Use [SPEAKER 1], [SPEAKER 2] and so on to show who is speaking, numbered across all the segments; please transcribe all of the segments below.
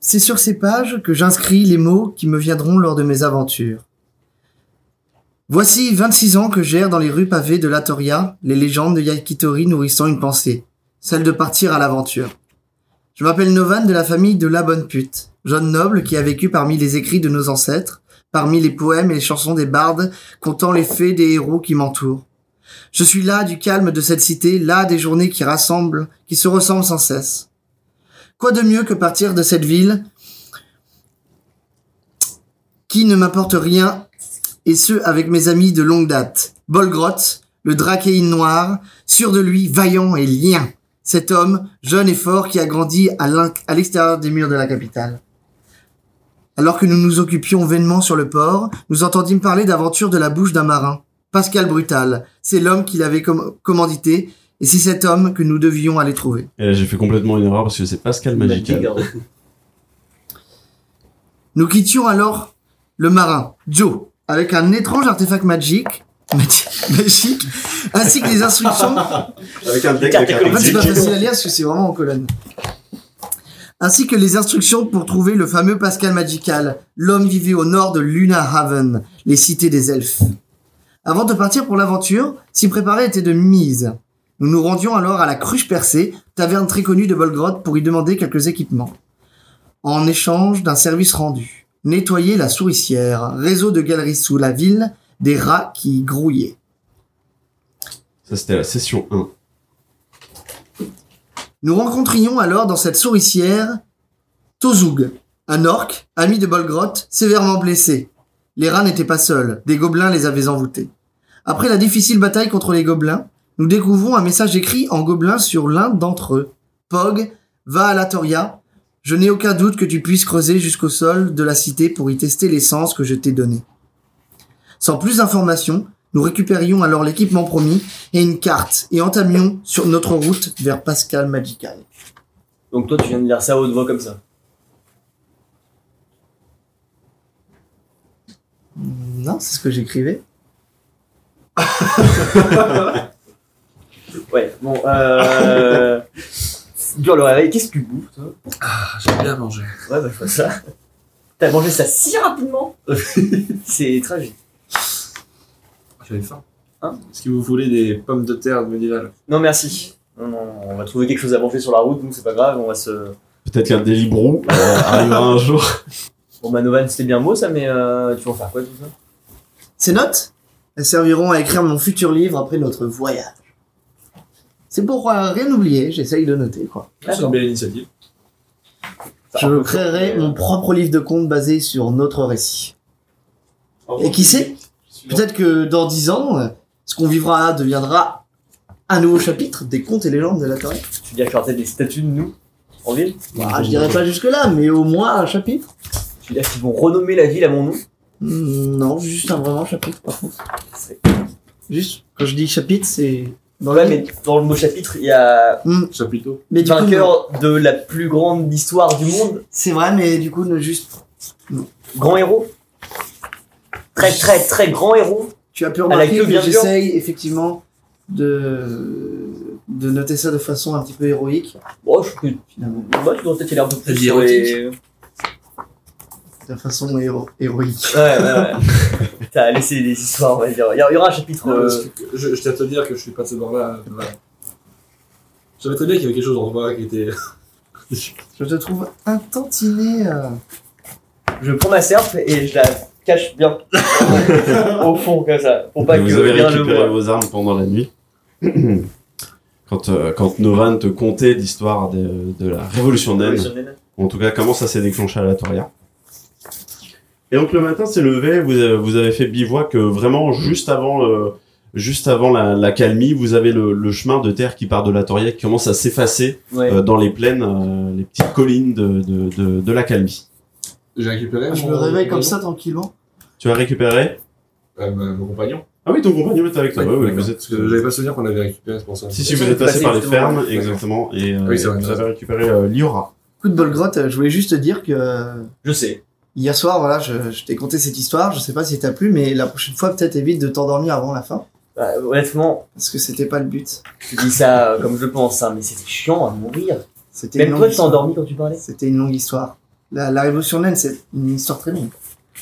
[SPEAKER 1] C'est sur ces pages que j'inscris les mots qui me viendront lors de mes aventures. Voici 26 ans que j'erre dans les rues pavées de Latoria, les légendes de Yakitori nourrissant une pensée, celle de partir à l'aventure. Je m'appelle Novan de la famille de La Bonne Pute, jeune noble qui a vécu parmi les écrits de nos ancêtres, parmi les poèmes et les chansons des bardes comptant les faits des héros qui m'entourent. Je suis là du calme de cette cité, là des journées qui rassemblent, qui se ressemblent sans cesse. Quoi de mieux que partir de cette ville qui ne m'apporte rien, et ce avec mes amis de longue date. Bolgrot, le drakéine noir, sûr de lui, vaillant et lien. Cet homme, jeune et fort, qui a grandi à l'in- à l'extérieur des murs de la capitale. Alors que nous nous occupions vainement sur le port, nous entendîmes parler d'aventures de la bouche d'un marin. Pascal Brutal, c'est l'homme qui l'avait com- commandité, et c'est cet homme que nous devions aller trouver.
[SPEAKER 2] Et là, j'ai fait complètement une erreur parce que c'est Pascal Magical.
[SPEAKER 1] Nous quittions alors le marin, Joe, avec un étrange artefact magique, magique, ainsi que les instructions
[SPEAKER 3] Avec un deck
[SPEAKER 4] Carte
[SPEAKER 3] de cartes.
[SPEAKER 1] En fait, c'est
[SPEAKER 4] Exit.
[SPEAKER 1] pas facile à lire parce que c'est vraiment en colonne. Ainsi que les instructions pour trouver le fameux Pascal Magical, l'homme vivait au nord de Luna Haven, les cités des elfes. Avant de partir pour l'aventure, s'y préparer était de mise. Nous nous rendions alors à la Cruche Percée, taverne très connue de Volgrod, pour y demander quelques équipements. En échange d'un service rendu, nettoyer la souricière, réseau de galeries sous la ville, des rats qui y grouillaient.
[SPEAKER 2] Ça, c'était la session 1.
[SPEAKER 1] Nous rencontrions alors dans cette souricière Tozug, un orc, ami de Bolgrot, sévèrement blessé. Les rats n'étaient pas seuls, des gobelins les avaient envoûtés. Après la difficile bataille contre les gobelins, nous découvrons un message écrit en gobelin sur l'un d'entre eux. Pog, va à la Toria. Je n'ai aucun doute que tu puisses creuser jusqu'au sol de la cité pour y tester l'essence que je t'ai donnée. Sans plus d'informations, nous récupérions alors l'équipement promis et une carte et entamions sur notre route vers Pascal Magical.
[SPEAKER 4] Donc toi, tu viens de lire ça à haute voix comme ça.
[SPEAKER 1] Non, c'est ce que j'écrivais.
[SPEAKER 4] Ouais, bon, euh... c'est Dur le réveil, qu'est-ce que tu bouffes, toi
[SPEAKER 5] Ah, j'ai bien mangé.
[SPEAKER 4] Ouais, bah, je vois ça. T'as mangé ça si rapidement C'est tragique.
[SPEAKER 5] J'avais faim.
[SPEAKER 4] Hein
[SPEAKER 5] Est-ce que vous voulez des pommes de terre médiévales
[SPEAKER 4] Non, merci. Non, non, on va trouver quelque chose à manger sur la route, nous, c'est pas grave, on va se...
[SPEAKER 2] Peut-être qu'un Deliveroo euh, arrivera un jour.
[SPEAKER 4] Bon, bah, Novan, c'était bien beau, ça, mais euh, tu vas en faire quoi, tout ça
[SPEAKER 1] Ces notes, elles serviront à écrire mon futur livre après notre voyage. C'est pour euh, rien oublier, j'essaye de noter quoi.
[SPEAKER 5] C'est une belle initiative.
[SPEAKER 4] Ça
[SPEAKER 1] Je
[SPEAKER 4] va.
[SPEAKER 1] créerai mon propre livre de contes basé sur notre récit.
[SPEAKER 3] Au revoir.
[SPEAKER 1] Et qui sait, peut-être que dans dix ans, euh, ce qu'on vivra deviendra un nouveau chapitre des contes et légendes de la Corée.
[SPEAKER 4] Tu veux dire qu'il y aura peut-être des statues de nous, en ville
[SPEAKER 1] Bah, je dirais pas jusque là, mais au moins un chapitre.
[SPEAKER 4] Tu veux dire qu'ils vont renommer la ville à mon nom
[SPEAKER 1] Hmm, Non, juste un vraiment chapitre par contre.
[SPEAKER 4] C'est-
[SPEAKER 1] Juste, quand je dis chapitre, c'est dans
[SPEAKER 4] Ouais,
[SPEAKER 1] la
[SPEAKER 4] mais dans le mot chapitre, il y a...
[SPEAKER 5] Chapiteau.
[SPEAKER 1] mais du coup,
[SPEAKER 4] Vainqueur de la plus grande histoire du monde,
[SPEAKER 1] C'est vrai, mais du coup, ne juste.
[SPEAKER 4] grand héros. Très très très grand héros.
[SPEAKER 1] Tu as pu
[SPEAKER 4] À la
[SPEAKER 1] remarquer
[SPEAKER 4] queue,
[SPEAKER 1] que
[SPEAKER 4] bien sûr.
[SPEAKER 1] j'essaye effectivement de de noter ça de façon un petit peu héroïque.
[SPEAKER 4] Oh, je peux...
[SPEAKER 1] Finalement.
[SPEAKER 4] Moi, tu dois peut-être y aller un peu plus
[SPEAKER 5] Elle dit
[SPEAKER 4] sur les-
[SPEAKER 1] De façon héro- héroïque.
[SPEAKER 4] Ouais, ouais, ouais. T'as laissé des histoires, on va dire. Il y a- il y aura un chapitre. euh,
[SPEAKER 5] Parce que Je, je tiens à te dire que je suis pas de ce bord-là. euh, voilà. Je savais très bien qu'il y avait quelque chose en bas qui était.
[SPEAKER 1] Je te trouve un tantinet. euh,
[SPEAKER 4] Je prends ma serpe et je la cache bien au fond, comme ça, pour pas que
[SPEAKER 2] vous avez
[SPEAKER 4] rien le
[SPEAKER 2] récupéré
[SPEAKER 4] voit.
[SPEAKER 2] vos armes pendant la nuit. quand, euh, quand Novan te contait l'histoire de, de la révolution naine, en tout cas comment ça s'est déclenché à la Toria. Et donc le matin s'est levé, vous, avez- vous avez fait bivouac euh, vraiment juste avant, euh, juste avant la, la calmie, vous avez le, le chemin de terre qui part de la Toria qui commence à s'effacer
[SPEAKER 4] Ouais.
[SPEAKER 2] euh, dans les plaines, euh, les petites collines de, de, de, de la calmie.
[SPEAKER 5] J'ai récupéré.
[SPEAKER 1] Je
[SPEAKER 5] mon-
[SPEAKER 1] me réveille
[SPEAKER 5] mon
[SPEAKER 1] comme
[SPEAKER 5] compagnon.
[SPEAKER 1] ça tranquillement.
[SPEAKER 2] Tu as récupéré
[SPEAKER 5] Euh, ma- mon compagnon.
[SPEAKER 2] Ah oui, ton compagnon est avec toi. Ouais, ouais, vous êtes... euh,
[SPEAKER 5] Parce que j'avais pas souvenir qu'on avait récupéré, c'est pour ça.
[SPEAKER 2] Si, si,
[SPEAKER 4] Ils
[SPEAKER 2] vous
[SPEAKER 4] sont
[SPEAKER 2] êtes passé
[SPEAKER 4] passés
[SPEAKER 2] par les
[SPEAKER 4] justement.
[SPEAKER 2] fermes, exactement, et euh,
[SPEAKER 5] Oui, c'est vrai,
[SPEAKER 2] vous
[SPEAKER 5] c'est
[SPEAKER 2] avez récupéré euh, Liora.
[SPEAKER 1] Coup de bol grotte, euh, je voulais juste te dire que euh,
[SPEAKER 4] Je sais.
[SPEAKER 1] hier soir, voilà, je, je t'ai conté cette histoire. Je sais pas si t'as plu, mais la prochaine fois, peut-être évite de t'endormir avant la fin,
[SPEAKER 4] Bah, honnêtement,
[SPEAKER 1] parce que c'était pas le but.
[SPEAKER 4] tu dis ça euh, comme je pense, hein, mais c'était chiant à mourir.
[SPEAKER 1] C'était une
[SPEAKER 4] Même
[SPEAKER 1] longue
[SPEAKER 4] toi, tu t'es
[SPEAKER 1] histoire.
[SPEAKER 4] endormi quand tu parlais.
[SPEAKER 1] C'était une longue histoire. La, la révolution naine, c'est une histoire très longue.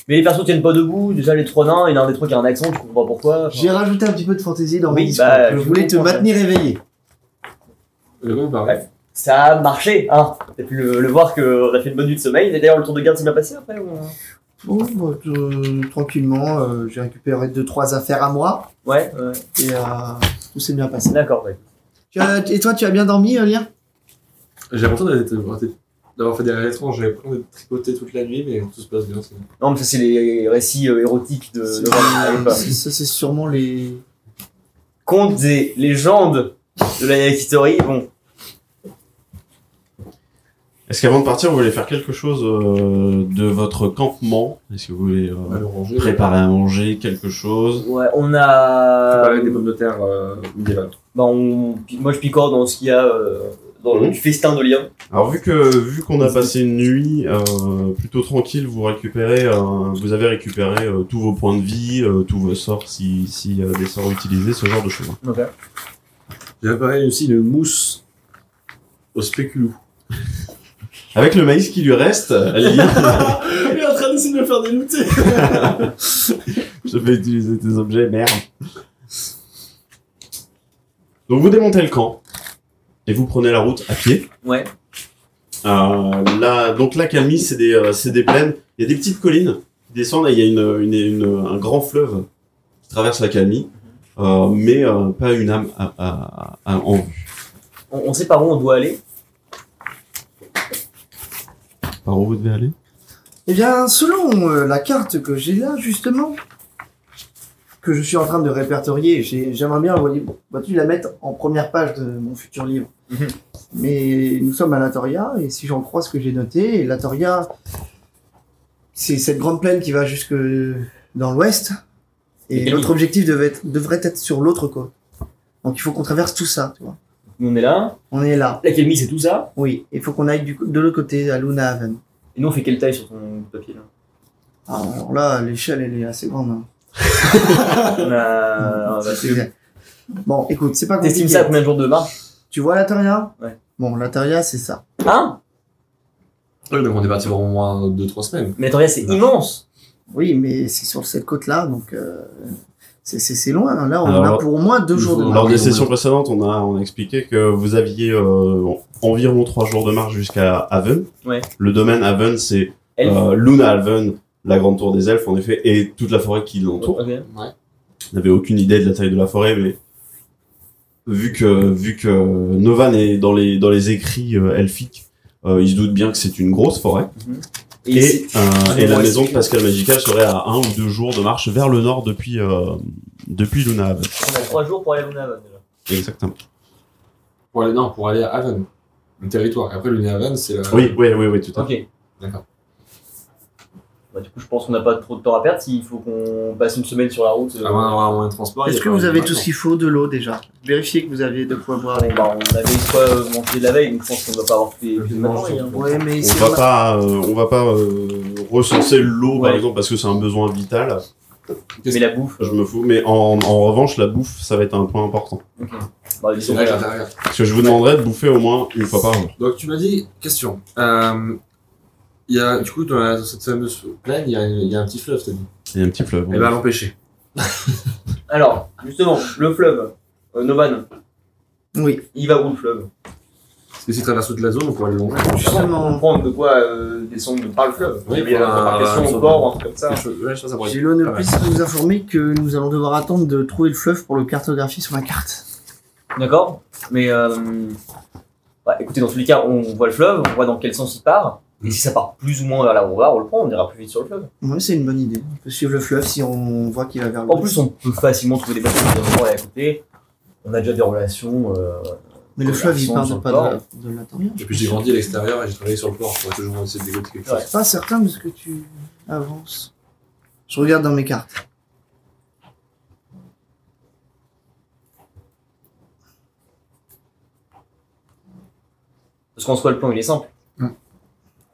[SPEAKER 4] Mais les persos tiennent pas debout, déjà les trois nains, il y en a un des trois qui a un accent, tu comprends pas pourquoi.
[SPEAKER 1] J'ai rajouté un petit peu de fantaisie dans
[SPEAKER 4] Oui,
[SPEAKER 1] mon discours.
[SPEAKER 4] bah,
[SPEAKER 1] je
[SPEAKER 4] je
[SPEAKER 1] voulais te
[SPEAKER 4] comprends,
[SPEAKER 1] maintenir éveillé.
[SPEAKER 5] Le gars, il paraît.
[SPEAKER 4] Ça a marché, hein T'as pu le, le voir qu'on a fait une bonne nuit de sommeil, et d'ailleurs le tour de garde s'est bien passé après ou... euh
[SPEAKER 1] Bon, bah, euh, tranquillement, euh, j'ai récupéré deux trois affaires à moi
[SPEAKER 4] Ouais, ouais.
[SPEAKER 1] et euh, tout s'est bien passé.
[SPEAKER 4] D'accord, ouais.
[SPEAKER 1] Tu as- et toi, tu as bien dormi, Lien
[SPEAKER 5] J'ai l'impression d'être- d'avoir fait des rêves étranges, j'avais l'impression de tripoter toute la nuit, mais tout se passe bien. sinon.
[SPEAKER 4] Non, mais ça c'est les récits euh, érotiques de... de- à l'époque.
[SPEAKER 1] Ça, c'est sûrement les.
[SPEAKER 4] Contes des légendes de la Yakitori, bon.
[SPEAKER 2] Est-ce qu'avant de partir, vous voulez faire quelque chose euh, de votre campement Est-ce que vous voulez euh,
[SPEAKER 5] On va le ranger.
[SPEAKER 2] préparer à manger quelque chose
[SPEAKER 4] Ouais, on
[SPEAKER 5] On va
[SPEAKER 4] a...
[SPEAKER 5] parler des pommes de terre euh, médiévales.
[SPEAKER 4] Bah, on... Moi je picore dans ce qu'il y a euh, dans le
[SPEAKER 2] Mhm.
[SPEAKER 4] du festin de lien.
[SPEAKER 2] Alors vu que vu qu'on a passé une nuit euh, plutôt tranquille, vous récupérez, euh, vous avez récupéré euh, tous vos points de vie, euh, tous vos sorts, si, si euh, des sorts utilisés, ce genre de choses.
[SPEAKER 4] Ok.
[SPEAKER 5] J'ai pareil aussi une mousse au spéculou.
[SPEAKER 2] Avec le maïs qui lui reste, elle dit,
[SPEAKER 5] Il est en train d'essayer de me faire délouter
[SPEAKER 2] je vais utiliser tes objets, merde. Donc vous démontez le camp et vous prenez la route à pied.
[SPEAKER 4] Ouais.
[SPEAKER 2] Euh, là, donc là, Camille, c'est des, euh, c'est des plaines. Il y a des petites collines qui descendent et il y a une, une, une- un grand fleuve qui traverse la Camille, euh, mais euh, pas une âme à, à- à- en vue.
[SPEAKER 4] On, on sait par où on doit aller.
[SPEAKER 2] Par où vous devez aller
[SPEAKER 1] Eh bien, selon euh, la carte que j'ai là, justement, que je suis en train de répertorier, j'ai- j'aimerais bien, voyez, tu la mettre en première page de mon futur livre.
[SPEAKER 4] Mhm.
[SPEAKER 1] Mais nous sommes à Latoria, et si j'en crois ce que j'ai noté, Latoria, c'est cette grande plaine qui va jusque dans l'ouest, et
[SPEAKER 4] Et
[SPEAKER 1] notre objectif devait être- devrait être sur l'autre côte. Donc il faut qu'on traverse tout ça, tu vois.
[SPEAKER 4] Nous on est là.
[SPEAKER 1] On est là,
[SPEAKER 4] L'académie c'est tout ça.
[SPEAKER 1] oui. Il faut qu'on aille du, co- de l'autre côté, à Luna Haven.
[SPEAKER 4] Et nous on fait quelle taille sur ton papier là
[SPEAKER 1] Alors là, l'échelle, elle est assez grande. hein.
[SPEAKER 4] On a- on a-
[SPEAKER 1] C'est exact. Bon, écoute, c'est pas
[SPEAKER 4] T'estimes
[SPEAKER 1] compliqué.
[SPEAKER 4] ça à combien de jours de marche
[SPEAKER 1] Tu vois l'intérieur
[SPEAKER 4] Ouais.
[SPEAKER 1] Bon, l'intérieur, c'est ça.
[SPEAKER 4] Hein
[SPEAKER 5] Ouais, donc on est parti pour au moins 2-3 semaines.
[SPEAKER 4] Mais attendez, c'est immense
[SPEAKER 1] Oui, mais c'est sur cette côte-là, donc euh, c'est- c'est c'est loin. hein. Là, on
[SPEAKER 2] Alors,
[SPEAKER 1] a pour au moins deux jours de
[SPEAKER 5] faut-
[SPEAKER 2] Lors
[SPEAKER 1] marche.
[SPEAKER 2] des sessions précédentes, on a, on a expliqué que vous aviez euh, environ trois jours de marche jusqu'à Haven.
[SPEAKER 4] Ouais.
[SPEAKER 2] Le domaine Haven, c'est
[SPEAKER 4] Elle
[SPEAKER 2] euh, Luna Haven, la grande tour des elfes, en effet, et toute la forêt qui l'entoure.
[SPEAKER 4] Ok.
[SPEAKER 5] Ouais.
[SPEAKER 2] On n'avait aucune idée de la taille de la forêt, mais vu que, vu que Novan est dans les, dans les écrits euh, elfiques, euh, il se doute bien que c'est une grosse forêt.
[SPEAKER 4] Et
[SPEAKER 2] Et,
[SPEAKER 4] c'est-
[SPEAKER 2] euh, et la
[SPEAKER 4] Ouais.
[SPEAKER 2] maison de Pascal Magical serait à un ou deux jours de marche vers le nord depuis, euh, depuis Luna Haven.
[SPEAKER 4] on a trois jours pour aller à Lunavan déjà.
[SPEAKER 2] Exactement.
[SPEAKER 5] Pour aller, non, pour aller à Haven, le territoire. Et Après, le Haven, c'est euh, la.
[SPEAKER 2] Euh, Oui, oui, oui, oui, tout à fait.
[SPEAKER 4] Ok.
[SPEAKER 5] D'accord.
[SPEAKER 4] Bah, du coup, je pense qu'on n'a pas trop de temps à perdre s'il faut qu'on passe une semaine sur la route. euh,
[SPEAKER 5] À moins d'avoir un moyen de transport. il y
[SPEAKER 1] Est-ce
[SPEAKER 5] a
[SPEAKER 1] que
[SPEAKER 5] pas
[SPEAKER 1] vous
[SPEAKER 5] un-
[SPEAKER 1] avez tout ce qu'il faut de l'eau déjà Vérifiez que vous avez de quoi boire.
[SPEAKER 4] Bon, bah, on avait soit mangé la veille, donc je pense qu'on ne doit pas avoir fait
[SPEAKER 5] Le
[SPEAKER 4] plus de matin.
[SPEAKER 5] dimanche,
[SPEAKER 4] hein.
[SPEAKER 5] donc,
[SPEAKER 1] Ouais, mais
[SPEAKER 2] On
[SPEAKER 1] si
[SPEAKER 2] va
[SPEAKER 1] on a-
[SPEAKER 2] pas, euh, on va pas euh, recenser l'eau par
[SPEAKER 4] Ouais.
[SPEAKER 2] exemple parce que c'est un besoin vital.
[SPEAKER 4] Mais la bouffe.
[SPEAKER 2] Je me fous, mais en, en revanche, la bouffe, ça va être un point important.
[SPEAKER 4] Ok. Bah,
[SPEAKER 5] Ils sont
[SPEAKER 4] disons,
[SPEAKER 5] là,
[SPEAKER 4] voilà.
[SPEAKER 5] derrière.
[SPEAKER 2] Parce que je vous demanderais de bouffer au moins une fois par jour.
[SPEAKER 5] Donc, tu m'as dit, question. Euh, il y a, du coup, dans, la- dans cette fameuse plaine, il y a, il y a un petit fleuve, t'as dit.
[SPEAKER 2] Il y a un petit fleuve.
[SPEAKER 5] Eh ben, l'empêcher.
[SPEAKER 4] Alors, justement, le fleuve, euh, Novan,
[SPEAKER 1] Oui,
[SPEAKER 4] il va où le fleuve
[SPEAKER 5] Parce que si traverse toute la zone, on pourrait le longer.
[SPEAKER 4] On
[SPEAKER 1] justement,
[SPEAKER 4] prend de quoi euh, descendre par le fleuve.
[SPEAKER 5] Oui,
[SPEAKER 4] il y a
[SPEAKER 5] pour un-
[SPEAKER 4] l'embarcation
[SPEAKER 5] un-
[SPEAKER 4] au port, un truc comme ça.
[SPEAKER 5] Ouais, je pense que ça pourrait
[SPEAKER 1] j'ai l'honneur
[SPEAKER 5] Ah
[SPEAKER 1] plus de vous informer que nous allons devoir attendre de trouver le fleuve pour le cartographier sur la carte.
[SPEAKER 4] D'accord, mais euh, bah, écoutez, dans tous les cas, on voit le fleuve, on voit dans quel sens il part, et si ça part plus ou moins vers là où on va, on le prend, on ira plus vite sur le fleuve.
[SPEAKER 1] Oui, c'est une bonne idée. On peut suivre le fleuve si on voit qu'il va vers
[SPEAKER 4] En
[SPEAKER 1] l'ouest.
[SPEAKER 4] plus, on peut facilement trouver des bateaux qui viendront aller à côté. On a déjà des relations. euh,
[SPEAKER 1] Mais le
[SPEAKER 4] on
[SPEAKER 1] fleuve, il
[SPEAKER 4] descend
[SPEAKER 1] part
[SPEAKER 4] sur
[SPEAKER 1] de-
[SPEAKER 4] le
[SPEAKER 1] pas de, de la tournure.
[SPEAKER 5] Et puis j'ai grandi à l'extérieur et j'ai travaillé sur le port. Je pourrais toujours essayer de dégoter quelque chose.
[SPEAKER 4] Ouais.
[SPEAKER 1] Pas certain de ce que tu avances. Je regarde dans mes cartes.
[SPEAKER 4] Parce qu'en soi, le plan, il est simple.
[SPEAKER 5] Mm.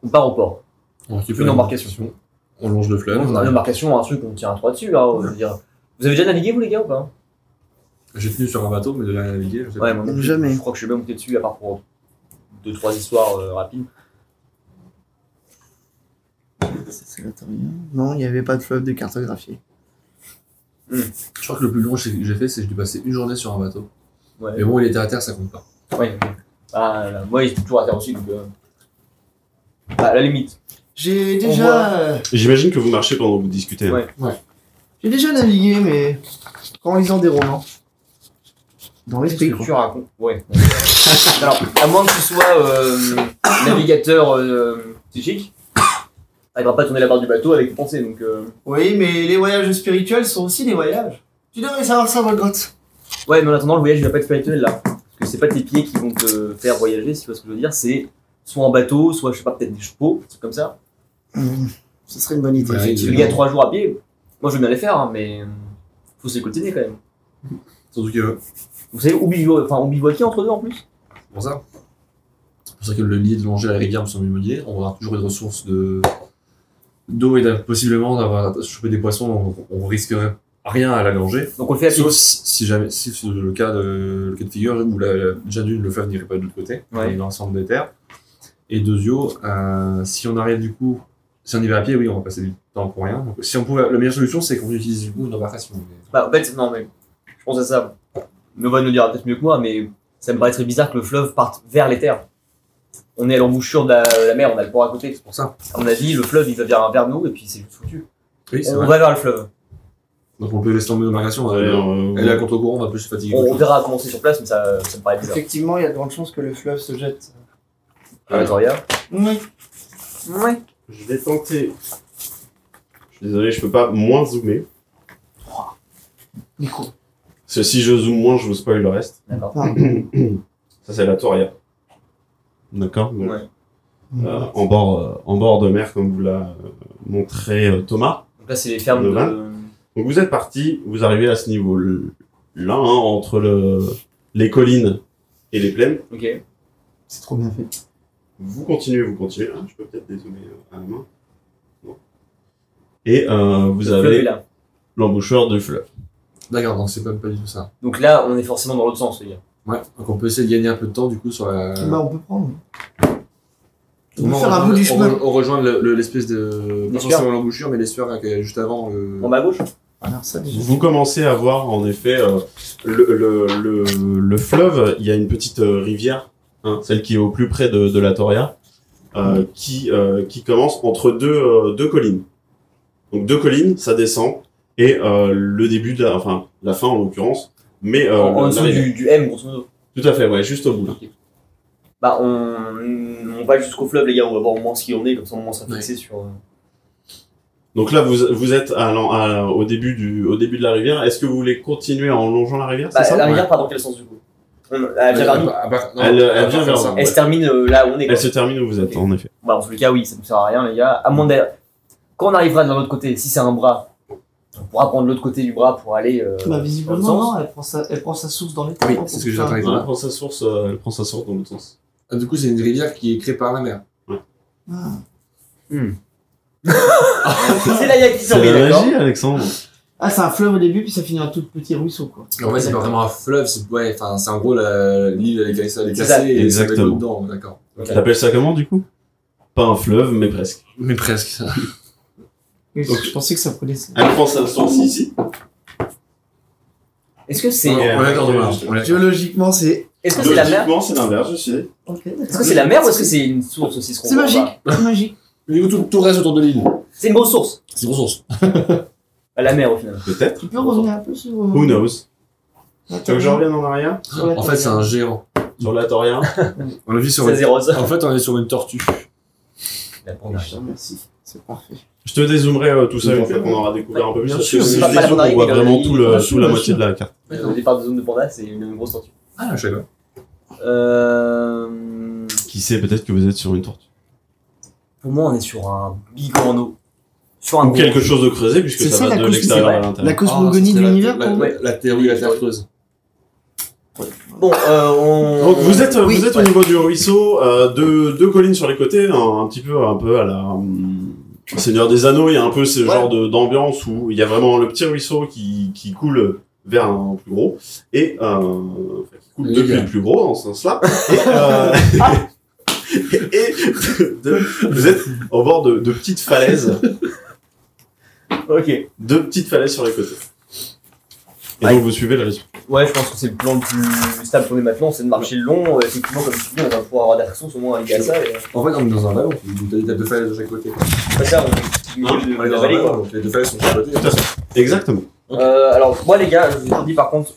[SPEAKER 4] On part au port.
[SPEAKER 5] On récupère
[SPEAKER 4] Une embarcation.
[SPEAKER 5] On longe le fleuve. on
[SPEAKER 4] on a
[SPEAKER 5] arrive.
[SPEAKER 4] une embarcation, un truc, on tient un trois dessus. hein, je veux dire. Vous avez déjà navigué, vous, les gars, ou pas
[SPEAKER 5] J'ai tenu sur un bateau, mais de la naviguer, je sais
[SPEAKER 4] Ouais,
[SPEAKER 5] pas.
[SPEAKER 4] moi non plus.
[SPEAKER 1] Jamais.
[SPEAKER 4] Je crois que je suis bien monté dessus, à part pour deux, trois histoires euh, rapides.
[SPEAKER 1] Non, il n'y avait pas de fleuve de cartographié.
[SPEAKER 5] Je crois que le plus long que j'ai que j'ai fait, c'est que j'ai dû passer une journée sur un bateau.
[SPEAKER 4] Ouais.
[SPEAKER 5] Mais bon, il était à terre, ça compte pas.
[SPEAKER 4] Ouais. Ah, là, moi, j'ai toujours à terre aussi, donc. euh, bah, à la limite.
[SPEAKER 1] J'ai
[SPEAKER 4] On voit.
[SPEAKER 1] déjà, euh,
[SPEAKER 2] J'imagine que vous marchez pendant que vous discutez. hein.
[SPEAKER 4] Ouais.
[SPEAKER 1] j'ai déjà navigué, mais en lisant des romans. Dans l'esprit,
[SPEAKER 4] Qu'est-ce que
[SPEAKER 1] quoi.
[SPEAKER 4] tu racontes Ouais. Alors, à moins que tu sois euh, navigateur euh, psychique, elle va pas tourner la barre du bateau avec tes pensées, donc. euh,
[SPEAKER 1] Oui, mais les voyages spirituels sont aussi des voyages. Tu devrais savoir ça, Volgrotte.
[SPEAKER 4] Ouais, mais en attendant, le voyage il va pas être spirituel là. Parce que c'est pas tes pieds qui vont te faire voyager, si tu vois ce que je veux dire. C'est soit en bateau, soit je sais pas, peut-être des chevaux, des trucs comme ça.
[SPEAKER 1] Mmh. Ce serait une bonne idée.
[SPEAKER 5] Ouais,
[SPEAKER 1] effectivement.
[SPEAKER 4] Si le gars trois jours à pied, moi je veux bien les faire, hein, mais euh, faut se les coltiner quand même.
[SPEAKER 5] Surtout que,
[SPEAKER 4] Vous savez, où bivo- enfin, on bivouaquait entre deux en plus
[SPEAKER 5] c'est pour ça. C'est pour ça que le lier de longer à la rivière me semble immobilier. On aura toujours une ressource de d'eau et d'av- possiblement d'avoir chopé des poissons, on, on risquerait rien à la longer.
[SPEAKER 4] Donc on le fait à pied.
[SPEAKER 5] Sauf si, si jamais, si c'est le cas de, le cas de figure où la, la- déjà d'une, le fleuve n'irait pas de l'autre côté,
[SPEAKER 4] Ouais.
[SPEAKER 5] dans l'ensemble des terres. Et deux, yo, euh, si on arrive du coup, si on y va à pied, oui, on va passer du temps pour rien. Donc, si on pouvait, la meilleure solution, c'est qu'on utilise du coup une embarcation. mais-
[SPEAKER 4] Bah, en fait, non, mais je pense à ça. Nova nous dira peut-être mieux que moi, mais ça me paraît très bizarre que le fleuve parte vers les terres. On est à l'embouchure de la, la mer, on a le port à côté.
[SPEAKER 5] C'est pour ça.
[SPEAKER 4] À mon avis, le fleuve il va vers, vers nous et puis c'est juste foutu.
[SPEAKER 5] Oui, c'est
[SPEAKER 4] On
[SPEAKER 5] vrai.
[SPEAKER 4] va vers le fleuve.
[SPEAKER 5] Euh, Donc on peut laisser tomber l'embarcation.
[SPEAKER 2] Ouais,
[SPEAKER 5] Elle,
[SPEAKER 2] euh,
[SPEAKER 5] elle est à contre-courant, on va plus se fatiguer.
[SPEAKER 4] On,
[SPEAKER 5] qu'autre
[SPEAKER 4] on
[SPEAKER 5] chose.
[SPEAKER 4] verra comment c'est sur place, mais ça, ça me paraît bizarre.
[SPEAKER 1] Effectivement, il y a de grandes chances que le fleuve se jette.
[SPEAKER 4] Ah, Victoria
[SPEAKER 1] Oui.
[SPEAKER 4] Ouais.
[SPEAKER 2] Je vais tenter. Je suis désolé, je peux pas moins zoomer.
[SPEAKER 1] Nico.
[SPEAKER 2] Parce que si je zoome moins, je vous spoil le reste.
[SPEAKER 4] D'accord.
[SPEAKER 2] Ça, c'est la Toria. D'accord donc,
[SPEAKER 4] Ouais.
[SPEAKER 1] Mmh.
[SPEAKER 2] euh,
[SPEAKER 5] Ah.
[SPEAKER 2] en, bord, euh, en bord de mer, comme vous l'a euh, montré euh, Thomas.
[SPEAKER 4] Donc là, c'est les fermes
[SPEAKER 2] Le
[SPEAKER 4] de.
[SPEAKER 2] Donc vous êtes parti, vous arrivez à ce niveau-là, hein, entre le, les collines et les plaines.
[SPEAKER 4] Ok.
[SPEAKER 1] C'est trop bien fait.
[SPEAKER 2] Vous continuez, vous continuez. Ah, je peux peut-être dézoomer euh, à la main. Non. Et euh, vous
[SPEAKER 4] Le fleuve est
[SPEAKER 2] avez
[SPEAKER 4] là.
[SPEAKER 2] l'embouchure du fleuve.
[SPEAKER 5] D'accord, donc c'est même pas du tout ça.
[SPEAKER 4] Donc là, on est forcément dans l'autre sens, les gars.
[SPEAKER 5] Ouais, donc on peut essayer de gagner un peu de temps du coup sur la.
[SPEAKER 1] Bah, on peut prendre. On peut
[SPEAKER 5] Comment
[SPEAKER 1] faire un
[SPEAKER 5] rejoindre-
[SPEAKER 1] bout du
[SPEAKER 5] Euh. on
[SPEAKER 1] chemin.
[SPEAKER 5] re- On rejoint le- le- l'espèce de. Pas
[SPEAKER 4] L'estuaire.
[SPEAKER 5] forcément l'embouchure, mais l'estuaire euh, qui est juste avant. le-
[SPEAKER 4] En bas à gauche
[SPEAKER 1] Alors, Ah, ça, déjà.
[SPEAKER 2] Vous commencez à voir en effet euh, le, le, le, le fleuve, il y a une petite euh, rivière, hein, celle qui est au plus près de, de la Toria, euh, qui, euh, qui commence entre deux, euh, deux collines. Donc deux collines, ça descend, et euh, le début, de la, enfin la fin en l'occurrence, mais euh,
[SPEAKER 4] En, en
[SPEAKER 2] la
[SPEAKER 4] dessous
[SPEAKER 2] rivière.
[SPEAKER 4] du, du M, grosso modo.
[SPEAKER 2] Tout à fait, ouais, juste au bout. là.
[SPEAKER 4] Bah, on, on va jusqu'au fleuve, les gars, on va voir au moins ce qu'il en est, comme ça au moins on sera
[SPEAKER 5] Ouais.
[SPEAKER 4] fixé sur. euh,
[SPEAKER 2] Donc là, vous, vous êtes à, l'en- à- au, début du, au début de la rivière. Est-ce que vous voulez continuer en longeant la rivière c'est
[SPEAKER 4] Bah,
[SPEAKER 2] ça
[SPEAKER 4] la rivière part dans quel sens du coup On-
[SPEAKER 2] Hum, euh,
[SPEAKER 4] Elle vient vers nous.
[SPEAKER 5] euh, À part- non,
[SPEAKER 2] Elle-
[SPEAKER 5] à
[SPEAKER 2] elle
[SPEAKER 5] part
[SPEAKER 2] vient
[SPEAKER 5] faire
[SPEAKER 2] vers
[SPEAKER 5] ça.
[SPEAKER 2] vous.
[SPEAKER 4] Elle se termine euh, là où on est. quoi.
[SPEAKER 2] Elle se termine où vous êtes,
[SPEAKER 4] Ok.
[SPEAKER 2] en effet.
[SPEAKER 4] Bah, en tout cas, oui, ça ne sert à rien, les gars. À moins d'ailleurs. Quand on arrivera de l'autre côté, si c'est un bras, on pourra prendre l'autre côté du bras pour aller. euh,
[SPEAKER 1] Bah,
[SPEAKER 4] dans le
[SPEAKER 1] visiblement,
[SPEAKER 4] sens.
[SPEAKER 1] non, elle prend sa, elle prend sa source dans les
[SPEAKER 5] Oui,
[SPEAKER 1] terres.
[SPEAKER 5] c'est ce que j'ai
[SPEAKER 1] Enfin,
[SPEAKER 5] entendu.
[SPEAKER 2] elle, prend sa source, euh, elle prend sa source dans l'autre sens.
[SPEAKER 5] Ah, Du coup, c'est une rivière qui est créée par la mer.
[SPEAKER 1] ah.
[SPEAKER 4] c'est la gars qui s'en
[SPEAKER 2] C'est
[SPEAKER 4] met,
[SPEAKER 2] la
[SPEAKER 4] d'accord
[SPEAKER 2] magie, Alexandre.
[SPEAKER 1] Ah, c'est un fleuve au début, puis ça finit en tout petit ruisseau, quoi.
[SPEAKER 5] En fait, c'est pas
[SPEAKER 1] D'accord.
[SPEAKER 5] vraiment un fleuve, c'est ouais, enfin, c'est en gros la- l'île, elle est cassée, elle est
[SPEAKER 4] C'est ça.
[SPEAKER 5] cassée et ça met de
[SPEAKER 2] Exactement.
[SPEAKER 5] l'eau dedans, d'accord.
[SPEAKER 2] T'appelles ça comment, du coup Pas un fleuve, mais presque.
[SPEAKER 5] Mais presque.
[SPEAKER 1] Oui,
[SPEAKER 2] Ok.
[SPEAKER 1] Je pensais que ça prenait ça.
[SPEAKER 2] Elle prend sa source ici.
[SPEAKER 4] Est-ce que c'est
[SPEAKER 5] On est
[SPEAKER 2] euh,
[SPEAKER 5] d'accord,
[SPEAKER 2] euh,
[SPEAKER 5] on est d'accord.
[SPEAKER 1] Géologiquement, c'est.
[SPEAKER 4] est -ce c'est la mer
[SPEAKER 2] c'est l'inverse, je sais.
[SPEAKER 1] Ok,
[SPEAKER 4] Est-ce que c'est la mer ou est-ce que c'est une source aussi ce qu'on
[SPEAKER 1] C'est
[SPEAKER 4] voit
[SPEAKER 1] magique,
[SPEAKER 4] pas
[SPEAKER 1] c'est magique.
[SPEAKER 5] Du coup, tout, tout reste autour de l'île.
[SPEAKER 4] C'est une grosse source.
[SPEAKER 5] C'est une ressource.
[SPEAKER 4] Bah, la mer au final.
[SPEAKER 2] Peut-être.
[SPEAKER 1] Tu peux revenir un peu sur. euh,
[SPEAKER 2] Who knows
[SPEAKER 1] knows
[SPEAKER 2] Tu veux que je revienne en arrière
[SPEAKER 5] En fait, c'est un géant.
[SPEAKER 2] Sur la Toria
[SPEAKER 5] On a vu sur Ah,
[SPEAKER 4] Ça zéro ça.
[SPEAKER 5] En fait, on est sur une tortue.
[SPEAKER 1] Merci, c'est parfait.
[SPEAKER 2] Je te dézoomerai euh, tout ça
[SPEAKER 5] Bien
[SPEAKER 2] une fois qu'on aura découvert un peu plus.
[SPEAKER 5] Bien
[SPEAKER 2] parce
[SPEAKER 5] sûr,
[SPEAKER 2] que Si
[SPEAKER 5] mais
[SPEAKER 2] je
[SPEAKER 5] pas-
[SPEAKER 4] pas la
[SPEAKER 2] dézoome, on
[SPEAKER 4] Toria,
[SPEAKER 2] voit
[SPEAKER 4] mais
[SPEAKER 2] vraiment
[SPEAKER 4] la-
[SPEAKER 2] tout le,
[SPEAKER 1] bien sûr,
[SPEAKER 2] tout la
[SPEAKER 1] bien
[SPEAKER 2] moitié
[SPEAKER 1] sûr.
[SPEAKER 2] de la carte.
[SPEAKER 4] Au départ de zone de panda, c'est une, une grosse tortue.
[SPEAKER 5] Ah, je sais pas.
[SPEAKER 4] Euh,
[SPEAKER 2] Qui sait, peut-être que vous êtes sur une tortue.
[SPEAKER 4] pour moi, on est sur un bigorneau. Sur un
[SPEAKER 2] Ou
[SPEAKER 4] gros-
[SPEAKER 2] quelque chose de creusé, puisque
[SPEAKER 1] C'est
[SPEAKER 2] ça,
[SPEAKER 1] ça,
[SPEAKER 2] va
[SPEAKER 1] la
[SPEAKER 2] de
[SPEAKER 1] cause-
[SPEAKER 2] l'extérieur
[SPEAKER 4] c'est
[SPEAKER 2] à
[SPEAKER 4] vrai.
[SPEAKER 1] La
[SPEAKER 2] l'intérieur.
[SPEAKER 1] cosmogonie de
[SPEAKER 5] c'était Ah, la-
[SPEAKER 1] l'univers,
[SPEAKER 5] la,
[SPEAKER 1] pour vous
[SPEAKER 5] la- la théorie de la Terre creuse.
[SPEAKER 4] Bon, euh, on.
[SPEAKER 2] Donc vous êtes,
[SPEAKER 4] Oui,
[SPEAKER 2] vous êtes
[SPEAKER 4] ouais.
[SPEAKER 2] au niveau du ruisseau, euh, deux, deux collines sur les côtés, un, un petit peu, un peu à la hum, Seigneur des Anneaux, il y a un peu ce
[SPEAKER 4] Ouais.
[SPEAKER 2] genre de- d'ambiance où il y a vraiment le petit ruisseau qui, qui coule vers un plus gros, et euh, enfin, qui coule
[SPEAKER 5] Oui,
[SPEAKER 2] depuis
[SPEAKER 5] bien.
[SPEAKER 2] le plus gros dans ce sens-là, et, euh, et de- vous êtes au bord de, de petites falaises, euh,
[SPEAKER 4] Ok.
[SPEAKER 2] deux petites falaises sur les côtés. Et
[SPEAKER 4] Aïe.
[SPEAKER 2] donc vous suivez le rythme.
[SPEAKER 4] Ouais, je pense que c'est le plan le plus stable qu'on ait maintenant, c'est de marcher le long. Euh, Effectivement, comme tu dis, on va pouvoir avoir des ressources au moins liées à ça. Et... euh,
[SPEAKER 5] En fait, on est dans un vallon, donc t'as des tables de falaises de chaque côté.
[SPEAKER 4] Pas ça, on est au milieu de-
[SPEAKER 5] On
[SPEAKER 4] de
[SPEAKER 5] est
[SPEAKER 4] la
[SPEAKER 5] dans un
[SPEAKER 4] vallée, quoi.
[SPEAKER 5] vallon, donc les deux falaises sont de chaque côté.
[SPEAKER 2] Exactement.
[SPEAKER 4] Euh, alors, moi, les gars, je vous ai dit par contre,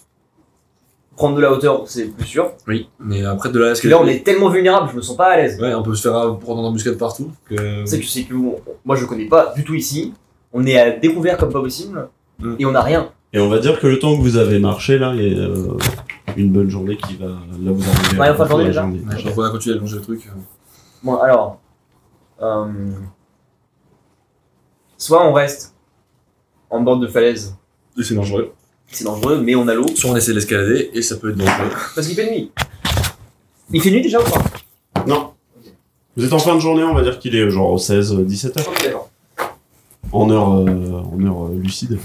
[SPEAKER 4] prendre de la hauteur, c'est plus sûr.
[SPEAKER 5] Oui, mais après de là, est-ce
[SPEAKER 4] Parce que là, on est tellement vulnérable, je me sens pas à l'aise.
[SPEAKER 5] Ouais, on peut se faire euh, prendre en embuscade partout. Que...
[SPEAKER 4] C'est que c'est que bon, moi, je connais pas du tout ici. On est à découvert comme pas possible
[SPEAKER 5] Mm.
[SPEAKER 4] et on a rien.
[SPEAKER 2] Et on va dire que le temps que vous avez marché, là, il y a euh, une bonne journée qui va. Là, vous arrivez
[SPEAKER 4] Ouais,
[SPEAKER 2] à
[SPEAKER 4] on va
[SPEAKER 2] la
[SPEAKER 4] journée, déjà.
[SPEAKER 5] Ouais, donc on a continué à longer le truc. euh,
[SPEAKER 4] Bon, alors, euh, soit on reste en bord de falaise,
[SPEAKER 5] Et c'est dangereux.
[SPEAKER 4] c'est dangereux, mais on a l'eau.
[SPEAKER 5] Soit on essaie de l'escalader et ça peut être dangereux.
[SPEAKER 4] Parce qu'il fait nuit. Il fait nuit déjà ou pas
[SPEAKER 2] Non. Vous êtes en fin de journée, on va dire qu'il est genre 16, euh, 17 heures.
[SPEAKER 4] Ok, d'accord.
[SPEAKER 2] En heure, euh, en heure euh, lucide.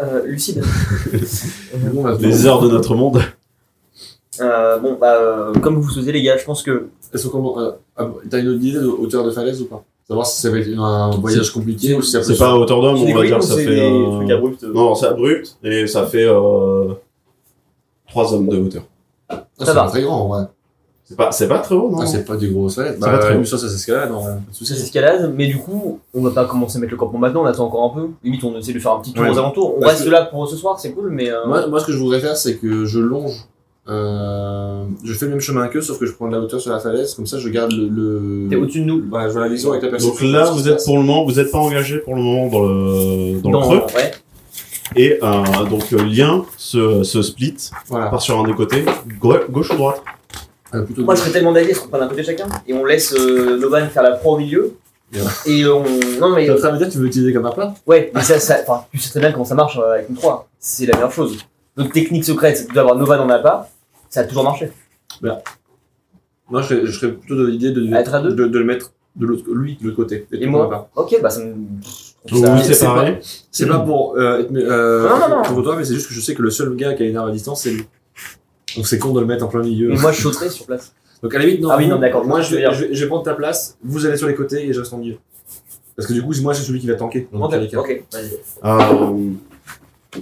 [SPEAKER 4] Euh, lucide.
[SPEAKER 5] Bon, on va-
[SPEAKER 2] Les heures de notre monde.
[SPEAKER 4] Euh, bon, bah, euh, comme vous faisiez les gars, je pense que
[SPEAKER 5] Est-ce qu'on commence- euh, ah, T'as une autre idée de hauteur de falaise ou pas Savoir si ça va être une- un voyage compliqué ou si ça peut
[SPEAKER 2] C'est pas à hauteur d'homme,
[SPEAKER 4] C'est des
[SPEAKER 2] Oh, on va
[SPEAKER 4] collines
[SPEAKER 2] dire
[SPEAKER 4] ou
[SPEAKER 2] ça
[SPEAKER 4] c'est
[SPEAKER 2] fait.
[SPEAKER 4] des
[SPEAKER 2] euh,
[SPEAKER 4] trucs abrupts
[SPEAKER 2] Non, c'est abrupt et ça fait euh, 3 hommes de hauteur.
[SPEAKER 5] Ah,
[SPEAKER 4] Ça
[SPEAKER 5] c'est
[SPEAKER 4] va.
[SPEAKER 5] pas très grand, ouais.
[SPEAKER 2] C'est pas, c'est pas très haut, non
[SPEAKER 5] Ah, c'est pas des grosses falaises. euh,
[SPEAKER 2] Ça va très haut.
[SPEAKER 5] ça, ça s'escalade. on- pas de
[SPEAKER 4] ça
[SPEAKER 5] soucis.
[SPEAKER 4] s'escalade, mais du coup, on va pas commencer à mettre le campement maintenant, on attend encore un peu. Limite, on essaie de faire un petit tour
[SPEAKER 5] Ouais.
[SPEAKER 4] aux alentours. On
[SPEAKER 5] Parce
[SPEAKER 4] reste
[SPEAKER 5] que-
[SPEAKER 4] là pour ce soir, c'est cool, mais. euh,
[SPEAKER 5] Moi, moi, ce que je voudrais faire, c'est que je longe. euh, je fais le même chemin qu'eux, sauf que je prends de la hauteur sur la falaise. Comme ça, je garde le. le-
[SPEAKER 4] T'es au-dessus de nous.
[SPEAKER 5] Voilà, je vois la vision avec la personne.
[SPEAKER 2] Donc là, vous êtes pour le moment, vous êtes pas engagé pour le moment dans le, dans le creux.
[SPEAKER 4] ouais.
[SPEAKER 2] Et euh, donc, euh, lien se, se split,
[SPEAKER 5] Voilà.
[SPEAKER 2] part sur un des côtés, Gau- gauche ou droite
[SPEAKER 5] Euh, plutôt
[SPEAKER 4] Moi, je
[SPEAKER 5] gauche.
[SPEAKER 4] serais tellement d'avis qu'on prenne un côté chacun et on laisse euh, Novan faire la proie au milieu.
[SPEAKER 5] Bien.
[SPEAKER 4] Et euh, on. Non, mais.
[SPEAKER 5] T'es en train de me dire que tu veux l'utiliser comme appât
[SPEAKER 4] Ouais, mais ça, ça, enfin, tu sais très bien comment ça marche euh, avec une 3. C'est la meilleure chose. Notre technique secrète, c'est d'avoir Novan en appât. Ça a toujours marché.
[SPEAKER 5] Moi, je serais, je serais plutôt de l'idée de,
[SPEAKER 4] À être à deux
[SPEAKER 5] de, de le mettre de l'autre, lui, de l'autre côté.
[SPEAKER 4] Et moi Ok, bah ça me. je trouve
[SPEAKER 2] Donc, vous vous
[SPEAKER 4] ça-
[SPEAKER 5] c'est
[SPEAKER 2] séparez.
[SPEAKER 5] C'est pas pour euh, être euh,
[SPEAKER 4] Non, non, non.
[SPEAKER 5] contre toi, mais c'est juste que je sais que le seul gars qui a une arme à distance, c'est lui. Donc c'est con de le mettre en plein milieu.
[SPEAKER 4] Mais moi, je sauterais sur place.
[SPEAKER 5] Donc à la limite, non.
[SPEAKER 4] Ah oui, non,
[SPEAKER 5] vous-
[SPEAKER 4] d'accord,
[SPEAKER 5] Moi,
[SPEAKER 4] je
[SPEAKER 5] je vais,
[SPEAKER 4] veux dire.
[SPEAKER 5] je, vais, je vais prendre ta place, vous allez sur les côtés et je reste en milieu. Parce que du coup, moi, c'est celui qui va tanker. dans tous les cas.
[SPEAKER 4] ok, vas-y.
[SPEAKER 2] Euh,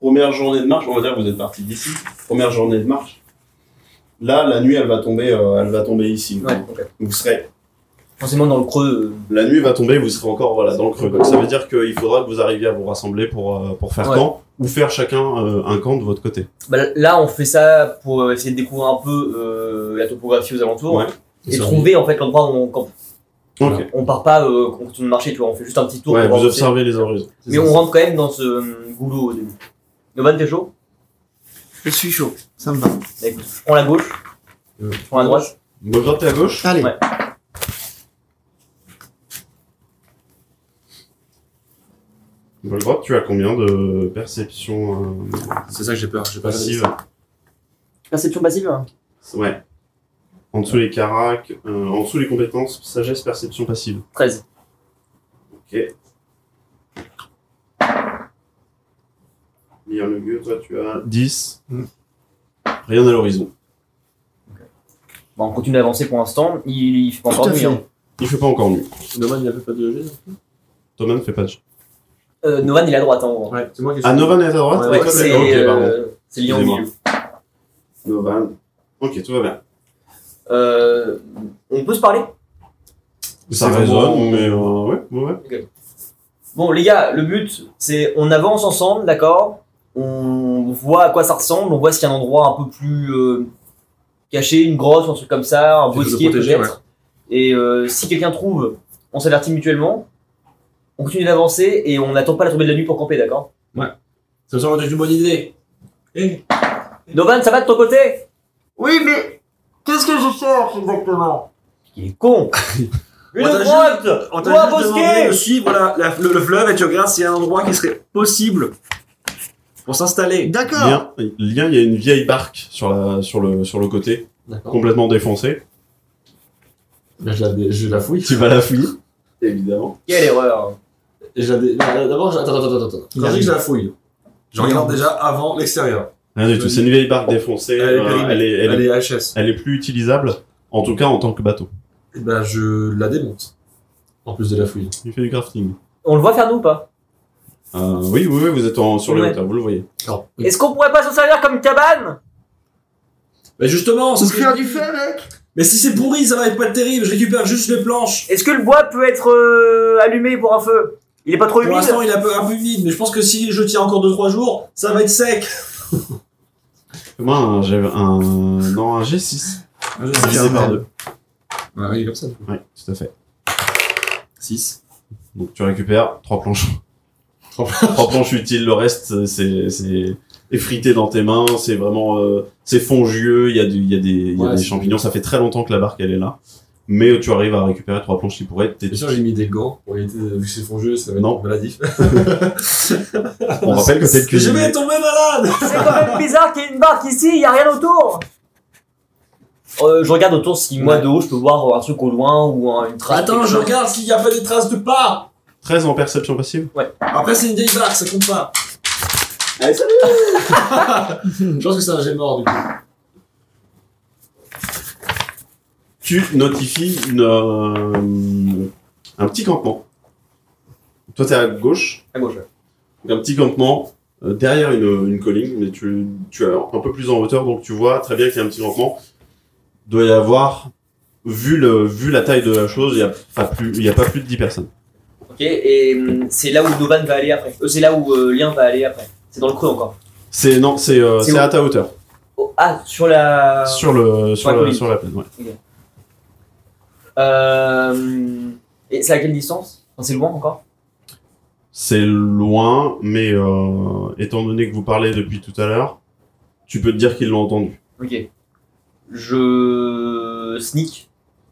[SPEAKER 2] première journée de marche, on va dire que vous êtes parti d'ici. Première journée de marche. Là, la nuit, elle va tomber, euh, elle va tomber ici.
[SPEAKER 4] Ouais, ok.
[SPEAKER 2] Vous serez,
[SPEAKER 4] Forcément, dans le creux. euh,
[SPEAKER 2] la nuit va tomber, vous serez encore voilà dans le creux. Donc ça veut dire qu'il faudra que vous arriviez à vous rassembler pour euh, pour faire
[SPEAKER 4] Ouais.
[SPEAKER 2] camp ou faire chacun euh, un camp de votre côté.
[SPEAKER 4] Bah, là, on fait ça pour euh, essayer de découvrir un peu euh, la topographie aux alentours hein,
[SPEAKER 2] Ouais.
[SPEAKER 4] et trouver en fait l'endroit où on campe.
[SPEAKER 2] Ok.
[SPEAKER 5] Voilà.
[SPEAKER 4] On part pas, euh, on continue de marcher, tu vois, on fait juste un petit tour.
[SPEAKER 2] Ouais,
[SPEAKER 4] pour
[SPEAKER 2] vous
[SPEAKER 4] voir où c'est.
[SPEAKER 2] observez les horizons.
[SPEAKER 5] C'est
[SPEAKER 4] Mais
[SPEAKER 5] ça.
[SPEAKER 4] on rentre quand même dans ce euh, goulot au début. Novan, t'es chaud
[SPEAKER 1] Je suis chaud, ça me va.
[SPEAKER 4] Bah, écoute, Je prends la gauche,
[SPEAKER 5] Euh,
[SPEAKER 4] je prends la droite.
[SPEAKER 2] Bograd, t'es à gauche.
[SPEAKER 1] Allez.
[SPEAKER 4] Ouais.
[SPEAKER 2] Bograd, tu as combien de perception euh,
[SPEAKER 4] Bah,
[SPEAKER 5] C'est ça que j'ai peur. J'ai pas
[SPEAKER 2] passive
[SPEAKER 4] Perception passive
[SPEAKER 2] Ouais. En dessous les caracs, euh, en dessous les compétences, sagesse, perception passive.
[SPEAKER 4] 13.
[SPEAKER 2] Ok. Lire le gueux, toi tu as 10.
[SPEAKER 5] Mm.
[SPEAKER 2] Rien à l'horizon.
[SPEAKER 4] Bon, on continue d'avancer pour l'instant, il, il fait pas encore
[SPEAKER 1] Tout à
[SPEAKER 4] nuit.
[SPEAKER 1] fait.
[SPEAKER 4] hein.
[SPEAKER 2] Il fait pas encore nuit.
[SPEAKER 5] Dommage, il a fait pas de G.
[SPEAKER 2] Thomas ne fait pas de jeu.
[SPEAKER 4] Euh, Novan, il est à droite en haut.
[SPEAKER 5] Ouais, c'est moi qui
[SPEAKER 2] Ah, Novan est à droite
[SPEAKER 5] Ouais,
[SPEAKER 2] toi, t'es-
[SPEAKER 4] c'est
[SPEAKER 2] Ok, pardon.
[SPEAKER 4] euh, c'est lié au
[SPEAKER 2] Excusez-moi.
[SPEAKER 4] milieu.
[SPEAKER 2] Novan. Ok, tout va bien.
[SPEAKER 4] Euh, on peut se parler
[SPEAKER 2] Ça
[SPEAKER 5] C'est
[SPEAKER 2] résonne,
[SPEAKER 5] vraiment-
[SPEAKER 2] mais euh, ouais, ouais, ouais.
[SPEAKER 4] Bon, les gars, le but, c'est on avance ensemble, d'accord On voit à quoi ça ressemble, on voit s'il y a un endroit un peu plus euh, caché, une grotte, un truc comme ça, un
[SPEAKER 5] Quelque chose de
[SPEAKER 4] bosquet
[SPEAKER 5] protégé,
[SPEAKER 4] peut-être. Et euh, si quelqu'un trouve, on s'avertit mutuellement, on continue d'avancer et on n'attend pas la tombée de la nuit pour camper, d'accord
[SPEAKER 5] Ça me semble être une bonne idée. Eh,
[SPEAKER 4] Novan, ça va de ton côté
[SPEAKER 1] Oui, mais qu'est-ce que je cherche exactement
[SPEAKER 4] Il est con Une
[SPEAKER 5] On t'a
[SPEAKER 4] grotte
[SPEAKER 5] on
[SPEAKER 4] Ou un
[SPEAKER 5] t'a juste demandé
[SPEAKER 4] bosquet
[SPEAKER 5] de suivre la- la- le, le fleuve et tu regardes s'il y a un endroit qui serait possible pour s'installer.
[SPEAKER 1] D'accord.
[SPEAKER 2] Lien, lien, il y a une vieille barque sur, la, sur, le, sur le côté,
[SPEAKER 5] D'accord.
[SPEAKER 2] complètement défoncée.
[SPEAKER 5] Là, je la, dé- je la fouille.
[SPEAKER 2] Tu vas la fouiller, évidemment.
[SPEAKER 4] Quelle erreur hein.
[SPEAKER 5] Et je la dé- non, D'abord, je- attends, attends, attends, attends.
[SPEAKER 1] Il
[SPEAKER 5] Quand je dis
[SPEAKER 1] arrive.
[SPEAKER 5] que je la fouille, je regarde déjà avant l'extérieur.
[SPEAKER 2] Rien du tout, c'est une vieille barque défoncée.
[SPEAKER 5] Elle est
[SPEAKER 2] euh,
[SPEAKER 5] périmée.
[SPEAKER 2] elle est- elle est
[SPEAKER 5] Elle est HS.
[SPEAKER 2] elle est plus utilisable. En tout cas, en tant que bateau.
[SPEAKER 5] Eh ben, je la démonte. En plus de la fouille.
[SPEAKER 2] Il fait du crafting.
[SPEAKER 4] On le voit faire nous ou pas
[SPEAKER 2] Euh, oui, oui, oui, vous êtes en- sur les
[SPEAKER 4] Ouais.
[SPEAKER 2] hauteurs, vous le voyez.
[SPEAKER 5] Alors,
[SPEAKER 4] Est-ce qu'on pourrait pas s'en servir comme cabane
[SPEAKER 5] bah justement, c'est
[SPEAKER 1] Faut
[SPEAKER 5] ce que
[SPEAKER 1] faire
[SPEAKER 5] je
[SPEAKER 1] du
[SPEAKER 5] dis.
[SPEAKER 1] feu, mec
[SPEAKER 5] Mais si c'est pourri, ça va être pas terrible. Je récupère juste les planches.
[SPEAKER 4] Est-ce que le bois peut être euh, allumé pour un feu Il est pas trop
[SPEAKER 5] Pour
[SPEAKER 4] humide
[SPEAKER 5] l'instant, il est un peu, un peu vide, mais je pense que si je tiens encore 2-3 jours, ça va être sec.
[SPEAKER 2] Moi, un, j'ai un, non, un G6.
[SPEAKER 1] faire
[SPEAKER 2] Divisé
[SPEAKER 1] un
[SPEAKER 2] par
[SPEAKER 1] mal.
[SPEAKER 2] deux.
[SPEAKER 5] Ah, il est comme ça.
[SPEAKER 2] Oui, tout à fait.
[SPEAKER 5] 6.
[SPEAKER 2] Donc tu récupères trois planches. Trois planches, utiles, le reste c'est c'est effrité dans tes mains, c'est vraiment euh, c'est fongieux, il y a du- il y a des il y a
[SPEAKER 5] Ouais,
[SPEAKER 2] des
[SPEAKER 5] c'est-
[SPEAKER 2] champignons, ça fait très longtemps que la barque elle est là. Mais tu arrives à récérer trois planches qui pourraient être tes-
[SPEAKER 5] Bien sûr, j'ai mis des gants pour éviter, vu que c'est fongeux, ça va être
[SPEAKER 2] Non.
[SPEAKER 5] maladif.
[SPEAKER 2] On rappelle que t'es le
[SPEAKER 5] Mais je vais
[SPEAKER 2] cuisinier.
[SPEAKER 5] tomber malade
[SPEAKER 4] C'est quand même bizarre qu'il y ait une barque ici, il y a rien autour. Euh, je regarde autour si moi de haut je peux voir un truc au loin ou un- une trace.
[SPEAKER 5] Attends, je regarde s'il n'y a pas des traces de pas
[SPEAKER 2] 13 en perception passive.
[SPEAKER 5] Après, c'est une vieille barque, ça compte pas.
[SPEAKER 3] Allez, salut
[SPEAKER 5] Je pense que c'est un jet mort, du coup.
[SPEAKER 2] Tu notifies une, euh, un petit campement. Toi t'es à gauche.
[SPEAKER 4] À gauche. ouais.
[SPEAKER 2] Donc, un petit campement euh, derrière une, une colline, mais tu, tu es un peu plus en hauteur, donc tu vois très bien qu'il y a un petit campement. Il doit y avoir, vu, le, vu la taille de la chose, il n'y a, pas plus- il y a pas plus de 10 personnes.
[SPEAKER 4] Ok, et hum, c'est là où Dovan va aller après. Euh, c'est là où euh, Lien va aller après. C'est dans le creux encore.
[SPEAKER 2] C'est non, c'est euh,
[SPEAKER 4] C'est
[SPEAKER 2] c'est
[SPEAKER 4] où
[SPEAKER 2] à ta hauteur,
[SPEAKER 4] Oh, ah, sur la.
[SPEAKER 2] sur le sur,
[SPEAKER 4] la
[SPEAKER 2] le,
[SPEAKER 4] colline.
[SPEAKER 2] sur la plaine. Ouais.
[SPEAKER 4] Euh, et c'est à quelle distance Enfin, C'est loin encore
[SPEAKER 2] C'est loin, mais euh, étant donné que vous parlez depuis tout à l'heure, tu peux te dire qu'ils l'ont entendu.
[SPEAKER 4] Ok. Je. sneak.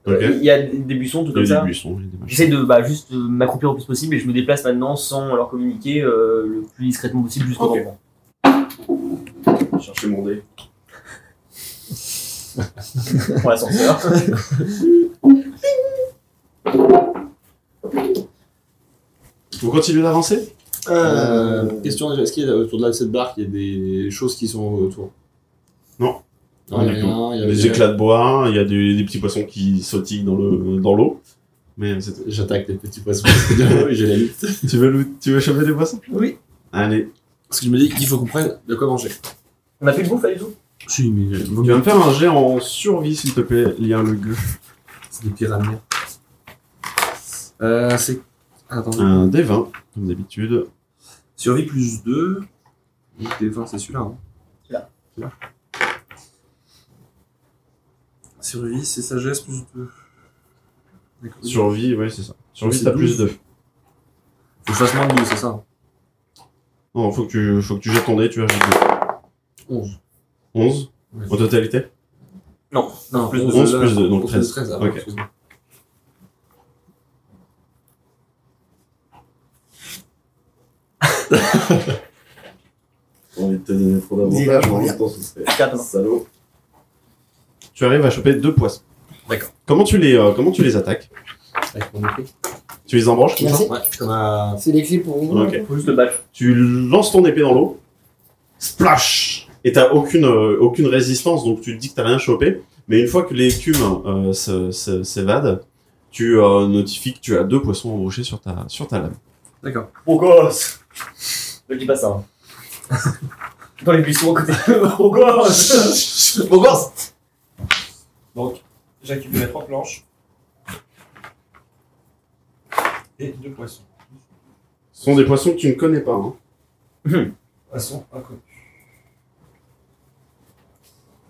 [SPEAKER 2] Ok.
[SPEAKER 4] Euh, Il y a des buissons, tout
[SPEAKER 2] Il y a
[SPEAKER 4] comme
[SPEAKER 2] des
[SPEAKER 4] ça.
[SPEAKER 2] buissons, il y a des machins.
[SPEAKER 4] J'essaie de bah, juste euh, m'accroupir au plus possible et je me déplace maintenant sans leur communiquer euh, le plus discrètement possible jusqu'au
[SPEAKER 3] Ok.
[SPEAKER 4] campement.
[SPEAKER 3] Cherchez mon dé.
[SPEAKER 4] Pour l'ascenseur.
[SPEAKER 2] Vous continuez d'avancer
[SPEAKER 1] Euh,
[SPEAKER 5] Question déjà, est-ce qu'il y a autour de la- cette barque, il y a des choses qui sont autour
[SPEAKER 2] Non.
[SPEAKER 5] Non, il y a
[SPEAKER 2] Pas du tout.
[SPEAKER 5] rien, il y a
[SPEAKER 2] Des
[SPEAKER 5] rien.
[SPEAKER 2] éclats de bois, il y a des, des petits poissons qui sautillent dans le dans l'eau. Mais c'est
[SPEAKER 5] J'attaque les petits poissons de l'eau et j'ai la lutte.
[SPEAKER 2] Tu veux, lou- tu veux choper des poissons
[SPEAKER 5] Oui.
[SPEAKER 2] Allez.
[SPEAKER 5] Parce que je me dis qu'il faut qu'on prenne de quoi manger.
[SPEAKER 4] On a plus de bouffe là du tout
[SPEAKER 5] Si, mais euh,
[SPEAKER 2] Tu vas me faire un jet en survie, s'il te plaît, lien le gueux.
[SPEAKER 5] c'est des pyramides. Euh, c'est. Attends.
[SPEAKER 2] Un D20, comme d'habitude.
[SPEAKER 5] Survie plus 2. des 20, c'est celui-là. Hein.
[SPEAKER 4] Celui-là.
[SPEAKER 5] Celui-là. Survie, c'est sagesse plus 2. D'accord. Faut
[SPEAKER 2] Survie, ouais, c'est ça. Survie,
[SPEAKER 5] C'est
[SPEAKER 2] t'as plus
[SPEAKER 5] douze.
[SPEAKER 2] 2.
[SPEAKER 5] que je fasse moins de 2, c'est ça
[SPEAKER 2] Non, faut que tu, faut que tu jettes ton dé, tu vas jeter
[SPEAKER 5] 11.
[SPEAKER 2] 11
[SPEAKER 5] Ouais.
[SPEAKER 2] en totalité
[SPEAKER 5] Non,
[SPEAKER 2] Plus
[SPEAKER 5] onze,
[SPEAKER 2] onze,
[SPEAKER 5] là,
[SPEAKER 2] plus deux, donc
[SPEAKER 5] onze,
[SPEAKER 2] treize.
[SPEAKER 5] treize, ah,
[SPEAKER 2] Ok.
[SPEAKER 5] excuse-moi.
[SPEAKER 3] J'ai envie de te donner trop
[SPEAKER 1] Dis-le,
[SPEAKER 3] d'avantages, mais en
[SPEAKER 1] regarde.
[SPEAKER 3] même temps, ce serait-
[SPEAKER 4] Quatre, non.
[SPEAKER 3] Salaud.
[SPEAKER 2] Tu arrives à choper deux poissons.
[SPEAKER 5] D'accord.
[SPEAKER 2] Comment tu les, euh, comment tu les attaques
[SPEAKER 5] Avec mon épée.
[SPEAKER 2] Tu les embranches comme ça
[SPEAKER 1] Merci.
[SPEAKER 5] Ouais, comme un.
[SPEAKER 1] C'est les clips pour nous.
[SPEAKER 2] Ok.
[SPEAKER 4] Faut juste le battre.
[SPEAKER 2] Tu lances ton épée dans l'eau, splash, et t'as aucune euh, aucune résistance, donc tu te dis que t'as rien chopé. Mais une fois que l'écume euh, se- se- s'évade, tu euh, notifies que tu as deux poissons embrochés sur ta sur ta lame.
[SPEAKER 5] D'accord.
[SPEAKER 4] Bon gosse Ne dis pas ça. hein. dans les buissons à côté. Bon gosse
[SPEAKER 5] Bon, gosse
[SPEAKER 6] Donc, j'ai récupéré trois planches. Et deux poissons.
[SPEAKER 2] Ce sont des poissons que tu ne connais pas. hein.
[SPEAKER 6] Poissons inconnus.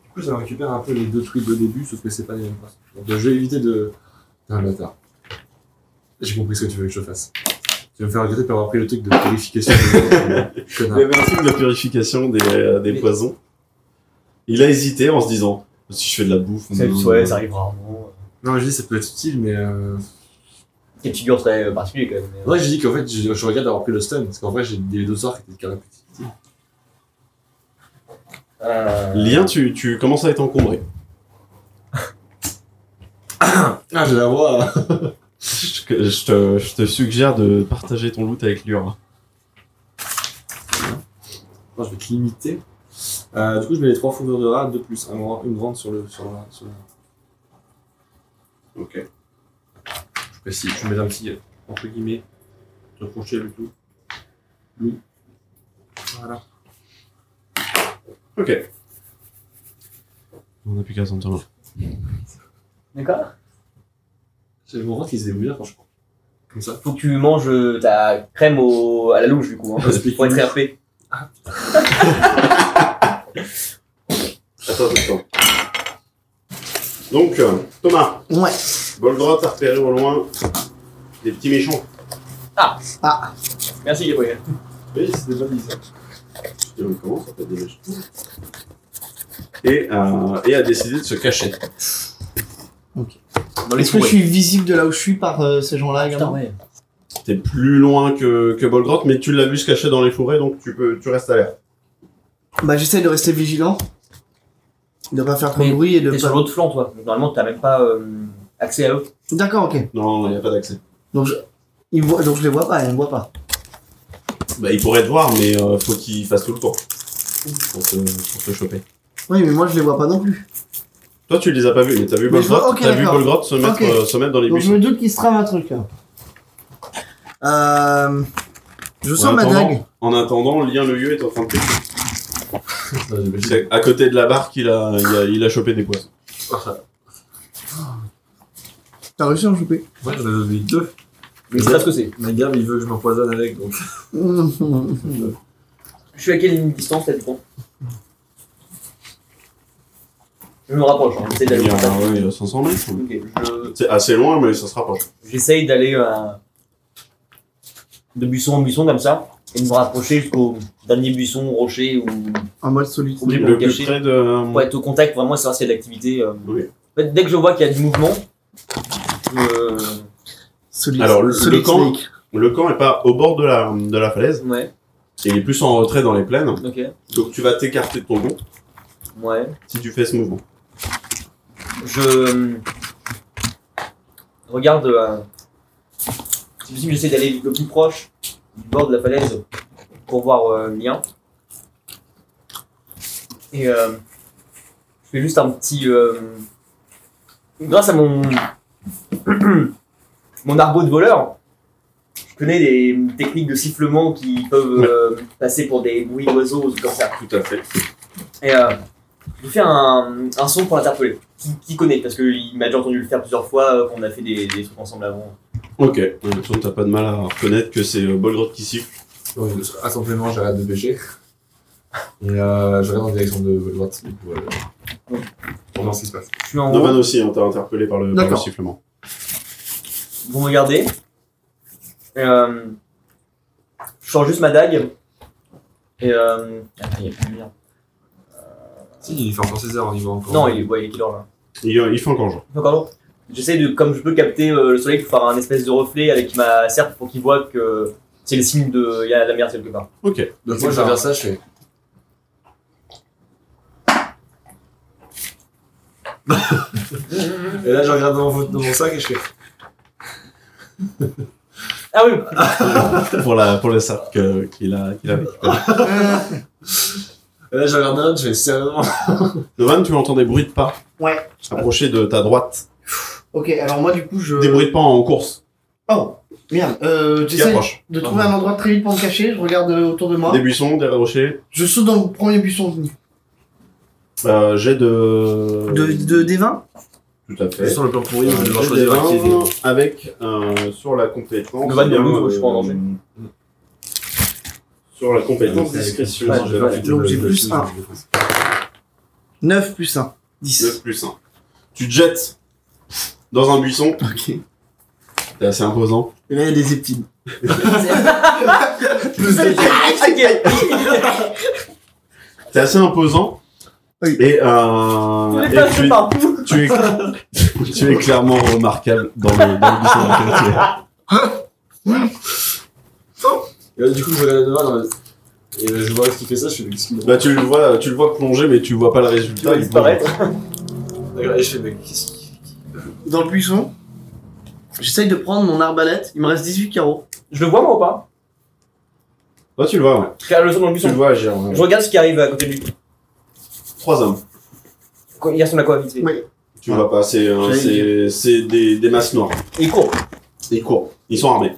[SPEAKER 5] Du coup, ça récupère un peu les deux trucs de début, sauf que c'est pas les mêmes poissons. Donc, euh, je vais éviter de. Putain, le bâtard. J'ai compris ce que tu veux que je fasse. Tu vas me faire regretter de pas avoir pris le truc de purification.
[SPEAKER 2] Il y
[SPEAKER 4] Ah.
[SPEAKER 5] Connard.
[SPEAKER 2] avait un truc de purification des, euh, des
[SPEAKER 4] Mais-
[SPEAKER 2] poisons. Il a hésité en se disant si je fais de la bouffe.
[SPEAKER 4] C'est
[SPEAKER 2] mm,
[SPEAKER 4] ouais, ça arrive rarement.
[SPEAKER 5] Non, mais je dis, ça peut être utile, mais. Euh...
[SPEAKER 4] Quelle figure très euh, particulière quand même. mais,
[SPEAKER 5] En vrai, je dis qu'en fait, je, je regrette d'avoir pris le stun, parce qu'en vrai, j'ai des deux sorts qui étaient carrément plus utiles.
[SPEAKER 4] euh,
[SPEAKER 2] Lien, tu, tu commences à être encombré.
[SPEAKER 5] Ah, j'ai la voix
[SPEAKER 2] Je, je te, je te suggère de partager ton loot avec Lura.
[SPEAKER 5] Attends, je vais te limiter. Euh, du coup, je mets les trois fourrures de rat, deux plus un grand- une grande sur le. Sur la, sur la-
[SPEAKER 3] Ok.
[SPEAKER 5] Je précise, je vais mettre un petit, entre guillemets, crochet avec tout. Loup. Voilà.
[SPEAKER 2] Ok. On n'a plus qu'à s'entendre.
[SPEAKER 4] Euh, D'accord
[SPEAKER 5] C'est le moment qu'ils se débrouillent bien, franchement. Comme ça.
[SPEAKER 4] Faut que tu manges euh, ta crème au... à la louche, du coup. Hein,
[SPEAKER 5] Explique.
[SPEAKER 4] pour être RP.
[SPEAKER 2] Attends, attends. Donc, euh, Thomas,
[SPEAKER 1] Ouais.
[SPEAKER 2] Bolgrot a repéré au loin des petits méchants.
[SPEAKER 4] Merci, Gabriel.
[SPEAKER 3] Oui, c'est déjà dit ça.
[SPEAKER 2] Je te demande comment ça peut être des méchants. Et, euh, et a décidé de se cacher.
[SPEAKER 4] Dans les
[SPEAKER 1] Est-ce que
[SPEAKER 4] trous,
[SPEAKER 1] je
[SPEAKER 4] ouais.
[SPEAKER 1] suis visible de là où je suis par euh, ces gens-là
[SPEAKER 4] Putain,
[SPEAKER 1] également
[SPEAKER 4] ouais.
[SPEAKER 2] T'es plus loin que, que Bolgrot, mais tu l'as vu se cacher dans les fourrés, donc tu, peux, tu restes à l'air.
[SPEAKER 1] Bah j'essaie de rester vigilant, de pas faire trop de
[SPEAKER 4] Mais
[SPEAKER 1] bruit et de
[SPEAKER 4] T'es sur
[SPEAKER 1] pas.
[SPEAKER 4] l'autre flanc, toi. Donc, Normalement, t'as même pas euh, accès à eux.
[SPEAKER 1] D'accord, ok.
[SPEAKER 2] Non, il n'y a pas d'accès.
[SPEAKER 1] Donc je, ils me voient- donc je les vois pas, ils me voient pas.
[SPEAKER 2] Bah, il pourrait te voir, mais euh, faut qu'il fasse tout le tour pour te, pour te choper.
[SPEAKER 1] Oui, mais moi je les vois pas non plus.
[SPEAKER 2] Toi, tu les as pas vus, mais t'as vu
[SPEAKER 1] Mais je vois-
[SPEAKER 2] Bolgrot
[SPEAKER 1] ok,
[SPEAKER 2] t'as vu
[SPEAKER 1] d'accord.
[SPEAKER 2] Bolgrot se mettre,
[SPEAKER 1] Ok.
[SPEAKER 2] euh, se mettre dans les
[SPEAKER 1] Donc je
[SPEAKER 2] buissons.
[SPEAKER 1] me doute qu'ils se trament un truc. hein. Euh, je sens
[SPEAKER 2] En
[SPEAKER 1] ma
[SPEAKER 2] attendant-
[SPEAKER 1] dague.
[SPEAKER 2] En attendant, Lien Le Lieu est en train de t'écouter.
[SPEAKER 5] Non, j'imagine.
[SPEAKER 2] C'est à côté de la barque, il a, il a, il a chopé des poissons.
[SPEAKER 1] T'as réussi à en choper
[SPEAKER 5] Ouais, j'en avais eu deux.
[SPEAKER 4] Mais c'est pas ce que c'est.
[SPEAKER 5] Ma gamme, il veut que je m'empoisonne avec, donc.
[SPEAKER 4] Je suis à quelle distance, t'as du temps Je me rapproche, hein. j'essaie
[SPEAKER 2] Il
[SPEAKER 4] d'aller
[SPEAKER 2] y
[SPEAKER 4] au
[SPEAKER 2] a,
[SPEAKER 4] contact.
[SPEAKER 2] ouais, il y a 500 mètres.
[SPEAKER 4] Ok, je-
[SPEAKER 2] C'est assez loin, mais ça se rapproche.
[SPEAKER 4] J'essaye d'aller euh, de buisson en buisson comme ça et de me rapprocher jusqu'au dernier buisson, rocher ou
[SPEAKER 1] en mode solide.
[SPEAKER 4] Obligé pour
[SPEAKER 2] Le
[SPEAKER 4] me
[SPEAKER 2] plus
[SPEAKER 4] cacher.
[SPEAKER 2] près de.
[SPEAKER 4] Pour être au contact vraiment et savoir s'il y a de l'activité. euh.
[SPEAKER 2] Mhm. Oui.
[SPEAKER 4] En fait, dès que je vois qu'il y a du mouvement, euh, je-
[SPEAKER 1] Solide.
[SPEAKER 2] Alors, le-
[SPEAKER 1] solide
[SPEAKER 2] le camp-
[SPEAKER 1] snake.
[SPEAKER 2] Le camp est pas au bord de la, de la falaise,
[SPEAKER 4] Ouais,
[SPEAKER 2] et il est plus en retrait dans les plaines.
[SPEAKER 4] ok.
[SPEAKER 2] Donc tu vas t'écarter de ton groupe
[SPEAKER 4] Ouais.
[SPEAKER 2] si tu fais ce mouvement.
[SPEAKER 4] Je euh, regarde. euh, si possible, j'essaie d'aller le plus proche du bord de la falaise pour voir euh, le lien. Et euh, je fais juste un petit. euh, grâce à mon. mon argot de voleur, je connais des techniques de sifflement qui peuvent euh, passer pour des bruits d'oiseaux ou des trucs comme ça.
[SPEAKER 2] Tout à fait.
[SPEAKER 4] Et euh, je lui fais un, un son pour l'interpeller. Qui, qui connaît Parce qu'il m'a déjà entendu le faire plusieurs fois euh, qu'on a fait des, des trucs ensemble avant.
[SPEAKER 2] Ok. De toute façon, t'as pas de mal à reconnaître que c'est euh, Bolgrot qui siffle.
[SPEAKER 5] Donc, assomplément, j'arrête de pêcher. Et euh, je regarde en direction de votre droite. Du coup, euh, pour voir ce qui se passe.
[SPEAKER 4] Je suis en
[SPEAKER 2] Novan
[SPEAKER 4] haut.
[SPEAKER 2] aussi, hein, t'as interpellé par le, par le
[SPEAKER 1] Ah D'accord.
[SPEAKER 2] sifflement.
[SPEAKER 4] Vous me regardez. Et, euh, je sors juste ma dague. Et euh, Attends, il y a plus de lumière.
[SPEAKER 5] Si, il fait encore ses heures, on y va encore.
[SPEAKER 4] Non, il est, ouais, il est quelle heure là
[SPEAKER 2] Il, euh, il fait encore jour.
[SPEAKER 4] Il fait encore jour J'essaie de, comme je peux, capter euh, le soleil pour faire un espèce de reflet avec ma serpe pour qu'il voit que c'est le signe de. Il y a la mer quelque part.
[SPEAKER 2] Ok.
[SPEAKER 5] Donc, moi, je regarde ça, je fais. Et là, je regarde dans mon, dans mon sac et je fais.
[SPEAKER 4] Ah oui
[SPEAKER 2] pour la pour le sac que- qu'il a qu'il a récupéré.
[SPEAKER 1] Euh,
[SPEAKER 5] Et là, je regarde dans l'autre, je fais sérieusement.
[SPEAKER 2] Novan, tu entends des bruits de pas.
[SPEAKER 1] Ouais.
[SPEAKER 2] Approcher de ta droite.
[SPEAKER 1] ok, alors moi du coup je.
[SPEAKER 2] Des bruits de pas en course.
[SPEAKER 1] Oh merde. Euh,
[SPEAKER 2] Qui
[SPEAKER 1] J'essaie
[SPEAKER 2] approche.
[SPEAKER 1] de trouver un endroit très vite pour me cacher. Je regarde euh, autour de moi.
[SPEAKER 2] Des buissons, des rochers.
[SPEAKER 1] Je saute dans le premier buisson venu.
[SPEAKER 2] Euh, J'ai de.
[SPEAKER 1] De, de des vins
[SPEAKER 2] Tout à
[SPEAKER 5] Ils
[SPEAKER 2] fait.
[SPEAKER 5] sont le plan pourri,
[SPEAKER 2] Euh,
[SPEAKER 5] on va devoir
[SPEAKER 2] jet des
[SPEAKER 5] choisir un qui est.
[SPEAKER 2] 20 avec euh, sur la compétence.
[SPEAKER 4] Novan,
[SPEAKER 2] euh,
[SPEAKER 4] nous, je suis pas en danger.
[SPEAKER 2] Sur la compétence
[SPEAKER 5] Ouais,
[SPEAKER 2] discrétion.
[SPEAKER 4] Ouais, je-
[SPEAKER 1] donc j'ai plus un. 9 plus 1. 10.
[SPEAKER 2] 9 plus 1. Tu te jettes dans un buisson.
[SPEAKER 1] Ok. Et
[SPEAKER 2] C'est assez imposant.
[SPEAKER 1] là, il y a des épines.
[SPEAKER 4] Ok.
[SPEAKER 2] C'est assez imposant.
[SPEAKER 1] Oui.
[SPEAKER 2] Et, euh,
[SPEAKER 4] Je
[SPEAKER 2] et
[SPEAKER 4] l'ai pas fait
[SPEAKER 2] tu,
[SPEAKER 4] par
[SPEAKER 2] tu es, tu es clairement remarquable dans le, dans le buisson dans lequel tu es.
[SPEAKER 5] Et là, du coup, je regarde Nova dans le. Et là, je vois ce qu'il fait ça, je fais mais qu'est-ce qu'il me
[SPEAKER 2] Bah, tu le vois, tu le vois plonger, mais tu vois pas le
[SPEAKER 4] Tu vas
[SPEAKER 2] résultat.
[SPEAKER 4] disparaître.
[SPEAKER 5] D'accord, et je fais, mais qu'est-ce qu'il.
[SPEAKER 1] Dans le buisson, j'essaye de prendre mon arbalète. Il me reste 18 carreaux.
[SPEAKER 4] Je le vois moi ou pas
[SPEAKER 2] Toi, Bah, tu le vois, ouais.
[SPEAKER 4] Car le son dans le
[SPEAKER 2] Tu le
[SPEAKER 4] buisson.
[SPEAKER 2] vois agir. ouais.
[SPEAKER 4] Je regarde ce qui arrive à côté de lui.
[SPEAKER 2] Trois hommes.
[SPEAKER 4] Quoi, Il ressemble à quoi vite fait
[SPEAKER 1] Oui.
[SPEAKER 2] Tu vois pas, c'est un-
[SPEAKER 3] J'avais
[SPEAKER 2] c'est c'est des, des masses noires.
[SPEAKER 4] Il court.
[SPEAKER 2] Ils courent, ils sont armés.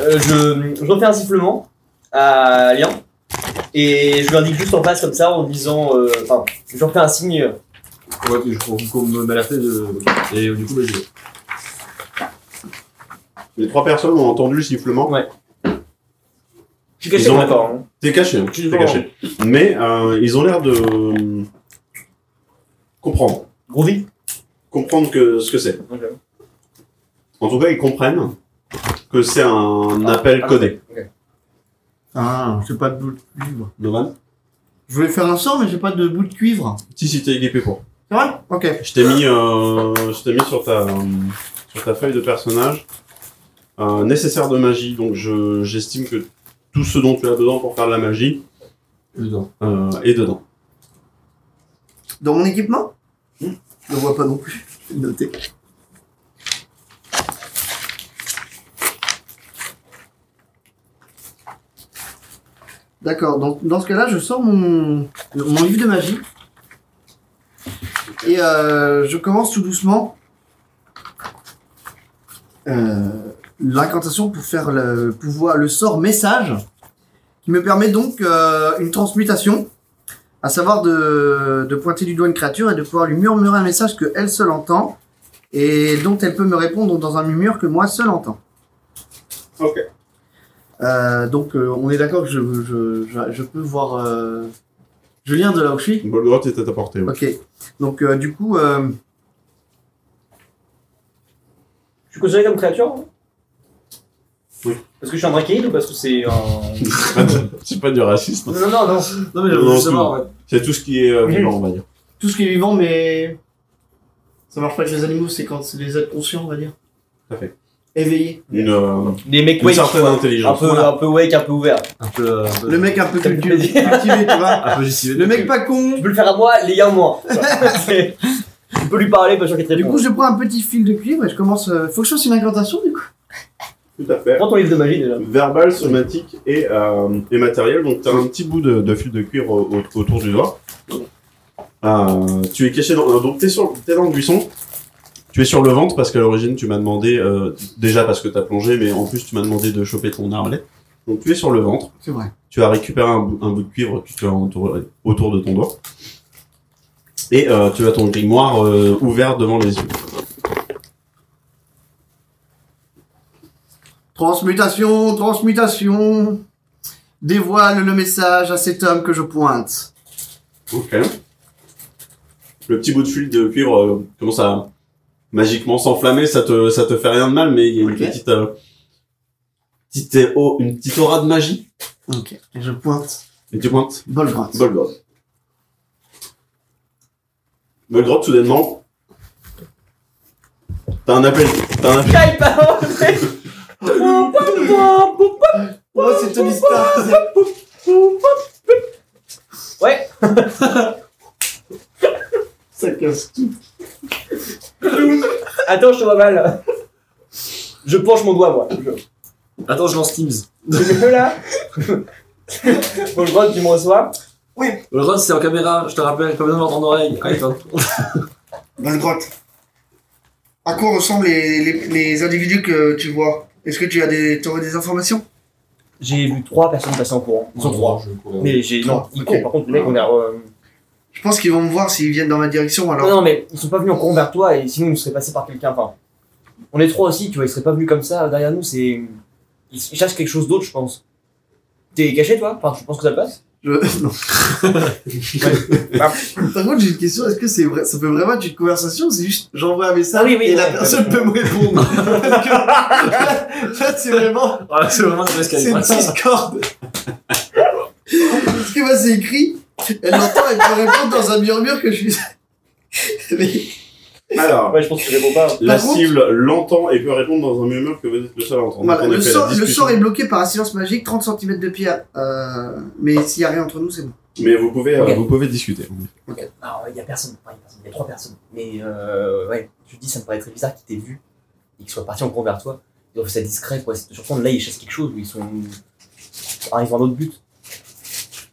[SPEAKER 4] Euh, je, je refais un sifflement à Lian et je lui indique juste en face comme ça en disant, euh, enfin, je lui refais un signe. euh,
[SPEAKER 5] Ouais, puis je crois qu'on me- m'alertait de. Et euh, du coup, bah, j'y vais.
[SPEAKER 2] Les trois personnes ont entendu le sifflement.
[SPEAKER 4] Je suis caché
[SPEAKER 2] Ils ont-
[SPEAKER 4] encore. hein.
[SPEAKER 2] T'es caché, hein,
[SPEAKER 4] Je suis
[SPEAKER 2] t'es caché. Mais euh, ils ont l'air de euh, comprendre,
[SPEAKER 4] Groovy.
[SPEAKER 2] comprendre que ce que c'est.
[SPEAKER 4] Ok.
[SPEAKER 2] En tout cas, ils comprennent que c'est un
[SPEAKER 4] ah,
[SPEAKER 2] appel codé.
[SPEAKER 3] Ah, j'ai pas de bout de cuivre.
[SPEAKER 2] Novan
[SPEAKER 3] Je voulais faire un sort, mais j'ai pas de bout de cuivre.
[SPEAKER 2] Si, si, t'es équipé pour.
[SPEAKER 3] C'est vrai Ok.
[SPEAKER 2] Je t'ai mis, euh, je t'ai mis sur ta, euh, sur ta feuille de personnage. Euh, nécessaire de magie, donc je, j'estime que tout ce dont tu as besoin pour faire de la magie
[SPEAKER 5] Dedans.
[SPEAKER 2] euh, est dedans.
[SPEAKER 3] Dans mon équipement Je le vois pas non plus. Je vais le noter. D'accord, donc dans ce cas-là, je sors mon, mon livre de magie. Et euh, je commence tout doucement euh, l'incantation pour faire le pouvoir, le sort message, qui me permet donc euh, une transmutation à savoir de, de pointer du doigt une créature et de pouvoir lui murmurer un message que elle seule entend et dont elle peut me répondre dans un murmure que moi seul entends.
[SPEAKER 2] Ok.
[SPEAKER 3] Euh, donc euh, on est d'accord que je, je, je, je peux voir euh, Julien de là où je suis.
[SPEAKER 2] Bolgrot est à ta portée. ouais.
[SPEAKER 3] Ok. Donc euh, du coup, euh,
[SPEAKER 4] Je suis considéré comme créature hein
[SPEAKER 2] Oui.
[SPEAKER 4] Parce que je suis un braquet ou parce que c'est un.
[SPEAKER 2] C'est pas du- c'est pas du racisme.
[SPEAKER 4] non, non, non.
[SPEAKER 5] Non,
[SPEAKER 2] Non,
[SPEAKER 5] mais j'avais
[SPEAKER 2] non,
[SPEAKER 5] voulu
[SPEAKER 2] c'est
[SPEAKER 5] savoir, ouais.
[SPEAKER 2] C'est tout ce qui est euh, vivant, on va dire.
[SPEAKER 3] tout ce qui est vivant, mais ça marche pas avec les animaux, c'est quand c'est les êtres conscients, on va dire.
[SPEAKER 2] Tout à fait.
[SPEAKER 3] Éveillés.
[SPEAKER 2] Une, euh,
[SPEAKER 4] Des mecs
[SPEAKER 2] une
[SPEAKER 4] wake.
[SPEAKER 2] certaine
[SPEAKER 4] quoi. Un
[SPEAKER 2] intelligence.
[SPEAKER 4] peu, un peu wake, un peu ouvert.
[SPEAKER 5] Un peu. euh, un peu-
[SPEAKER 3] Le mec un peu
[SPEAKER 4] Ça me fait
[SPEAKER 3] cultivé,
[SPEAKER 4] plaisir.
[SPEAKER 3] cultivé, tu vois.
[SPEAKER 5] Un peu JCV.
[SPEAKER 3] Le mec
[SPEAKER 5] donc,
[SPEAKER 3] pas con.
[SPEAKER 4] Tu peux le faire à moi, les gars, moi. C'est- Tu peux lui parler, pas sûr qu'il te
[SPEAKER 3] Du
[SPEAKER 4] réponde.
[SPEAKER 3] coup, je prends un petit fil de cuivre et je commence. euh, Faut que je fasse une incantation du coup.
[SPEAKER 2] Tout à fait.
[SPEAKER 4] Prends ton livre de magie déjà.
[SPEAKER 2] verbal, somatique et, euh, et matériel. Donc, tu as un petit bout de, de fil de cuir au- au- autour du doigt. Euh, tu es caché dans. euh, Donc, tu es, dans le buisson. Tu es sur le ventre parce qu'à l'origine, tu m'as demandé. euh, déjà parce que tu as plongé, mais en plus, tu m'as demandé de choper ton arbalète. Donc, tu es sur le ventre.
[SPEAKER 3] C'est vrai.
[SPEAKER 2] Tu as récupéré un, bout- un bout de cuivre que tu as autour, autour de ton doigt. Et euh, tu as ton grimoire euh, ouvert devant les yeux.
[SPEAKER 3] Transmutation, transmutation. Dévoile le message à cet homme que je pointe.
[SPEAKER 2] Ok. Le petit bout de fil de cuivre euh, commence à magiquement s'enflammer, ça te, ça te fait rien de mal, mais il y a une
[SPEAKER 3] Ok.
[SPEAKER 2] petite, euh, petite, euh, oh, une petite aura de magie.
[SPEAKER 3] Ok. Et je pointe
[SPEAKER 2] Et tu pointes
[SPEAKER 3] Bolgrot.
[SPEAKER 2] Bolgrod. Bolgrod, soudainement, t'as un appel, t'as un appel,
[SPEAKER 4] Skype Oh, Ouais,
[SPEAKER 3] Oh, c'est Tony Stark. Ça casse tout.
[SPEAKER 4] attends, je te vois mal. Je penche mon doigt, moi. Je-
[SPEAKER 5] Attends, je lance Teams.
[SPEAKER 4] Je me là. Faut le droit, tu me reçois.
[SPEAKER 5] Le run, c'est en caméra, je te rappelle, pas besoin de l'entendre en oreille. Ah, Allez, toi.
[SPEAKER 3] Bolgrot. À quoi ressemblent les, les, les individus que tu vois Est-ce que tu as des, t'aurais des informations
[SPEAKER 4] J'ai vu trois personnes passer en courant. Ils sont trois.
[SPEAKER 5] Je cours.
[SPEAKER 4] Mais j'ai. Non,
[SPEAKER 3] Trois,
[SPEAKER 4] ils
[SPEAKER 3] ok.
[SPEAKER 4] courent. Par contre, les mecs, on est. euh,
[SPEAKER 3] Je pense qu'ils vont me voir s'ils viennent dans ma direction.
[SPEAKER 4] Non,
[SPEAKER 3] Alors,
[SPEAKER 4] non, mais ils sont pas venus en courant vers toi et sinon ils nous seraient passés par quelqu'un. Enfin, on est trois aussi, tu vois, ils seraient pas venus comme ça derrière nous. C'est. Ils cherchent quelque chose d'autre, je pense. T'es caché, toi Enfin, je pense que ça le passe.
[SPEAKER 3] je... non. Par contre, j'ai une question. Est-ce que c'est vrai Ça peut vraiment être une conversation ou C'est juste j'envoie un message
[SPEAKER 4] Ah oui, oui,
[SPEAKER 3] et la
[SPEAKER 4] ouais.
[SPEAKER 3] personne peut me répondre. Parce que- Là, c'est vraiment.
[SPEAKER 5] Ah, c'est vraiment le best
[SPEAKER 3] C'est
[SPEAKER 5] Skype.
[SPEAKER 3] Discord. Parce que moi, c'est écrit. Elle l'entend, elle me répond dans un murmure que je suis. Mais
[SPEAKER 2] Alors,
[SPEAKER 4] Ouais, je pense que tu réponds pas.
[SPEAKER 2] la
[SPEAKER 3] contre-
[SPEAKER 2] cible l'entend et peut répondre dans un murmure que vous êtes le seul à entendre.
[SPEAKER 3] voilà,
[SPEAKER 2] Donc, on a
[SPEAKER 3] le,
[SPEAKER 2] fait la
[SPEAKER 3] sort, le
[SPEAKER 2] discussion.
[SPEAKER 3] sort est bloqué par un silence magique, 30 cm de pierre. Euh, mais s'il n'y a rien entre nous, c'est bon.
[SPEAKER 2] Mais vous pouvez, euh,
[SPEAKER 4] Ok.
[SPEAKER 2] vous pouvez discuter.
[SPEAKER 4] Alors, il y a personne. Enfin, il y a personne. Il y a trois personnes. Mais euh, ouais, tu te dis, ça me paraît très bizarre qu'ils t'aient vu et qu'ils soient partis en courant vers toi. Ils ont fait ça discret, quoi. C'est- Surtout, là, ils chassent quelque chose ou ils sont. Ah, ils ont un autre but.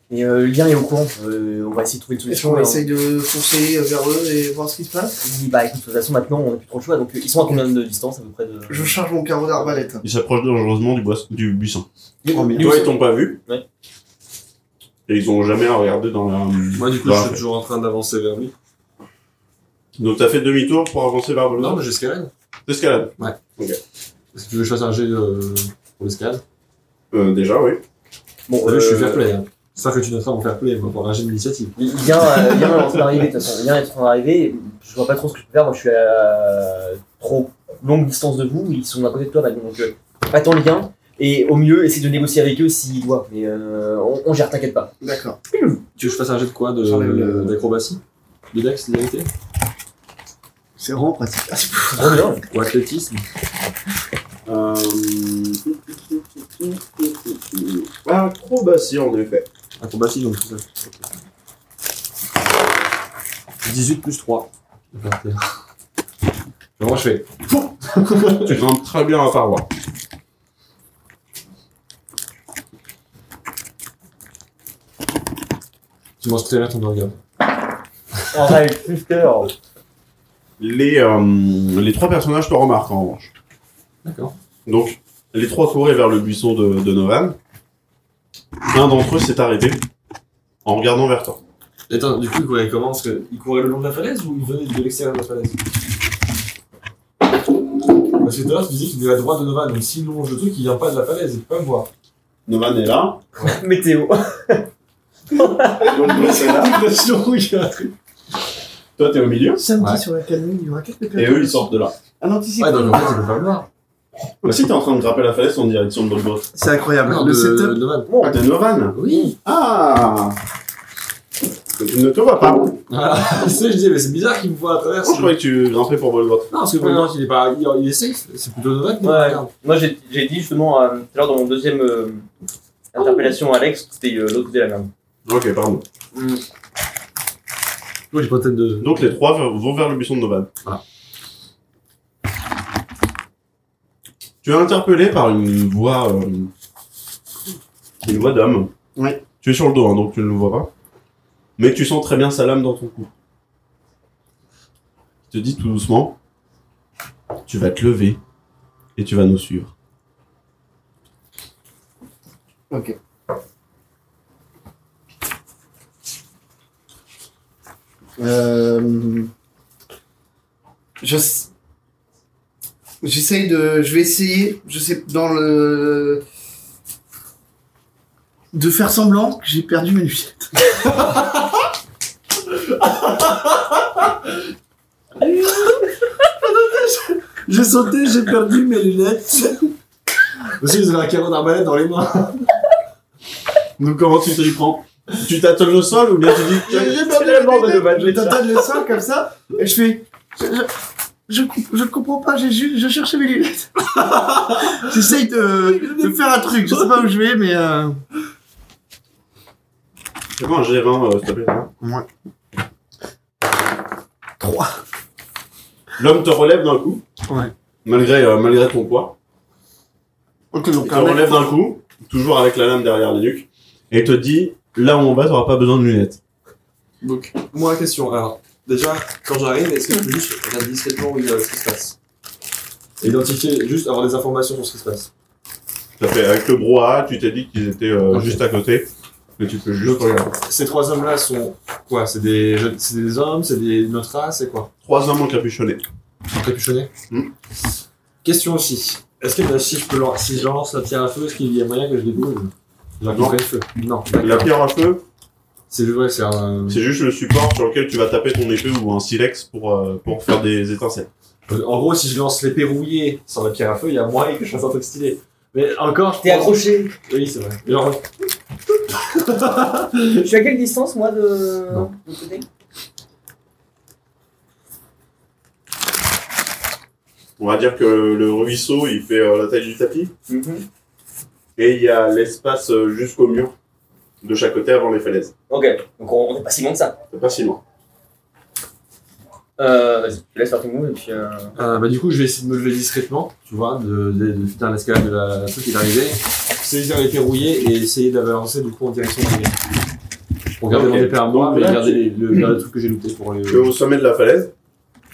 [SPEAKER 4] Et euh, le lien est au courant. Euh, on va essayer de trouver une
[SPEAKER 1] Est-ce
[SPEAKER 4] solution.
[SPEAKER 1] qu'on
[SPEAKER 4] et on-
[SPEAKER 1] essaye de foncer vers eux et voir ce qui se passe
[SPEAKER 4] Il dit, bah écoute, de toute façon, maintenant, on n'a plus trop le choix. Donc, euh, ils sont à combien de distance à peu près de.
[SPEAKER 1] Je charge mon carreau d'arbalète.
[SPEAKER 2] Il s'approche dangereusement du, bois- du buisson.
[SPEAKER 1] Oh, mais-
[SPEAKER 2] Toi, ils t'ont pas vu.
[SPEAKER 4] Ouais.
[SPEAKER 2] Et ils ont jamais regardé dans la.
[SPEAKER 5] Moi, du coup,
[SPEAKER 3] Bah,
[SPEAKER 2] dans
[SPEAKER 5] je
[SPEAKER 2] la-
[SPEAKER 5] suis toujours en train d'avancer vers lui.
[SPEAKER 2] Donc t'as fait demi-tour pour avancer vers le
[SPEAKER 5] Non,
[SPEAKER 2] nord.
[SPEAKER 5] mais j'escalade.
[SPEAKER 2] Escalade.
[SPEAKER 5] Est-ce que tu veux que je fasse un jet euh, pour l'escalade
[SPEAKER 2] Euh, déjà, oui.
[SPEAKER 4] Bon,
[SPEAKER 5] T'as vu,
[SPEAKER 4] euh,
[SPEAKER 5] je suis fair play. Hein. C'est ça que tu noteras mon fair play, moi, pour un jet d'initiative.
[SPEAKER 4] Il il vient, euh, il vient en train d'arriver, de toute façon. Il vient est en train d'arriver. Je vois pas trop ce que je peux faire. Moi, je suis à trop longue distance de vous. Ils sont à côté de toi, maintenant. Donc, euh, attends le lien. Et au mieux, essaie de négocier avec eux s'ils doivent. Mais euh, on, on gère, t'inquiète pas.
[SPEAKER 1] D'accord.
[SPEAKER 5] Tu veux que je fasse un jet de quoi
[SPEAKER 1] J'enlève le-
[SPEAKER 5] de- D'acrobatie De dex, de vérité
[SPEAKER 1] C'est vraiment pratique.
[SPEAKER 4] Trop bien.
[SPEAKER 5] Ou athlétisme
[SPEAKER 2] Euh... Acrobatie en effet.
[SPEAKER 5] Acrobatie, donc tout ça. Ok. 18 plus 3. Vraiment, je fais.
[SPEAKER 2] Tu grimpes très bien à paroi.
[SPEAKER 5] Tu manges très bien ton burger.
[SPEAKER 4] On a eu plus cœur.
[SPEAKER 2] Les, euh, les trois personnages te remarquent en revanche.
[SPEAKER 5] D'accord.
[SPEAKER 2] Donc, les trois couraient vers le buisson de, de Novan. Un d'entre eux s'est arrêté en regardant vers toi.
[SPEAKER 5] Et Attends, du coup, il courait comment Parce que il courait le long de la falaise ou il venait de l'extérieur de la falaise Parce que tout à l'heure, tu disais qu'il est à droite de Novan, donc s'il longe le truc, il vient pas de la falaise, il peut pas me voir.
[SPEAKER 2] Novan est là.
[SPEAKER 4] Météo.
[SPEAKER 3] Donc, nous, c'est là.
[SPEAKER 2] Toi, t'es au milieu.
[SPEAKER 1] Samedi
[SPEAKER 5] Ouais.
[SPEAKER 1] sur la canyon, il y aura quelques personnes.
[SPEAKER 2] Et eux, ils sortent de là.
[SPEAKER 1] Ah non, tu sais
[SPEAKER 5] Ouais,
[SPEAKER 1] quoi
[SPEAKER 5] donc en fait, il peut pas me voir.
[SPEAKER 2] Comme Bah, si t'es en train de grimper la falaise en direction de Bobo.
[SPEAKER 1] C'est incroyable.
[SPEAKER 5] Non,
[SPEAKER 1] le
[SPEAKER 5] de-
[SPEAKER 1] setup.
[SPEAKER 5] de Novan.
[SPEAKER 2] Ah, t'es Novan
[SPEAKER 5] Oui
[SPEAKER 2] Ah Ne te vois pas. Moi,
[SPEAKER 5] Voilà. Tu sais, je disais, mais c'est bizarre qu'il me voit à travers.
[SPEAKER 2] je croyais que tu grimpais pour Bobo.
[SPEAKER 5] Non, parce que pour le moment, il est pas. Il il est safe, c'est plutôt Novan qui me
[SPEAKER 4] Ouais.
[SPEAKER 5] regarde.
[SPEAKER 4] Moi, j'ai j'ai dit justement euh, tout à l'heure dans mon deuxième euh, interpellation à Alex, c'était euh, l'autre côté de la merde.
[SPEAKER 2] Ok, pardon.
[SPEAKER 5] Moi, j'ai pas tête de.
[SPEAKER 2] Donc, les trois v- vont vers le buisson de Novan.
[SPEAKER 5] Voilà.
[SPEAKER 2] Tu es interpellé par une voix. euh, une voix d'homme.
[SPEAKER 1] Ouais.
[SPEAKER 2] Tu es sur le dos, hein, donc tu ne le vois pas. Mais tu sens très bien sa lame dans ton cou. Il te dit tout doucement Tu vas te lever et tu vas nous suivre.
[SPEAKER 1] Ok. Euh, je s- j'essaye de je vais essayer je sais dans le de faire semblant que j'ai perdu mes lunettes. j'ai sauté, j'ai perdu mes lunettes.
[SPEAKER 5] Aussi, vous avez un carreau d'arbalète dans les mains.
[SPEAKER 2] Donc comment tu te y prends Tu t'attelles au sol ou bien tu dis
[SPEAKER 1] J'ai- j'ai perdu mes lunettes. Je tâtonne le sol comme ça, et je fais. Je, je, je comp- je ne comprends pas, j'ai ju- je cherchais mes lunettes. J'essaye de, de faire un truc, je sais pas où je vais, mais. euh,
[SPEAKER 2] Fais-moi un G20, euh, s'il te plaît.
[SPEAKER 1] Ouais.
[SPEAKER 2] Trois. L'homme te relève d'un coup.
[SPEAKER 1] Ouais.
[SPEAKER 2] Malgré, euh, malgré ton poids.
[SPEAKER 1] Ok,
[SPEAKER 2] Il
[SPEAKER 1] donc euh,
[SPEAKER 2] te
[SPEAKER 1] un mec-
[SPEAKER 2] relève d'un coup, toujours avec la lame derrière les nuques, et il te dit, là où on va, t'auras pas besoin de lunettes.
[SPEAKER 5] Donc, moi, la question. Alors, déjà, quand j'arrive, est-ce que je peux juste regarder discrètement où il y a ce qui se passe Et Identifier, juste avoir des informations sur ce qui se passe.
[SPEAKER 2] Ça fait, avec le brouhaha, tu t'es dit qu'ils étaient euh,
[SPEAKER 5] Ok.
[SPEAKER 2] juste à côté, mais tu peux juste regarder.
[SPEAKER 5] Ces trois hommes-là sont quoi C'est des, jeunes- c'est des hommes C'est des de notre race C'est quoi
[SPEAKER 2] Trois hommes encapuchonnés.
[SPEAKER 5] Un capuchonné
[SPEAKER 2] Hmm.
[SPEAKER 5] Question aussi. Est-ce que bah, si je peux lan- si je lance la pierre à feu, est-ce qu'il y a moyen que je débrouille J'ai
[SPEAKER 2] Non.
[SPEAKER 5] le feu. Non.
[SPEAKER 2] La
[SPEAKER 5] d'accord.
[SPEAKER 2] pierre à feu,
[SPEAKER 5] C'est ouais, c'est un.
[SPEAKER 2] c'est juste le support sur lequel tu vas taper ton épée ou un silex pour, euh, pour faire des étincelles.
[SPEAKER 5] En gros, si je lance l'épée rouillée sans la pierre à feu, il y a moyen que je fasse un truc stylé. Mais encore, je
[SPEAKER 4] T'es
[SPEAKER 5] pense-
[SPEAKER 4] accroché.
[SPEAKER 5] Oui, c'est vrai. Et genre,
[SPEAKER 4] Je suis à quelle distance, moi, de.
[SPEAKER 5] Non.
[SPEAKER 4] de l'autre côté
[SPEAKER 2] On va dire que le ruisseau, il fait euh, la taille du tapis.
[SPEAKER 4] Mhm.
[SPEAKER 2] Et il y a l'espace euh, jusqu'au mur, de chaque côté avant les falaises.
[SPEAKER 4] Ok, donc on on est pas si loin de ça.
[SPEAKER 2] C'est pas si loin.
[SPEAKER 4] Euh, vas-y, je te laisse faire ton move et puis. Euh...
[SPEAKER 5] Euh, bah, du coup, je vais essayer de me lever discrètement, tu vois, de, de, de faire l'escalade de la truc qui est arrivée, saisir les verrouillés et essayer d'avancer du coup en direction du mur. Pour garder
[SPEAKER 2] Ok.
[SPEAKER 5] mon épée à moi,
[SPEAKER 2] Donc
[SPEAKER 5] mais
[SPEAKER 2] là,
[SPEAKER 5] garder
[SPEAKER 2] tu-
[SPEAKER 5] les- le, garder le truc que j'ai loupé pour les.
[SPEAKER 2] Tu es au sommet de la falaise.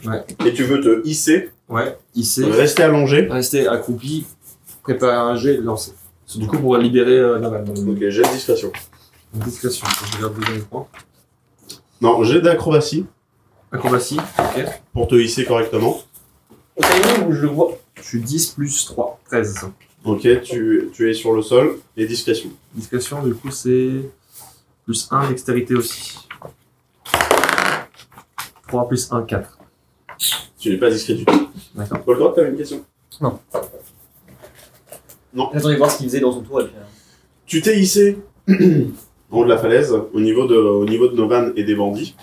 [SPEAKER 5] Ouais.
[SPEAKER 2] Et tu veux te hisser,
[SPEAKER 5] Ouais, ici,
[SPEAKER 2] rester allongé.
[SPEAKER 5] rester accroupi, préparer un jet et le lancer. C'est du coup pour libérer euh, la balle.
[SPEAKER 2] Ok, j'ai de discrétion.
[SPEAKER 5] En discrétion, je regarde déjà les points.
[SPEAKER 2] Non, j'ai d'acrobatie
[SPEAKER 5] Acrobatie, ok.
[SPEAKER 2] pour te hisser correctement.
[SPEAKER 4] Au timing où je le vois.
[SPEAKER 5] Je suis 10 plus 3, 13.
[SPEAKER 2] Ok, tu, tu es sur le sol et discrétion.
[SPEAKER 5] Discrétion, du coup, c'est plus 1, dextérité aussi. 3 plus 1, 4.
[SPEAKER 2] Tu n'es pas discret du tout.
[SPEAKER 5] D'accord.
[SPEAKER 2] Paul Grotte, t'avais une question
[SPEAKER 4] J'attendais de voir ce qu'il faisait dans son tour et puis. euh,
[SPEAKER 2] Tu t'es hissé en haut de la falaise, au niveau de, au niveau de Novan et des bandits.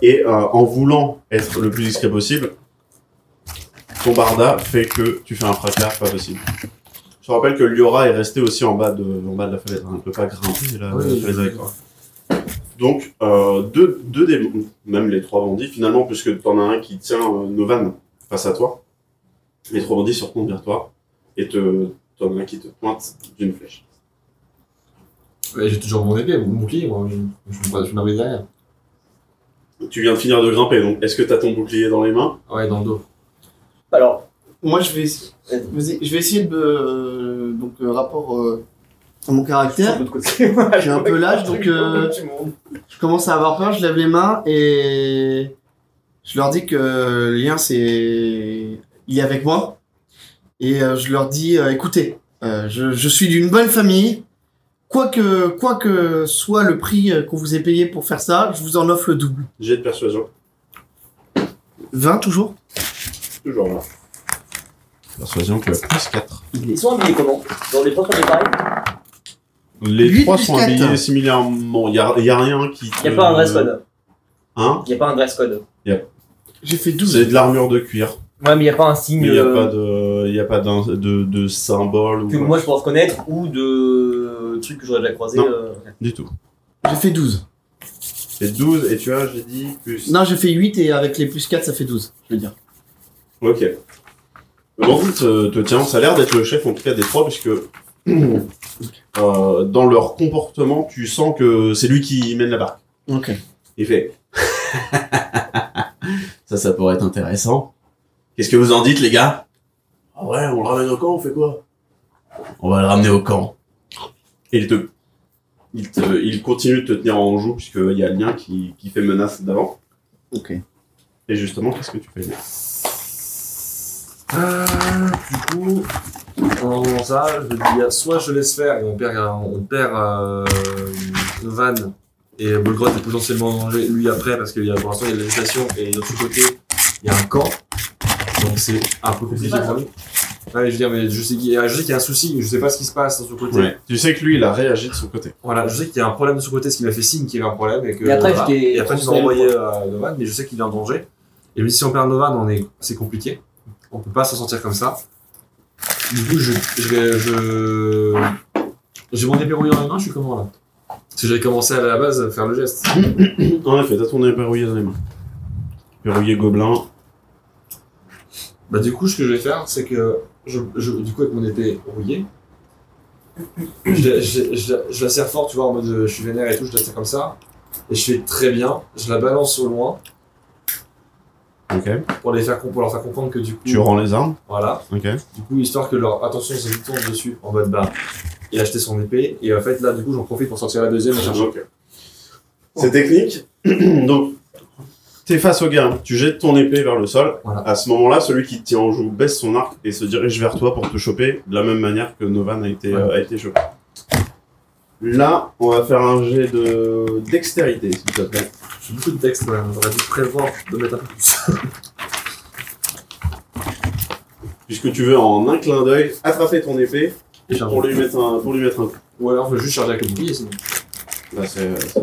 [SPEAKER 2] Et euh, en voulant être le plus discret possible, ton barda fait que tu fais un fracas pas possible. Je te rappelle que Liora est resté aussi en bas de, en bas de la falaise. hein. On ne peut pas grimper la, la falaise avec toi. Donc, euh, deux, deux des, même les trois bandits, finalement, puisque t'en as un qui tient euh, Novan face à toi, les trois bandits se retournent vers toi et te, t'en as un qui te pointe d'une flèche.
[SPEAKER 5] Ouais, j'ai toujours mon épée, mon bouclier, moi. Je, je, me- je m'avais derrière.
[SPEAKER 2] Tu viens de finir de grimper, donc est-ce que t'as ton bouclier dans les mains
[SPEAKER 5] Ouais, dans le dos.
[SPEAKER 4] Alors,
[SPEAKER 1] Moi, je vais, essa- vas-y, je vais essayer de. euh, donc, euh, rapport euh, à mon caractère. J'ai un peu l'âge, donc euh, je commence à avoir peur. Je lève les mains et je leur dis que le lien, c'est. Il est avec moi. Et euh, je leur dis euh, écoutez, euh, je, je suis d'une bonne famille. Quoi que, quoi que soit le prix euh, qu'on vous ait payé pour faire ça, je vous en offre le double.
[SPEAKER 2] J'ai de persuasion,
[SPEAKER 1] 20 toujours
[SPEAKER 2] toujours là. Persuasion que plus 4.
[SPEAKER 4] ils sont habillés comment Dans les propres détails
[SPEAKER 2] Les
[SPEAKER 1] Huit
[SPEAKER 2] trois
[SPEAKER 1] plus
[SPEAKER 2] sont
[SPEAKER 1] quatre.
[SPEAKER 2] habillés similairement, il n'y a, y a rien qui...
[SPEAKER 4] Il n'y
[SPEAKER 2] te-
[SPEAKER 4] a pas un dress code.
[SPEAKER 2] Hein
[SPEAKER 4] Il n'y a pas un dress code.
[SPEAKER 1] J'ai fait 12.
[SPEAKER 2] C'est de l'armure de cuir,
[SPEAKER 4] Ouais, mais il n'y a pas un signe
[SPEAKER 2] mais il n'y a
[SPEAKER 4] euh,
[SPEAKER 2] pas de, y a pas d'un- de, de symbole ou
[SPEAKER 4] que moi je pourrais reconnaître ou de trucs que j'aurais déjà croisé.
[SPEAKER 2] Non.
[SPEAKER 4] euh,
[SPEAKER 2] du tout.
[SPEAKER 1] J'ai fait 12.
[SPEAKER 2] C'est 12 et tu as, j'ai dit, plus...
[SPEAKER 1] Non, j'ai fait 8 et avec les plus 4, ça fait 12, je veux dire.
[SPEAKER 2] Ok. Le bandit euh, te, te tient, ça a l'air d'être le chef en tout cas des trois, puisque euh, dans leur comportement, tu sens que c'est lui qui mène la barque.
[SPEAKER 1] Ok.
[SPEAKER 2] Il fait Ça, ça pourrait être intéressant. Qu'est-ce que vous en dites, les gars Ah ouais, on le ramène au camp, on fait quoi On va le ramener au camp. Et il te. Il, te, il continue de te tenir en joue, puisqu'il y a lien qui, qui fait menace d'avant.
[SPEAKER 1] Ok.
[SPEAKER 2] Et justement, qu'est-ce que tu fais
[SPEAKER 5] Euh, du coup, en faisant ça, je vais dire soit je laisse faire et on perd, on perd euh, Van et Bolgrot est potentiellement en danger lui après parce qu'il y a pour l'instant il y a la législation et de l'autre côté il y a un camp donc c'est un peu compliqué pour lui. Ouais, je veux dire, mais je sais qu'il y, a- je sais qu'il y a un souci, mais je sais pas ce qui se passe de ce côté.
[SPEAKER 2] Tu sais que lui, il a réagi de son côté.
[SPEAKER 5] Voilà, je sais qu'il y a un problème de ce côté, ce qui m'a fait signe qu'il y avait un problème et que.
[SPEAKER 4] Et après, je
[SPEAKER 5] voilà.
[SPEAKER 4] t'ai
[SPEAKER 5] Et après, tu m'as
[SPEAKER 4] transféré le
[SPEAKER 5] envoyé euh, à Novan, mais je sais qu'il est en danger. Et même si on perd Novan, on est, c'est compliqué. On peut pas s'en sortir comme ça. Du coup, je, je vais, je, j'ai mon épée rouillée dans les mains, je suis comment là? Parce que j'avais commencé à la base à faire le geste.
[SPEAKER 2] En effet, t'as ton épée rouillée dans les mains. Verrouillé gobelin.
[SPEAKER 5] Bah, du coup, ce que je vais faire, c'est que, je, je, du coup, avec mon épée rouillée, je, je, je, je la serre fort, tu vois, en mode euh, je suis vénère et tout, je la serre comme ça. Et je fais très bien, je la balance au loin.
[SPEAKER 2] Ok.
[SPEAKER 5] pour, les faire, com- pour leur faire comprendre que du coup,
[SPEAKER 2] Tu rends les armes.
[SPEAKER 5] voilà,
[SPEAKER 2] Ok.
[SPEAKER 5] du coup, histoire que leur attention se tourne dessus en mode bah, il a acheté son épée, et en fait, là, du coup, j'en profite pour sortir la deuxième et chercher.
[SPEAKER 2] Ok. C'est technique. Donc, t'es face au gars. Tu jettes ton épée vers le sol.
[SPEAKER 5] Voilà.
[SPEAKER 2] À ce moment-là, celui qui te tient en joue baisse son arc et se dirige vers toi pour te choper de la même manière que Novan a été,
[SPEAKER 5] Ouais.
[SPEAKER 2] euh, a été chopé. Là, on va faire un jet de dextérité, s'il te plaît.
[SPEAKER 5] J'ai beaucoup de textes, ouais, j'aurais dû prévoir de mettre un peu plus.
[SPEAKER 2] Puisque tu veux, en un clin d'œil, attraper ton épée
[SPEAKER 5] Et charger.
[SPEAKER 2] pour lui mettre un, pour lui mettre un coup.
[SPEAKER 5] Ou alors, je vais juste charger avec le bouclier, sinon.
[SPEAKER 2] Là, c'est. c'est toi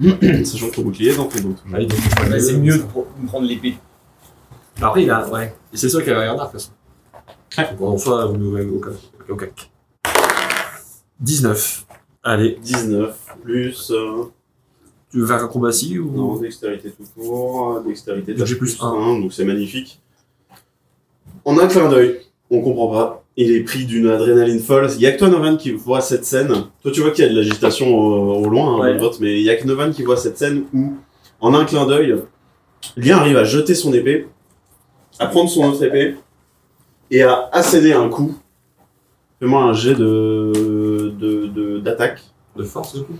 [SPEAKER 2] qui- Sachant que ton bouclier euh, est dans ton dos.
[SPEAKER 5] Allez, donc, je prends
[SPEAKER 4] Ouais,
[SPEAKER 5] les
[SPEAKER 4] c'est
[SPEAKER 5] deux,
[SPEAKER 4] mieux de
[SPEAKER 5] comme
[SPEAKER 4] pro- de prendre l'épée.
[SPEAKER 5] ça. Après, il a, ouais. Et c'est sûr qu'il avait un arc, de toute façon. Bon, soit, vous nous au cac. Au cac. 19. Allez,
[SPEAKER 2] 19 plus. euh,
[SPEAKER 5] Tu veux faire acrobatie ou
[SPEAKER 2] Non, dextérité tout court, dextérité
[SPEAKER 5] Donc j'ai
[SPEAKER 2] tâche
[SPEAKER 5] plus un.
[SPEAKER 2] un, donc c'est magnifique. En un clin d'œil, on comprend pas. Il est pris d'une adrénaline folle. Il y a que toi, Novan, qui voit cette scène. Toi, tu vois qu'il y a de l'agitation au, au loin, hein,
[SPEAKER 4] Ouais.
[SPEAKER 2] Bonnevotte, mais il y a que Novan qui voit cette scène où, en un clin d'œil, Lien arrive à jeter son épée, à prendre son autre épée, et à accéder à un coup. Fais-moi un jet de, de, de- d'attaque.
[SPEAKER 5] de force du coup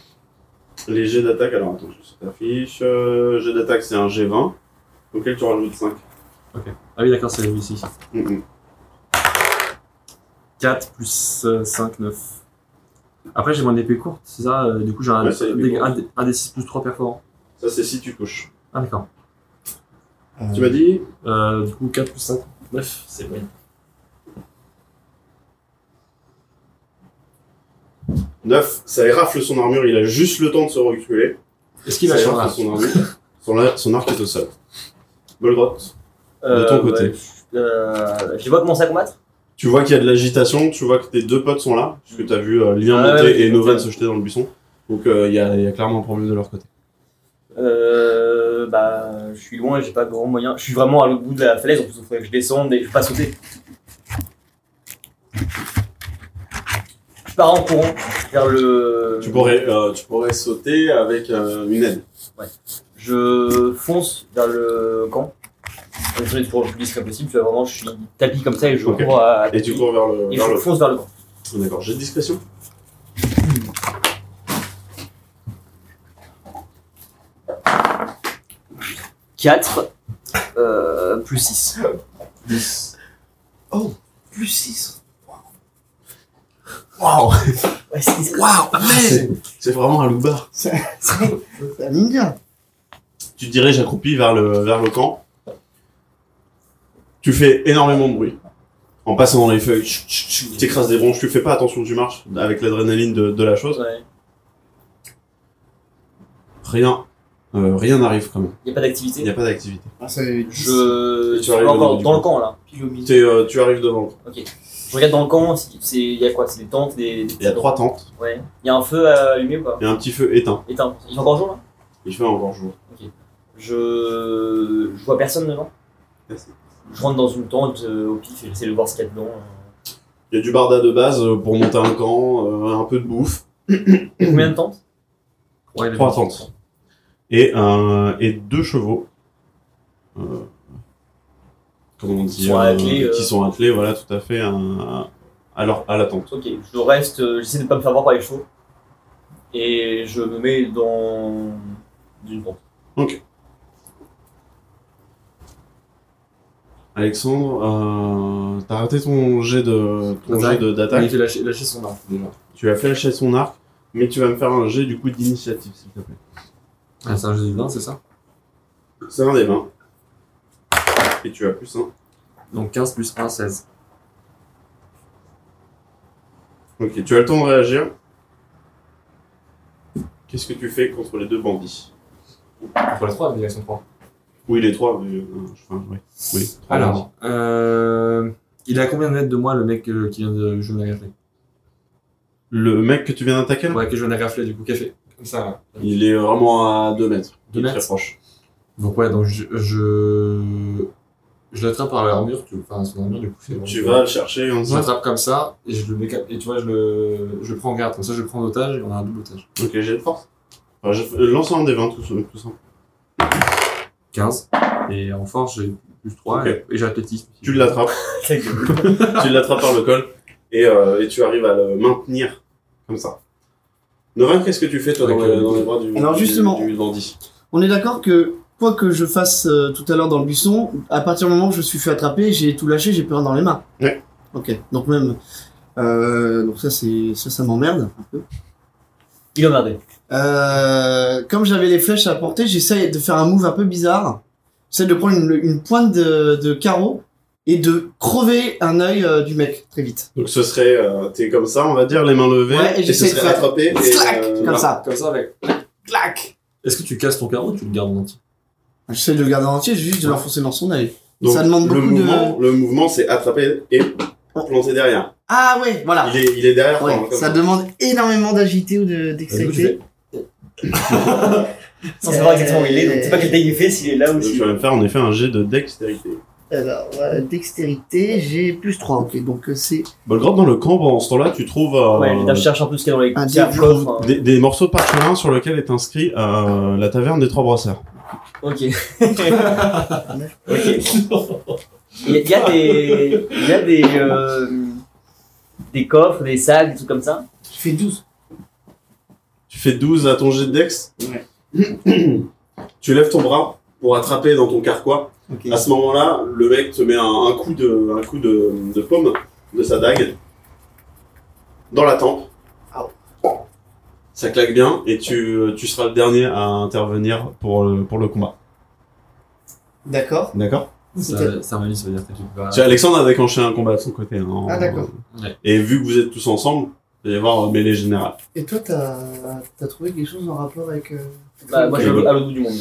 [SPEAKER 2] Les jets d'attaque, alors attends, je suis sur ta fiche. Euh, jet d'attaque, c'est un G20, auquel tu rajoutes 5.
[SPEAKER 5] Ah oui, d'accord, c'est ici. 4 plus 5, 9. Après, j'ai mon épée courte, c'est ça euh, Du coup, j'ai un,
[SPEAKER 2] Ouais, c'est l'épée
[SPEAKER 5] des-
[SPEAKER 2] courte.
[SPEAKER 5] un des- un des 6 plus 3 perforants.
[SPEAKER 2] Ça, c'est si tu touches.
[SPEAKER 5] Ah, d'accord.
[SPEAKER 2] Tu m'as dit
[SPEAKER 5] Euh, du coup, 4 plus 5, 9, c'est bon.
[SPEAKER 2] 9, ça érafle son armure, il a juste le temps de se reculer.
[SPEAKER 5] Est-ce qu'il
[SPEAKER 2] Ça
[SPEAKER 5] va changer
[SPEAKER 2] érafle son armure. son, la- son arc est au sol. Bolgrot,
[SPEAKER 4] Euh,
[SPEAKER 2] ton côté.
[SPEAKER 4] ouais, je- euh, je les vois commencer à combattre.
[SPEAKER 2] tu vois qu'il y a de l'agitation, tu vois que tes deux potes sont là, puisque tu as vu euh, Lien
[SPEAKER 4] Ah,
[SPEAKER 2] monter
[SPEAKER 4] ouais, ouais,
[SPEAKER 2] et
[SPEAKER 4] ouais.
[SPEAKER 2] Novan se jeter dans le buisson. Donc euh, il y, a, il y a clairement un problème de leur côté.
[SPEAKER 4] Euh, bah, je suis loin et j'ai pas grand moyen. Je suis vraiment à l'autre bout de la falaise, en plus, il faudrait que je descende et je vais pas sauter. Je pars en courant vers le.
[SPEAKER 2] Tu pourrais, euh, tu pourrais sauter avec euh, une aide.
[SPEAKER 4] Je fonce vers le camp. En essayant d'être pour le plus discret possible, tu vois, vraiment, je suis tapis comme ça et je
[SPEAKER 2] Ok.
[SPEAKER 4] cours à.
[SPEAKER 2] Et tu cours vers le.
[SPEAKER 4] Et
[SPEAKER 2] vers
[SPEAKER 4] je
[SPEAKER 2] le-
[SPEAKER 4] fonce vers le camp.
[SPEAKER 2] D'accord, j'ai de discrétion.
[SPEAKER 4] Quatre, euh, plus 6.
[SPEAKER 1] Plus 6.
[SPEAKER 2] Waouh
[SPEAKER 4] Ouais, c'est
[SPEAKER 1] Waouh, mais
[SPEAKER 2] C'est c'est vraiment un loupard.
[SPEAKER 1] c'est un indien.
[SPEAKER 2] Tu te diriges accroupi vers le, vers le camp. Tu fais énormément de bruit. En passant dans les feuilles, chut, chut, chut, tu t'écrases des bronches, tu fais pas attention, tu marches avec l'adrénaline de, de la chose.
[SPEAKER 4] Ouais.
[SPEAKER 2] Rien. Euh, rien n'arrive quand même.
[SPEAKER 4] Y a pas d'activité.
[SPEAKER 2] Il n'y a pas d'activité.
[SPEAKER 1] Ah, c'est
[SPEAKER 4] Je
[SPEAKER 2] Tu
[SPEAKER 4] suis
[SPEAKER 2] arrives au
[SPEAKER 4] encore
[SPEAKER 2] milieu
[SPEAKER 4] dans
[SPEAKER 2] du
[SPEAKER 4] le camp là.
[SPEAKER 1] pile au milieu.
[SPEAKER 2] T'es, euh, tu arrives devant.
[SPEAKER 4] Je regarde dans le camp, si- c'est- y a quoi C'est des tentes, des. des
[SPEAKER 2] Il y a trois tentes.
[SPEAKER 4] Ouais. Y a un feu à allumer ou pas
[SPEAKER 2] Il y a un petit feu éteint.
[SPEAKER 4] Éteint. Il fait encore jour là
[SPEAKER 2] Il fait encore jour.
[SPEAKER 4] Je. Je vois personne devant.
[SPEAKER 2] Merci.
[SPEAKER 4] Je rentre dans une tente euh, au pif et j'essaie de voir ce qu'il y a dedans. euh.
[SPEAKER 2] Il y a du barda de base euh, pour monter un camp, euh, un peu de bouffe.
[SPEAKER 4] Combien de tentes
[SPEAKER 5] Ouais, il est
[SPEAKER 2] Trois
[SPEAKER 5] bon.
[SPEAKER 2] tentes. Et, un, et deux chevaux. Euh, comment on dit
[SPEAKER 4] Qui sont
[SPEAKER 2] euh,
[SPEAKER 4] attelés, euh.
[SPEAKER 2] Qui sont attelés, voilà, tout à fait, un- à, leur- à la tente.
[SPEAKER 4] Ok, je reste. euh, J'essaie de pas me faire voir par les chevaux. Et je me mets dans. une tente.
[SPEAKER 2] Alexandre, euh, t'as raté ton jet de ton
[SPEAKER 5] Attaque.
[SPEAKER 2] jet de-
[SPEAKER 5] Il
[SPEAKER 2] d'attaque.
[SPEAKER 5] fait lâcher, lâcher son arc déjà.
[SPEAKER 2] Tu as fait lâcher son arc, mais tu vas me faire un jet du coup d'initiative, s'il te plaît.
[SPEAKER 5] Ah, c'est un jeu de vin, c'est ça
[SPEAKER 2] C'est un des 20. Et tu as plus un.
[SPEAKER 5] Donc 15 plus 1, 16.
[SPEAKER 2] Ok, tu as le temps de réagir. Qu'est-ce que tu fais contre les deux bandits
[SPEAKER 5] Pour les 3, il a son point.
[SPEAKER 2] Oui, les trois. mais, euh, enfin, oui. oui trois bandits.
[SPEAKER 5] Alors, euh, il a combien de mètres de moi le mec euh, qui vient de. Je viens de rafler
[SPEAKER 2] le mec que tu viens d'attaquer, là,
[SPEAKER 5] Ouais, que je viens de rafler du coup, café. Comme ça, là.
[SPEAKER 2] il est vraiment à 2 mètres. Il
[SPEAKER 5] Deux
[SPEAKER 2] est
[SPEAKER 5] mètres
[SPEAKER 2] Très proche.
[SPEAKER 5] Donc ouais, donc je je, je l'attrape par l'armure, tu enfin son armure du coup c'est bon.
[SPEAKER 2] Tu vas le chercher comme
[SPEAKER 5] Je
[SPEAKER 2] ça.
[SPEAKER 5] l'attrape comme ça et je le mets cap- et tu vois je le je le prends en garde comme ça je le prends en otage et on a un double otage.
[SPEAKER 2] Ok, j'ai de force. Enfin, je- lance un des 20 tout, tout simple.
[SPEAKER 5] 15 et en force j'ai plus 3
[SPEAKER 2] Ok.
[SPEAKER 5] et, et j'ai athlétisme.
[SPEAKER 2] Tu l'attrapes.
[SPEAKER 4] Ta gueule.
[SPEAKER 2] tu l'attrapes par le col et, euh, et tu arrives à le maintenir comme ça. Novan, qu'est-ce que tu fais toi dans,
[SPEAKER 5] Ok.
[SPEAKER 2] les, dans les bras du,
[SPEAKER 1] Alors,
[SPEAKER 2] du-
[SPEAKER 1] justement.
[SPEAKER 2] du bandit
[SPEAKER 1] On est d'accord que quoi que je fasse euh, tout à l'heure dans le buisson, à partir du moment où je suis fait attraper, j'ai tout lâché, j'ai peur dans les mains.
[SPEAKER 2] Ouais.
[SPEAKER 1] Ok. Donc même. euh, donc ça c'est ça ça m'emmerde un peu.
[SPEAKER 4] Il a merdé.
[SPEAKER 1] Euh, comme j'avais les flèches à portée, j'essaye de faire un move un peu bizarre. J'essaie de prendre une, une pointe de, de carreau et de crever un œil euh, du mec très vite.
[SPEAKER 2] Donc ce serait, euh, t'es comme ça, on va dire, les mains levées,
[SPEAKER 1] Ouais, et
[SPEAKER 2] et ce
[SPEAKER 1] j'essaie de
[SPEAKER 2] serait
[SPEAKER 1] faire-
[SPEAKER 2] rattrapé. Et,
[SPEAKER 1] Clac
[SPEAKER 2] euh,
[SPEAKER 1] Comme ça.
[SPEAKER 5] Comme ça avec.
[SPEAKER 1] Clac
[SPEAKER 5] Est-ce que tu casses ton carreau ou tu le gardes en entier
[SPEAKER 1] J'essaie de le garder en entier, j'ai juste de l'enfoncer dans son œil.
[SPEAKER 2] donc,
[SPEAKER 1] Ça demande
[SPEAKER 2] le
[SPEAKER 1] beaucoup de-
[SPEAKER 2] mouvement, Le mouvement, c'est attraper et planter derrière.
[SPEAKER 1] Ah ouais, voilà.
[SPEAKER 2] Il, est, il est derrière toi,
[SPEAKER 1] Ouais,
[SPEAKER 2] hein, comme
[SPEAKER 1] ça demande énormément d'agilité ou de-
[SPEAKER 5] Et du coup, tu
[SPEAKER 1] d'excité.
[SPEAKER 4] sans savoir exactement où il est, donc tu sais pas quel deck il fait, s'il est là ou
[SPEAKER 2] Donc,
[SPEAKER 4] s'il
[SPEAKER 2] tu vas me faire en effet un jet de dextérité.
[SPEAKER 1] Alors, euh, dextérité, j'ai plus 3, ok, donc euh, c'est
[SPEAKER 2] Bolgrand, dans le camp, pendant ce temps-là, tu trouves euh,
[SPEAKER 4] Ouais, je cherche un peu ce qu'il y a dans les
[SPEAKER 1] Un
[SPEAKER 4] petits coffres. hein.
[SPEAKER 2] des, des morceaux de parchemin sur lesquels est inscrit euh, la taverne des trois brasseurs.
[SPEAKER 4] Ok. ok. Il y, a- il y a des, il y a des, euh, des coffres, des salles, des trucs comme ça.
[SPEAKER 1] Tu fais 12.
[SPEAKER 2] Tu fais 12 à ton jet de dex.
[SPEAKER 1] Ouais.
[SPEAKER 2] tu lèves ton bras pour attraper dans ton carquois.
[SPEAKER 1] Ok.
[SPEAKER 2] À ce moment-là, le mec te met un, un coup de, un coup de, de paume de sa dague dans la tempe.
[SPEAKER 1] Au.
[SPEAKER 2] Ça claque bien et tu, tu seras le dernier à intervenir pour le, pour le combat.
[SPEAKER 1] D'accord.
[SPEAKER 2] D'accord
[SPEAKER 1] C'était-
[SPEAKER 5] Ça manie, ça veut dire que tu peux pas.
[SPEAKER 2] Parce que Alexandre a déclenché un combat de son côté. hein, en-
[SPEAKER 1] Ah, d'accord.
[SPEAKER 5] Ouais.
[SPEAKER 2] Et vu que vous êtes tous ensemble, il va y avoir une mêlée générale.
[SPEAKER 1] Et toi, t'as as trouvé quelque chose en rapport avec. euh,
[SPEAKER 4] Bah, moi, je suis à l'autre bout du monde.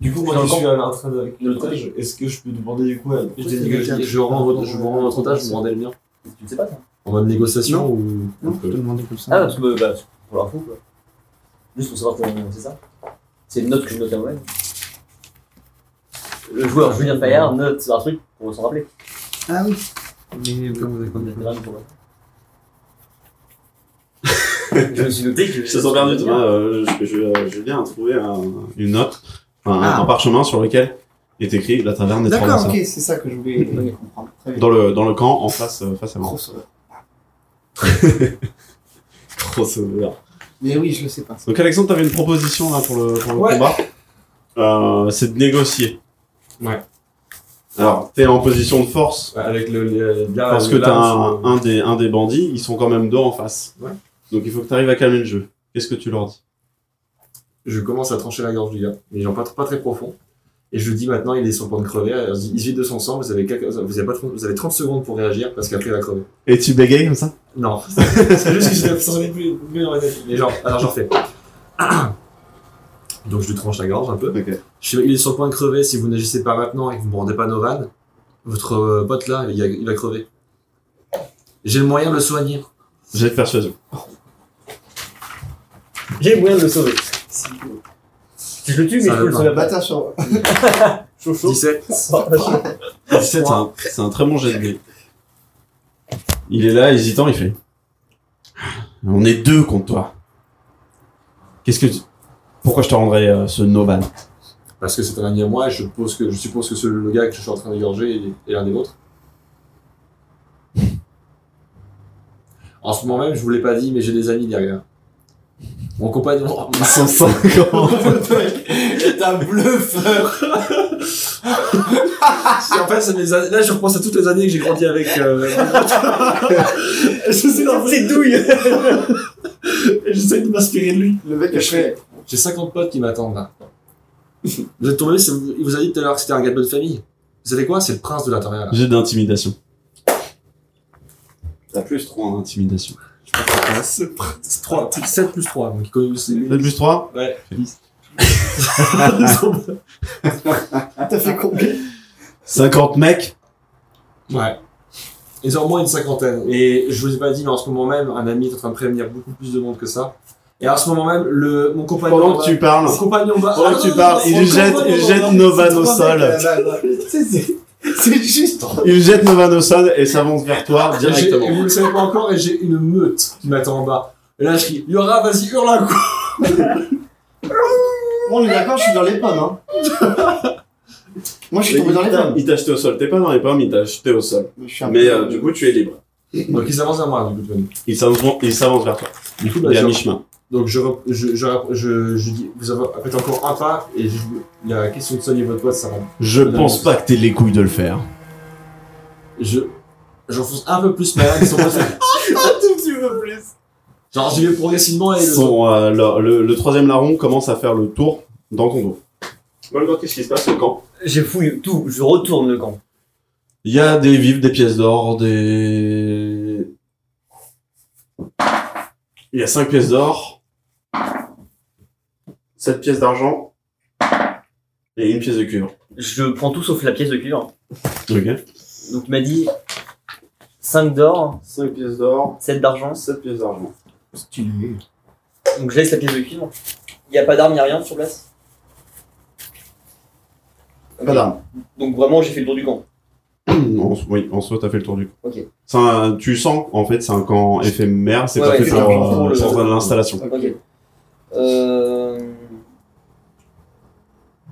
[SPEAKER 6] Du coup, moi,
[SPEAKER 4] Dans
[SPEAKER 6] je
[SPEAKER 4] le camp.
[SPEAKER 6] suis en train de de l'otage. Est-ce que je peux demander du coup à.
[SPEAKER 5] Je t'ai dit que je- je rends votre- je vous rends votre otage, je vous rendais le mien.
[SPEAKER 4] Tu ne sais pas ça.
[SPEAKER 5] En mode négociation ou.
[SPEAKER 1] Non, je te demandais comme ça.
[SPEAKER 4] Ah, parce que, bah, pour l'info, quoi. Juste pour savoir comment c'est ça. C'est une note que je note à moi-même. Le joueur Julien Payard note sur un truc pour s'en rappeler.
[SPEAKER 1] Ah oui.
[SPEAKER 5] Mais comment vous avez
[SPEAKER 4] C'est vraiment pour moi. je me suis noté que.
[SPEAKER 2] Ça sent perdu, Thomas. euh, je, je, je viens à trouver un- une note, un,
[SPEAKER 1] Ah.
[SPEAKER 2] un parchemin sur lequel est écrit la taverne des trois
[SPEAKER 1] D'accord,
[SPEAKER 2] brasseurs.
[SPEAKER 1] ok, c'est ça que je voulais voulais comprendre. Très bien.
[SPEAKER 2] Dans le, dans le camp, en face, euh, face à moi.
[SPEAKER 1] Crossover.
[SPEAKER 2] Crossover.
[SPEAKER 1] Mais oui, je le sais pas.
[SPEAKER 2] Donc Alexandre, t'avais une proposition là pour le, pour le
[SPEAKER 6] Ouais.
[SPEAKER 2] combat. Euh, c'est de négocier.
[SPEAKER 6] Ouais.
[SPEAKER 2] Alors, t'es en position de force
[SPEAKER 5] Ouais, Avec le, le gars.
[SPEAKER 2] parce que
[SPEAKER 5] le-
[SPEAKER 2] t'as
[SPEAKER 5] Ah, là,
[SPEAKER 2] un,
[SPEAKER 5] c'est-
[SPEAKER 2] un des, un des bandits, ils sont quand même deux en face.
[SPEAKER 5] Ouais.
[SPEAKER 2] Donc il faut que t'arrives à calmer le jeu. Qu'est-ce que tu leur dis
[SPEAKER 5] Je commence à trancher la gorge du gars, mais genre pas, pas très profond. Et je lui dis maintenant, il est sur le point de crever. Alors, je dis, Il se vide de son sang, vous avez, quelques- vous avez, pas 30, vous avez 30 secondes pour réagir parce qu'après il va crever.
[SPEAKER 2] Et tu bégayes comme ça
[SPEAKER 5] Non, c'est juste que je sens plus, plus dans ma tête. Mais genre, alors j'en fais. Donc je lui tranche la gorge un peu.
[SPEAKER 2] Ok.
[SPEAKER 5] Je sais, il est sur le point de crever. Si vous n'agissez pas maintenant et que vous me rendez pas nos vannes, votre euh, pote là, il, a- il va crever. J'ai le moyen de le soigner.
[SPEAKER 2] J'ai de persuasion.
[SPEAKER 4] J'ai moyen de le sauver. Si je le tue, mais
[SPEAKER 5] Ça
[SPEAKER 4] je peux
[SPEAKER 5] va
[SPEAKER 4] le
[SPEAKER 5] pas.
[SPEAKER 4] sauver après.
[SPEAKER 1] Bâtard sur.
[SPEAKER 4] Chaud, chaud. Ah,
[SPEAKER 5] 17.
[SPEAKER 2] C'est un, c'est un très bon jet de dés. Il est là, hésitant, il fait. On est deux contre toi. Qu'est-ce que tu... Pourquoi je te rendrais euh, ce Novan
[SPEAKER 5] Parce que c'est un ami à moi et je suppose que, je suppose que ce- le gars que je suis en train d'égorger est, est l'un des vôtres. En ce moment même, je vous l'ai pas dit, mais j'ai des amis derrière. Mon compagnon.
[SPEAKER 2] 150
[SPEAKER 1] T'as bluffeur
[SPEAKER 5] Et en fait, c'est mes années- là, je repense à toutes les années que j'ai grandi avec. euh, je sais d'en-
[SPEAKER 4] Toutes ces douilles
[SPEAKER 5] J'essaie de m'inspirer de lui.
[SPEAKER 1] Le mec a fait.
[SPEAKER 5] J'ai 50 potes qui m'attendent là. Vous êtes tombé, c'est- il vous a dit tout à l'heure que c'était un gars de bonne famille. Vous savez quoi C'est le prince de l'intérieur. là.
[SPEAKER 2] J'ai d'intimidation. T'as plus 3 en intimidation.
[SPEAKER 5] C'est 3, 7 plus 3. Donc, il connaît- c'est lui.
[SPEAKER 2] T'as plus 3
[SPEAKER 5] Ouais.
[SPEAKER 1] T'as fait combien
[SPEAKER 2] 50 mecs
[SPEAKER 5] Ouais. Ils ont au moins une cinquantaine. Et je vous ai pas dit, mais en ce moment même, un ami est en train de prévenir beaucoup plus de monde que ça. Et en ce moment même, le, mon compagnon.
[SPEAKER 2] Pendant que
[SPEAKER 5] va-
[SPEAKER 2] tu parles,
[SPEAKER 5] Mon compagnon bas.
[SPEAKER 2] pendant que tu parles, il jette, il jette Novan au sol.
[SPEAKER 1] C'est juste.
[SPEAKER 2] Il jette Novan au sol et s'avance vers toi
[SPEAKER 5] Et j'ai-
[SPEAKER 2] directement.
[SPEAKER 5] Vous le savez pas encore, et j'ai une meute qui m'attend en bas. Et là, je crie, Yora, vas-y, hurle un coup.
[SPEAKER 1] On est d'accord, je suis dans les pommes, hein. Moi, je suis tombé dans les pommes.
[SPEAKER 2] Il t'a jeté au sol. T'es pas dans les pommes, il t'a jeté au sol.
[SPEAKER 1] Je suis un
[SPEAKER 2] Mais
[SPEAKER 1] peu-
[SPEAKER 2] euh, du coup, tu es libre.
[SPEAKER 5] Donc, ils avancent à moi, du coup, Tony.
[SPEAKER 2] Il s'avance il s'avance vers toi.
[SPEAKER 5] Du coup, bah,
[SPEAKER 2] Il est à
[SPEAKER 5] je-
[SPEAKER 2] mi-chemin.
[SPEAKER 5] donc, je, rep- je, je, rep- je, je dis, vous avez faites encore un pas, et je, la question de soigner votre pote, ça va.
[SPEAKER 2] Je
[SPEAKER 5] Non,
[SPEAKER 2] pense
[SPEAKER 5] non.
[SPEAKER 2] pas que t'aies les couilles de le faire.
[SPEAKER 5] Je, j'enfonce un peu plus ma lame, ils sont pas Genre, j'y vais progressivement, et le-
[SPEAKER 2] Son, euh, le, le- le troisième laron commence à faire le tour dans ton dos. Malgré qu'est-ce qui se passe au camp
[SPEAKER 4] J'ai fouillé tout, je retourne le camp.
[SPEAKER 2] Il y a des vifs, des pièces d'or, des... Il y a 5 pièces d'or, 7 pièces d'argent et une pièce de cuivre.
[SPEAKER 4] Je prends tout sauf la pièce de cuivre.
[SPEAKER 2] Ok.
[SPEAKER 4] Donc il m'a dit 5 d'or,
[SPEAKER 2] 5 pièces d'or,
[SPEAKER 4] 7 d'argent.
[SPEAKER 2] 7 pièces d'argent.
[SPEAKER 4] Donc je laisse la pièce de cuivre. Il n'y a pas d'armes, il n'y a rien sur place
[SPEAKER 1] Pas d'armes.
[SPEAKER 4] Donc vraiment, j'ai fait le tour du camp.
[SPEAKER 2] Hmm, En, oui, en soi, t'as fait le tour du camp.
[SPEAKER 4] Ok.
[SPEAKER 2] C'est un- tu sens, en fait, c'est un camp éphémère, c'est
[SPEAKER 4] Ouais,
[SPEAKER 2] pas
[SPEAKER 4] ouais,
[SPEAKER 2] fait
[SPEAKER 4] c'est
[SPEAKER 2] pour,
[SPEAKER 4] un camp
[SPEAKER 2] euh,
[SPEAKER 4] pour le-
[SPEAKER 2] pour faire de l'installation.
[SPEAKER 4] Ok. Euh...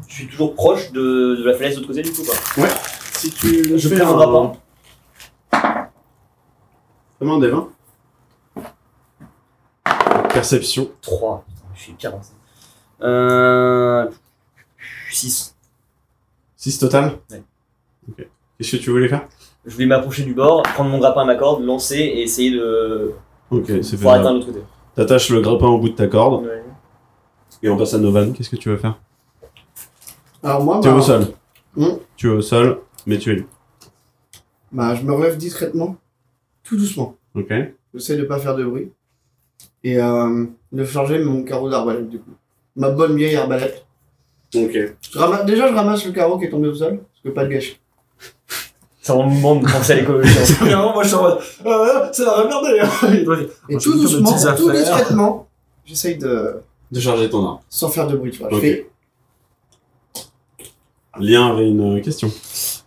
[SPEAKER 4] Je suis toujours proche de, de la falaise de l'autre côté, du coup, quoi.
[SPEAKER 2] Si tu
[SPEAKER 4] Je
[SPEAKER 2] fais
[SPEAKER 4] perds un
[SPEAKER 2] un...
[SPEAKER 4] grappin.
[SPEAKER 2] Fais-moi un des 20. Perception.
[SPEAKER 4] 3. Putain, je suis pire dans ça. Euh... 6.
[SPEAKER 2] 6 total
[SPEAKER 4] Ouais.
[SPEAKER 2] Ok. Qu'est-ce que tu voulais faire
[SPEAKER 4] Je vais m'approcher du bord, prendre mon grappin à ma corde, lancer et essayer de
[SPEAKER 2] Ok, c'est
[SPEAKER 4] pouvoir atteindre
[SPEAKER 2] fait.
[SPEAKER 4] l'autre côté.
[SPEAKER 2] T'attaches le grappin au bout de ta corde
[SPEAKER 4] Ouais.
[SPEAKER 2] et on passe à Novan. Qu'est-ce que tu veux faire
[SPEAKER 1] Alors moi,
[SPEAKER 2] Tu es
[SPEAKER 1] bah,
[SPEAKER 2] au sol.
[SPEAKER 1] Hum.
[SPEAKER 2] Tu es au sol, mais tu es libre.
[SPEAKER 1] bah, je me relève discrètement, tout doucement.
[SPEAKER 2] Ok.
[SPEAKER 1] J'essaie de pas faire de bruit. Et euh, de changer mon carreau d'arbalète, du coup. Ma bonne vieille arbalète.
[SPEAKER 2] Ok.
[SPEAKER 1] Je ramasse- Déjà, je ramasse le carreau qui est tombé au sol, parce que pas de gâchis.
[SPEAKER 4] C'est vraiment le moment de penser à l'écologie. hein.
[SPEAKER 5] Clairement, moi je suis en mode. Euh, c'est la merde d'ailleurs
[SPEAKER 1] Et tout
[SPEAKER 5] Moi, j'ai plutôt mes
[SPEAKER 1] doucement,
[SPEAKER 5] petites
[SPEAKER 1] tout
[SPEAKER 5] affaires.
[SPEAKER 1] discrètement, j'essaye de...
[SPEAKER 2] De charger ton arme.
[SPEAKER 1] Sans faire de bruit, tu vois.
[SPEAKER 2] Ok.
[SPEAKER 1] Je fais...
[SPEAKER 2] Lien avait une euh, question.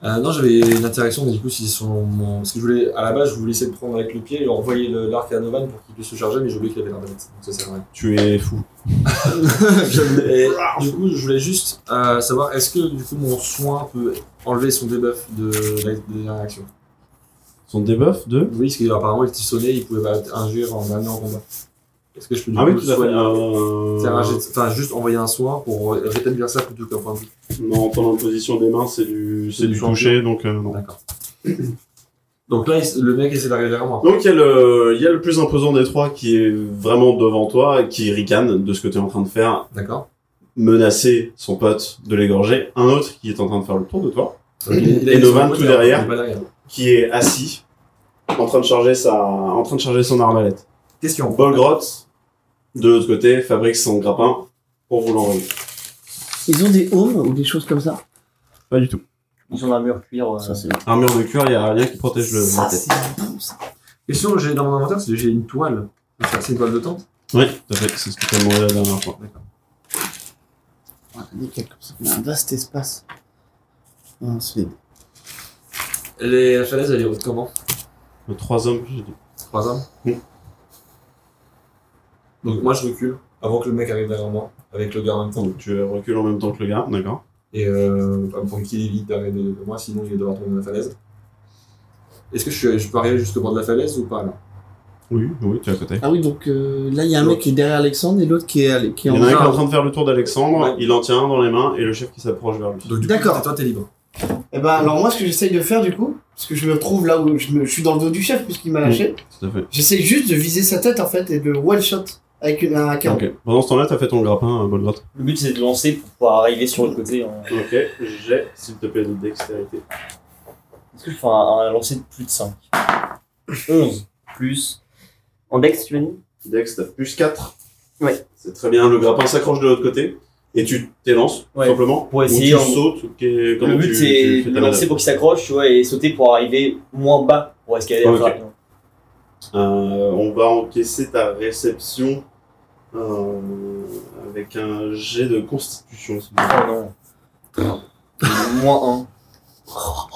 [SPEAKER 5] Euh, non, j'avais une interaction, mais du coup, si son. mon- Parce que je voulais, à la base, je voulais essayer de prendre avec le pied et envoyer le- l'arc à Novan pour qu'il puisse se charger, mais j'ai oublié qu'il avait l'arbalète. Donc ça sert à rien.
[SPEAKER 2] Tu es fou.
[SPEAKER 5] Et du coup, je voulais juste euh, savoir, est-ce que du coup, mon soin peut enlever son debuff de, la- de la réaction
[SPEAKER 2] Son debuff de
[SPEAKER 5] Oui, parce qu'apparemment, il était sonné, il pouvait pas injure en allant en combat. Est-ce que je peux du
[SPEAKER 2] Ah oui,
[SPEAKER 5] coup,
[SPEAKER 2] tout à fait.
[SPEAKER 5] soigner-
[SPEAKER 2] Euh,
[SPEAKER 5] C'est un jet- Enfin, juste envoyer un soin pour rétablir ça plutôt qu'un point de vue.
[SPEAKER 2] Non, pendant la position des mains, c'est du, c'est
[SPEAKER 5] C'est
[SPEAKER 2] du
[SPEAKER 5] du
[SPEAKER 2] toucher, donc euh, non.
[SPEAKER 5] D'accord. Donc là, il s- le mec essaie d'arriver vers moi.
[SPEAKER 2] Donc il y, a le- il y a le plus imposant des trois qui est vraiment devant toi et qui ricane de ce que tu es en train de faire,
[SPEAKER 5] D'accord
[SPEAKER 2] menacer son pote de l'égorger. Un autre qui est en train de faire le tour de toi,
[SPEAKER 5] Donc, il- il a
[SPEAKER 2] Et
[SPEAKER 5] mis son
[SPEAKER 2] Novan
[SPEAKER 5] pote,
[SPEAKER 2] tout
[SPEAKER 5] il est
[SPEAKER 2] derrière.
[SPEAKER 5] pas derrière.
[SPEAKER 2] qui est assis, en train de charger sa, en train de charger son arbalète.
[SPEAKER 5] Question.
[SPEAKER 2] Bolgrot, de l'autre côté, fabrique son grappin pour vous l'envoyer.
[SPEAKER 1] Ils ont des homes ou des choses comme ça
[SPEAKER 2] Pas du tout.
[SPEAKER 4] Ils sont dans un mur cuir. euh,
[SPEAKER 1] c'est
[SPEAKER 2] Armure de cuir, il y a rien qui protège le. la
[SPEAKER 1] Ça,
[SPEAKER 2] tête.
[SPEAKER 1] c'est bon, ça.
[SPEAKER 5] Question que j'ai dans mon inventaire, c'est que j'ai une toile. Enfin, C'est une toile de tente
[SPEAKER 2] Oui, tout à fait. C'est ce que tu as demandé la dernière fois.
[SPEAKER 1] Ouais, nickel, comme ça. On a un vaste espace. Ah, c'est-
[SPEAKER 5] Les falaises, elle est haute comment
[SPEAKER 2] Le trois hommes, j'ai dit.
[SPEAKER 5] Trois hommes
[SPEAKER 2] Mm.
[SPEAKER 5] Donc moi, je recule avant que le mec arrive derrière moi, avec le gars en même temps.
[SPEAKER 2] Donc tu recules en même temps que le gars, d'accord
[SPEAKER 5] Et euh, pour qu'il évite d'arriver de, de moi, sinon il va devoir tomber dans la falaise. Est-ce que je, suis- je peux arriver jusqu'au bord de la falaise ou pas là
[SPEAKER 2] Oui, oui, tu es à côté.
[SPEAKER 1] Ah oui, donc euh, là, il y a un mec qui est derrière Alexandre et l'autre qui est, allé- qui est
[SPEAKER 2] Il y
[SPEAKER 1] en...
[SPEAKER 2] en a un qui est
[SPEAKER 5] Ah.
[SPEAKER 2] en train de faire le tour d'Alexandre,
[SPEAKER 5] Ouais.
[SPEAKER 2] il en tient un dans les mains et le chef qui s'approche vers lui.
[SPEAKER 5] Donc du coup,
[SPEAKER 1] D'accord.
[SPEAKER 5] Toi, t'es libre.
[SPEAKER 1] Eh ben, alors moi, ce que j'essaye de faire, du coup, parce que je me trouve là où je, me- je suis dans le dos du chef, puisqu'il m'a lâché,
[SPEAKER 2] Tout à fait.
[SPEAKER 1] j'essaye juste de viser sa tête, en fait, et de le one-shot avec une- un carreau.
[SPEAKER 2] Ok. Pendant ce temps-là, t'as fait ton grappin, euh, Bolgrot.
[SPEAKER 4] Le but c'est de lancer pour pouvoir arriver sur l'autre côté. hein. en-
[SPEAKER 2] Ok, j'ai, s'il te plaît, de dextérité.
[SPEAKER 4] Est-ce que je fais un, un lancer de plus de 5 11 plus. En dex, tu m'as dit
[SPEAKER 2] Dex, t'as plus 4.
[SPEAKER 4] Ouais.
[SPEAKER 2] C'est très bien, le grappin s'accroche de l'autre côté et tu t'élances,
[SPEAKER 4] Ouais.
[SPEAKER 2] tout simplement.
[SPEAKER 4] Pour
[SPEAKER 2] Ou
[SPEAKER 4] essayer,
[SPEAKER 2] tu
[SPEAKER 4] en-
[SPEAKER 2] sautes, ou qu'est- comment
[SPEAKER 4] Le
[SPEAKER 2] tu-
[SPEAKER 4] but
[SPEAKER 2] tu
[SPEAKER 4] c'est
[SPEAKER 2] fais
[SPEAKER 4] de
[SPEAKER 2] ta
[SPEAKER 4] lancer
[SPEAKER 2] manœuvre.
[SPEAKER 4] pour qu'il s'accroche, tu vois, et sauter pour arriver moins bas pour escalader hein.
[SPEAKER 2] Ok.
[SPEAKER 4] plus rapidement.
[SPEAKER 2] Euh, on va encaisser ta réception euh, avec un jet de constitution. s'il te plaît.
[SPEAKER 4] Oh non. moins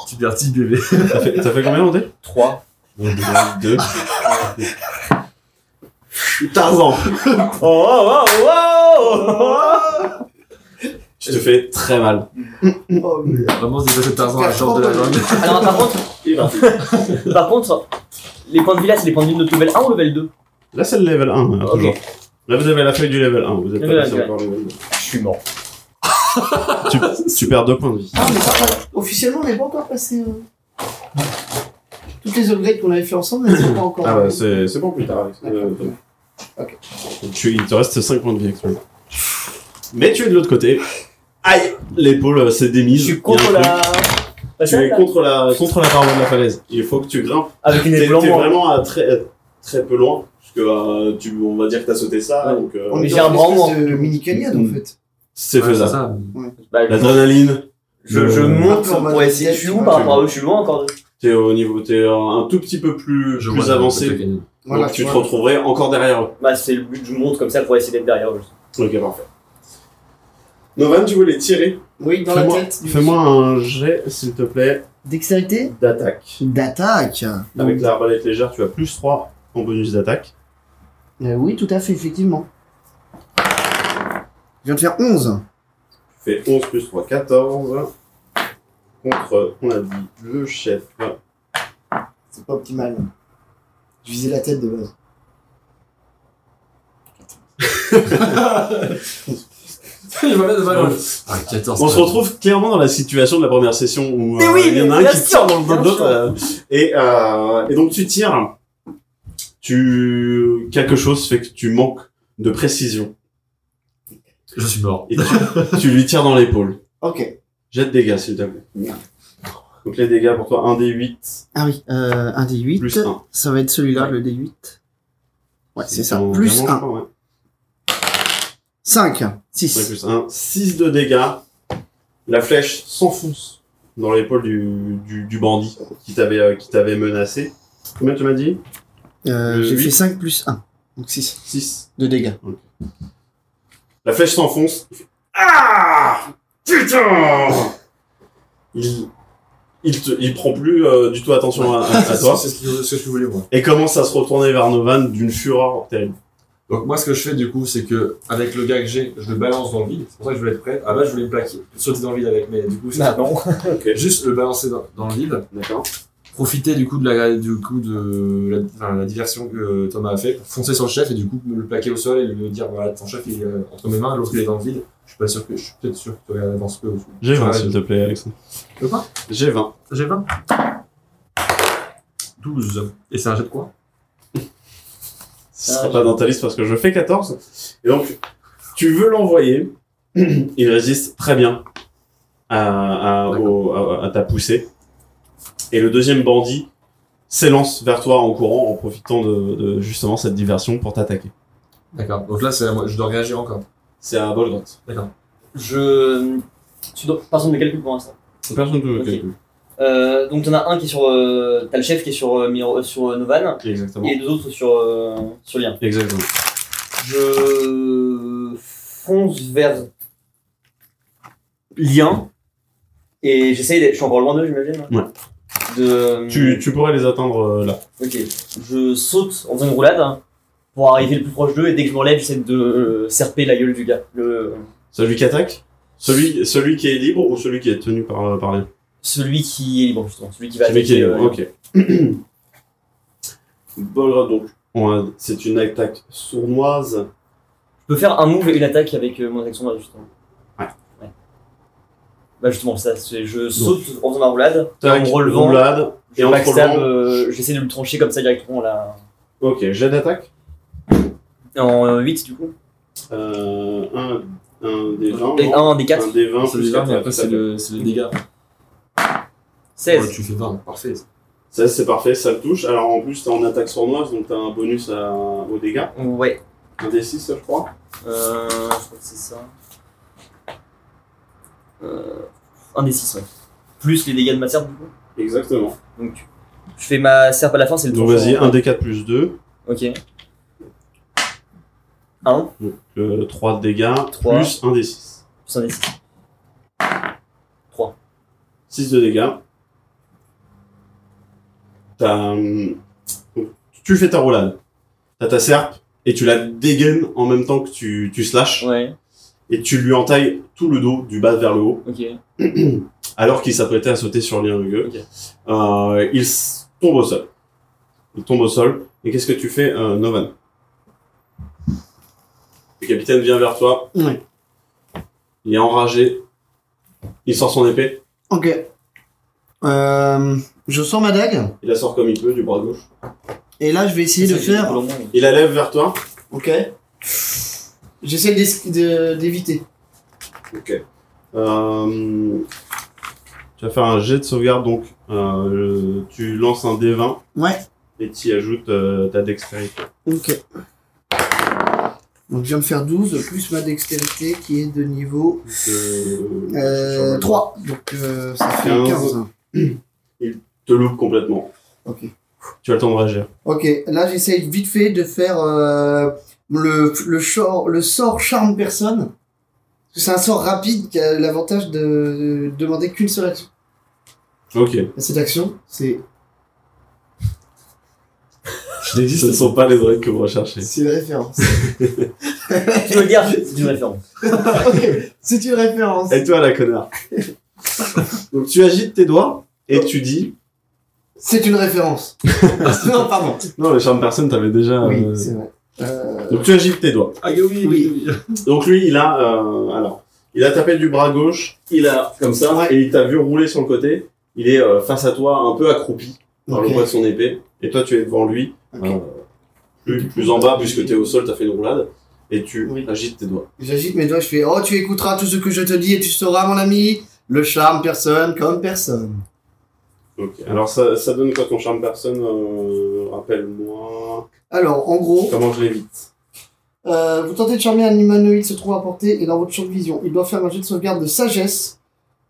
[SPEAKER 5] Tu perds 10 bébés.
[SPEAKER 2] T'as fait, t'as fait combien en dé
[SPEAKER 4] 1, 3.
[SPEAKER 2] Deux. Tarzan,
[SPEAKER 4] Oh oh oh oh
[SPEAKER 2] tu te fais très mal. Mm.
[SPEAKER 1] Oh, mais-
[SPEAKER 5] Vraiment, c'est passé de Tarzan à la sorte de la jungle.
[SPEAKER 4] Alors par contre,
[SPEAKER 2] Et parti.
[SPEAKER 4] par contre, les points de vie là c'est les points de vie de notre level 1 ou level 2
[SPEAKER 2] Là, c'est le level 1, hein,
[SPEAKER 4] Ok.
[SPEAKER 2] toujours. Là, vous avez la feuille du level 1, vous êtes pas
[SPEAKER 4] Level
[SPEAKER 2] passé
[SPEAKER 4] 1,
[SPEAKER 2] encore le level 2.
[SPEAKER 4] Je suis mort.
[SPEAKER 2] Tu, tu perds deux points de vie.
[SPEAKER 1] Ah, on est pas- Officiellement, on n'est pas encore passé... euh, Toutes les upgrades qu'on avait fait ensemble, elles sont pas encore...
[SPEAKER 2] Ah bah, c'est c'est bon plus tard. euh,
[SPEAKER 1] Ok.
[SPEAKER 2] Donc, tu, il te reste 5 points de vie actuellement. Mais tu es de l'autre côté. Aïe L'épaule euh, s'est
[SPEAKER 4] Je
[SPEAKER 2] démise.
[SPEAKER 4] suis
[SPEAKER 2] Il
[SPEAKER 4] contre
[SPEAKER 2] y a un truc.
[SPEAKER 4] la. Bah,
[SPEAKER 2] Tu
[SPEAKER 4] ça,
[SPEAKER 2] es
[SPEAKER 4] là.
[SPEAKER 2] contre la, contre la paroi de la falaise. Il faut que tu grimpes.
[SPEAKER 4] Avec une
[SPEAKER 2] T'es t'es
[SPEAKER 4] épaule en moins.
[SPEAKER 2] vraiment à très, très peu loin. Parce que euh, tu, on va dire que t'as sauté ça.
[SPEAKER 4] Ouais.
[SPEAKER 2] donc, euh,
[SPEAKER 1] On
[SPEAKER 4] Mais
[SPEAKER 1] est
[SPEAKER 4] j'ai
[SPEAKER 1] dans
[SPEAKER 4] un
[SPEAKER 1] une
[SPEAKER 4] bras en
[SPEAKER 1] espèce
[SPEAKER 4] moins.
[SPEAKER 1] de mini-canyade,
[SPEAKER 2] Mm.
[SPEAKER 1] en fait.
[SPEAKER 2] C'est
[SPEAKER 5] Ouais,
[SPEAKER 2] faisable.
[SPEAKER 5] ça.
[SPEAKER 4] Bah, je-
[SPEAKER 2] L'adrénaline.
[SPEAKER 4] Je, je
[SPEAKER 2] Euh,
[SPEAKER 4] monte
[SPEAKER 1] un peu en mode
[SPEAKER 4] pour essayer. Je suis où par rapport à eux Je suis loin encore.
[SPEAKER 2] T'es au niveau, t'es euh, un tout petit peu plus,
[SPEAKER 5] Je
[SPEAKER 2] plus
[SPEAKER 5] vois,
[SPEAKER 2] avancé.
[SPEAKER 5] je
[SPEAKER 2] Donc
[SPEAKER 1] Voilà,
[SPEAKER 2] tu te
[SPEAKER 1] vois.
[SPEAKER 2] retrouverais encore derrière eux.
[SPEAKER 4] Bah, c'est le but, je monte comme ça pour essayer d'être derrière eux.
[SPEAKER 2] Ok, parfait. Novan, tu voulais tirer.
[SPEAKER 1] Oui, dans la
[SPEAKER 2] Fais-moi
[SPEAKER 1] tête. du-
[SPEAKER 2] fais-moi un jet, s'il te plaît,
[SPEAKER 1] Dextérité
[SPEAKER 2] d'attaque.
[SPEAKER 1] D'attaque.
[SPEAKER 2] Avec l'arbalète légère, tu as plus 3 en bonus d'attaque.
[SPEAKER 1] Euh, oui, tout à fait, effectivement. Je viens de faire 11.
[SPEAKER 2] Tu fais 11 plus 3, 14. Contre, on a dit, le chef.
[SPEAKER 1] C'est pas optimal. Je visais la tête de base.
[SPEAKER 5] Il va mettre de valeur. Ah,
[SPEAKER 2] On
[SPEAKER 5] 14.
[SPEAKER 2] se retrouve clairement dans la situation de la première session où
[SPEAKER 1] Mais
[SPEAKER 2] euh,
[SPEAKER 1] oui,
[SPEAKER 2] il y en a
[SPEAKER 1] mais
[SPEAKER 2] un
[SPEAKER 1] bien
[SPEAKER 2] qui
[SPEAKER 1] sûr,
[SPEAKER 2] tire dans le dos de
[SPEAKER 1] bien
[SPEAKER 2] l'autre. euh, et, euh, et donc tu tires. Tu quelque chose fait que tu manques de précision
[SPEAKER 5] Je suis mort.
[SPEAKER 2] et tu, tu lui tires dans l'épaule.
[SPEAKER 1] Ok.
[SPEAKER 2] Jette dégâts s'il te plaît.
[SPEAKER 1] Merde.
[SPEAKER 2] Donc les dégâts pour toi 1 des 8
[SPEAKER 1] Ah oui, euh, un D8.
[SPEAKER 2] plus 1.
[SPEAKER 1] Ça va être celui-là, le D8. Ouais, c'est ça. Plus 1. 5. 6.
[SPEAKER 2] plus 1. 6 de dégâts. La flèche s'enfonce dans l'épaule du, du, du bandit qui t'avait euh, qui t'avait menacé. Combien tu m'as dit
[SPEAKER 1] Euh,
[SPEAKER 2] Le
[SPEAKER 1] J'ai fait
[SPEAKER 2] huit.
[SPEAKER 1] 5 plus 1. Donc 6
[SPEAKER 2] 6.
[SPEAKER 1] de dégâts.
[SPEAKER 2] La flèche s'enfonce. Il fait, Ah Putain il, il, te- il prend plus euh, du tout attention à, à- à
[SPEAKER 5] C'est
[SPEAKER 2] toi
[SPEAKER 5] c'est ce que, ce que je voulais, moi.
[SPEAKER 2] et commence à se retourner vers Novan d'une fureur terrible.
[SPEAKER 5] Donc, moi, ce que je fais, du coup, c'est que, avec le gars que j'ai, je le balance dans le vide. C'est pour ça que je voulais être prêt. Ah, là, je voulais me plaquer, sauter dans le vide avec, mais du coup, c'est
[SPEAKER 4] Bah non.
[SPEAKER 5] juste le balancer dans, dans le vide.
[SPEAKER 2] D'accord
[SPEAKER 5] Profiter, du coup, de la, du coup, de la, enfin, la diversion que Thomas a fait. Foncer sur le chef et, du coup, me le plaquer au sol et lui dire, voilà, ton chef, il est euh, entre mes mains, l'autre, il est dans le vide. Je suis pas sûr que, je suis peut-être sûr que tu regardes dans ce peu.
[SPEAKER 2] J'ai 20,
[SPEAKER 5] Ouais,
[SPEAKER 2] s'il te
[SPEAKER 5] je-
[SPEAKER 2] plaît, Alexandre.
[SPEAKER 5] Le quoi
[SPEAKER 2] J'ai 20.
[SPEAKER 5] J'ai 20. 12. Et c'est un jet de quoi
[SPEAKER 2] Ce sera
[SPEAKER 4] Ah,
[SPEAKER 2] pas dans ta liste parce que je fais 14. Et donc, tu veux l'envoyer. Il résiste très bien à, à- au- à- à ta poussée. Et le deuxième bandit s'élance vers toi en courant en profitant de, de justement cette diversion pour t'attaquer.
[SPEAKER 5] D'accord. Donc là, c'est à moi. je dois réagir encore.
[SPEAKER 2] C'est à Bolgrot.
[SPEAKER 4] Je suis dans... par exemple de calcul pour l'instant.
[SPEAKER 2] Personne ne
[SPEAKER 4] Ok. Euh, donc t'en as un qui est sur, euh, t'as le chef qui est sur, euh, Miro- euh, sur euh, Novan
[SPEAKER 2] Exactement.
[SPEAKER 4] et les deux autres sur, euh, sur Lien.
[SPEAKER 2] Exactement.
[SPEAKER 4] Je fonce vers Lien et j'essaye, d'être- je suis encore loin d'eux j'imagine.
[SPEAKER 2] Ouais.
[SPEAKER 4] De...
[SPEAKER 2] Tu, tu pourrais les atteindre euh, là.
[SPEAKER 4] Ok, je saute en faisant une roulade hein, pour arriver le plus proche d'eux et dès que je m'enlève, j'essaie de euh, serper la gueule du gars. Le...
[SPEAKER 2] Celui qui attaque celui, celui qui est libre ou celui qui est tenu par, par les...
[SPEAKER 4] Celui qui est libre, justement, celui qui va
[SPEAKER 2] Celui qui est
[SPEAKER 4] attaquer,
[SPEAKER 2] libre,
[SPEAKER 4] euh,
[SPEAKER 2] ok. Bolgrot, donc, on a- c'est une attaque sournoise.
[SPEAKER 4] Je peux faire un move et une attaque avec euh, mon action là, justement.
[SPEAKER 2] Ouais.
[SPEAKER 4] Ouais. Bah justement, ça, c'est- je saute en faisant ma roulade,
[SPEAKER 2] Tac,
[SPEAKER 4] en relevant,
[SPEAKER 2] roulade,
[SPEAKER 4] je
[SPEAKER 2] et en
[SPEAKER 4] backstab,
[SPEAKER 2] relevant-
[SPEAKER 4] euh, j'essaie de le trancher comme ça directement là.
[SPEAKER 2] Ok, jet d'attaque.
[SPEAKER 4] En euh, 8 du coup.
[SPEAKER 2] Euh, un, un des 20.
[SPEAKER 4] Et un des 4,
[SPEAKER 2] Un des 20 plus 4.
[SPEAKER 5] mais après, c'est le, c'est le dégât. Ouais,
[SPEAKER 4] 16.
[SPEAKER 5] tu fais 20. Parfait.
[SPEAKER 2] 16, c'est parfait, ça le touche. Alors en plus, t'es en attaque sournoise, donc t'as un bonus à, aux dégâts.
[SPEAKER 4] Ouais.
[SPEAKER 2] Un des 6, je crois.
[SPEAKER 4] Euh, je crois que c'est ça. Euh, un des 6, ouais. Plus les dégâts de ma serpe du coup.
[SPEAKER 2] Exactement.
[SPEAKER 4] Donc tu- je fais ma serpe à la fin, c'est le
[SPEAKER 2] Donc
[SPEAKER 4] tranchant.
[SPEAKER 2] vas-y, un des 4 plus 2.
[SPEAKER 4] Ok. 1,
[SPEAKER 2] Donc 3 euh, de dégâts,
[SPEAKER 4] Trois.
[SPEAKER 2] plus un des 6.
[SPEAKER 4] plus un des 6.
[SPEAKER 2] 6 de dégâts. T'as, hum, donc, tu fais ta roulade. T'as ta serpe, et tu la dégaines en même temps que tu, tu slashes.
[SPEAKER 4] Ouais,
[SPEAKER 2] et tu lui entailles tout le dos du bas vers le haut,
[SPEAKER 4] ok.
[SPEAKER 2] alors qu'il s'apprêtait à sauter sur lien rugueux.
[SPEAKER 4] Ok.
[SPEAKER 2] Euh, il s- tombe au sol. Il tombe au sol. Et qu'est-ce que tu fais, euh, Novan Le capitaine vient vers toi.
[SPEAKER 1] Ouais.
[SPEAKER 2] Il est enragé. Il sort son épée.
[SPEAKER 1] Ok. Euh, je sors ma dague.
[SPEAKER 2] Il la sort comme il peut du bras gauche.
[SPEAKER 1] Et là, je vais essayer de faire.
[SPEAKER 2] Il la lève vers toi.
[SPEAKER 1] Ok. J'essaie d'es- de- d'éviter.
[SPEAKER 2] Ok. Euh, tu vas faire un jet de sauvegarde, donc euh, tu lances un D20
[SPEAKER 1] Ouais.
[SPEAKER 2] et tu ajoutes euh, ta dextérité.
[SPEAKER 1] Ok. Donc, je viens de faire 12 plus ma dextérité qui est de niveau
[SPEAKER 2] De-
[SPEAKER 1] euh, 3. Donc, euh, ça fait 15.
[SPEAKER 2] 15. te loupe complètement.
[SPEAKER 1] Ok.
[SPEAKER 2] Tu as le temps de réagir.
[SPEAKER 1] Ok, là j'essaye vite fait de faire euh, le, le, chor- le sort charme personne
[SPEAKER 3] C'est un sort rapide qui a l'avantage de demander qu'une seule action.
[SPEAKER 2] Ok.
[SPEAKER 3] Cette action, c'est
[SPEAKER 2] Je l'ai dit, ce ne sont pas les droïdes que vous recherchez.
[SPEAKER 3] c'est une référence.
[SPEAKER 4] Tu veux dire, c'est une référence.
[SPEAKER 3] ok, c'est une référence.
[SPEAKER 2] Et toi, la connard. Donc, tu agites tes doigts et tu dis.
[SPEAKER 3] C'est une référence. non, pardon.
[SPEAKER 2] Non, le charme personne, t'avais déjà.
[SPEAKER 3] Oui,
[SPEAKER 2] euh,
[SPEAKER 3] c'est vrai. Euh,
[SPEAKER 2] Donc, tu agites tes doigts.
[SPEAKER 5] Ah, oui, oui.
[SPEAKER 2] Donc, lui, il a. euh, Alors, il a tapé du bras gauche, il a comme ça,
[SPEAKER 3] Ouais.
[SPEAKER 2] et il t'a vu rouler sur le côté. Il est euh, face à toi, un peu accroupi par le
[SPEAKER 3] ok,
[SPEAKER 2] poids de son épée. Et toi, tu es devant lui,
[SPEAKER 3] ok.
[SPEAKER 2] euh, plus, plus en bas, puisque t'es au sol, t'as fait une roulade. Et tu
[SPEAKER 3] Oui.
[SPEAKER 2] agites tes doigts.
[SPEAKER 3] J'agite mes doigts, je fais Oh, tu écouteras tout ce que je te dis et tu sauras, mon ami, le charme personne comme personne.
[SPEAKER 2] Ok. Alors, ça, ça donne quoi ton charme personne euh, Rappelle-moi.
[SPEAKER 3] Alors, en gros,
[SPEAKER 2] Comment je l'évite
[SPEAKER 3] euh, vous tentez de charmer un humanoïde se trouve à portée et dans votre champ de vision. Il doit faire un jeu de sauvegarde de sagesse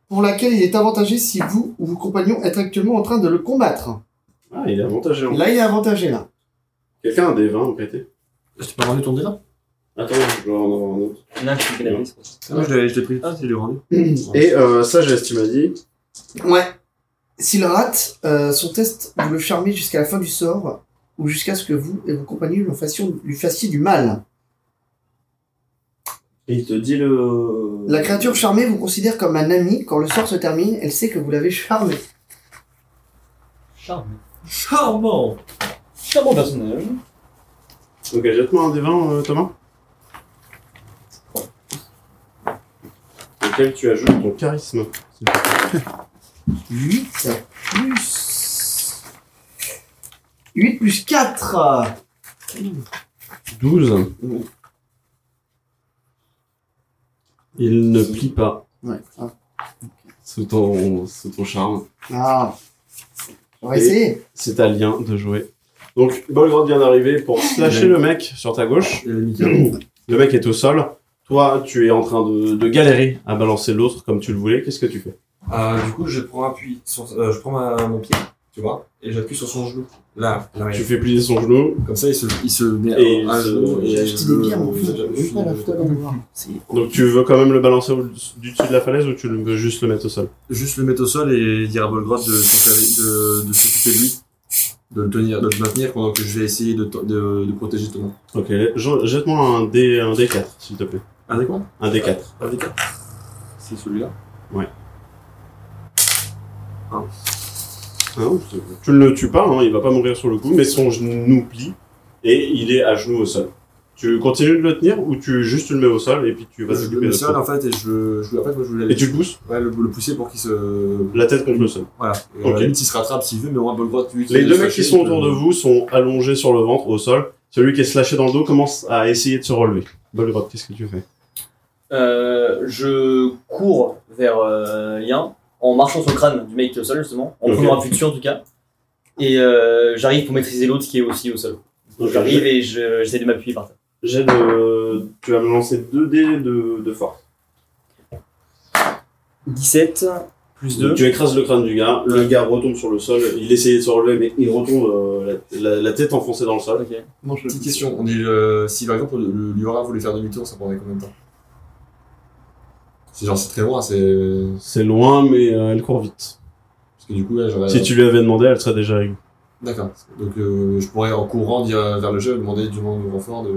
[SPEAKER 3] pour laquelle il est avantagé si vous ou vos compagnons êtes actuellement en train de le combattre.
[SPEAKER 2] Ah, il est avantagé. en-
[SPEAKER 3] Là, il est avantagé, là.
[SPEAKER 2] Quelqu'un a des vins pété
[SPEAKER 5] Je t'ai Ah, pas rendu ton délire
[SPEAKER 2] Attends, je dois en avoir un autre.
[SPEAKER 4] Il y en a un qui fait la vie, c'est pour ça.
[SPEAKER 5] Moi, je l'ai je l'ai pris. Ah, c'est l'ai rendu.
[SPEAKER 2] Et euh, sagesse, tu m'as dit.
[SPEAKER 3] Ouais. S'il rate euh, son test, vous le charmez jusqu'à la fin du sort ou jusqu'à ce que vous et vos compagnons lui fassions- lui fassiez du mal.
[SPEAKER 2] Et il te dit le.
[SPEAKER 3] La créature charmée vous considère comme un ami. Quand le sort se termine, elle sait que vous l'avez charmé.
[SPEAKER 4] Charme.
[SPEAKER 5] Charmant
[SPEAKER 4] Charmant personnage.
[SPEAKER 2] Ok, jette-moi un des vins, euh, Thomas. Auquel tu ajoutes ton charisme.
[SPEAKER 3] 8 plus... 8 plus 4
[SPEAKER 2] 12. Il ne plie pas
[SPEAKER 3] Ouais. Ah.
[SPEAKER 2] sous ton, sous ton charme.
[SPEAKER 3] Ah. On va
[SPEAKER 2] Et-
[SPEAKER 3] essayer.
[SPEAKER 2] C'est à lien de jouer. Donc, Bolgrod vient d'arriver pour slasher le mec sur ta gauche.
[SPEAKER 5] Il a mis carrément.
[SPEAKER 2] Le mec est au sol. Toi, tu es en train de, de galérer à balancer l'autre comme tu le voulais. Qu'est-ce que tu fais
[SPEAKER 5] Euh, Du coup, je prends appui sur. euh, Je prends ma- mon pied, tu vois, et j'appuie sur son genou. Là, là,
[SPEAKER 2] Tu fais plier son genou.
[SPEAKER 5] Comme ça, il se, il se met
[SPEAKER 2] Et
[SPEAKER 5] à un
[SPEAKER 2] il se-
[SPEAKER 5] genou.
[SPEAKER 2] J'ai
[SPEAKER 5] et
[SPEAKER 3] acheté
[SPEAKER 5] je-
[SPEAKER 3] des bières, mon
[SPEAKER 5] je-
[SPEAKER 3] fils.
[SPEAKER 5] je-
[SPEAKER 3] Oui, pas la
[SPEAKER 5] je-
[SPEAKER 3] fête à boire. C'est-
[SPEAKER 2] Donc, tu veux quand même le balancer au- du dessus de la falaise ou tu veux juste le mettre au sol
[SPEAKER 5] Juste le mettre au sol et dire à Bolgrod de, s'occuper- de, de s'occuper de lui, de le tenir, de le maintenir pendant que je vais essayer de, to- de, de protéger Thomas.
[SPEAKER 2] Ok, je- jette-moi un, D, un D4, s'il te plaît.
[SPEAKER 5] Un des quoi
[SPEAKER 2] Un D4.
[SPEAKER 5] Un des quatre C'est celui-là
[SPEAKER 2] Hein, c'est- tu ne le tues pas, hein, il va pas mourir sur le coup, mais son genou plie et il est à genoux au sol. Tu continues de le tenir ou tu juste tu le mets au sol et puis tu vas
[SPEAKER 5] Je le
[SPEAKER 2] s'occuper
[SPEAKER 5] mets
[SPEAKER 2] de
[SPEAKER 5] au sol
[SPEAKER 2] ça
[SPEAKER 5] en fait et je, je, en fait, moi, je voulais
[SPEAKER 2] Et tu le pousses
[SPEAKER 5] ouais, le, le pousser pour qu'il se.
[SPEAKER 2] La tête contre le sol.
[SPEAKER 5] Voilà. Et
[SPEAKER 2] Ok.
[SPEAKER 5] À la limite, il se rattrape s'il veut, mais au moins Bolgrod, lui.
[SPEAKER 2] Les
[SPEAKER 5] il
[SPEAKER 2] deux
[SPEAKER 5] se
[SPEAKER 2] mecs qui
[SPEAKER 5] lâche,
[SPEAKER 2] sont
[SPEAKER 5] il peut-
[SPEAKER 2] autour de vous sont allongés sur le ventre, au sol. Celui qui est slashé dans le dos commence à essayer de se relever. Bolgrot, qu'est-ce que tu fais
[SPEAKER 4] Euh, je cours vers euh, Lien en marchant sur le crâne du mec qui est au sol, justement, en
[SPEAKER 2] Ok.
[SPEAKER 4] prenant appui dessus en tout cas. Et euh, j'arrive pour maîtriser l'autre qui est aussi au sol. Donc j'arrive et je- j'essaie de m'appuyer par terre.
[SPEAKER 2] J'ai de... Tu vas me lancer deux dés de, de force.
[SPEAKER 4] 17 plus 2.
[SPEAKER 2] Tu écrases le crâne du gars, le gars retombe sur le sol, il essayait de se relever, mais il retombe euh, la, la- la tête enfoncée dans le sol.
[SPEAKER 4] Ok.
[SPEAKER 5] Petite question, on est le- si par exemple le, le Liora voulait faire demi-tour, ça prendrait combien de temps C'est genre, c'est très loin, c'est. Parce
[SPEAKER 2] C'est loin, mais euh, elle court vite.
[SPEAKER 5] que du coup, là, j'aurais.
[SPEAKER 2] Si tu lui avais demandé, elle serait déjà avec vous.
[SPEAKER 5] D'accord. Donc euh, je pourrais en courant dire euh, vers le jeu, demander du monde de renfort, de...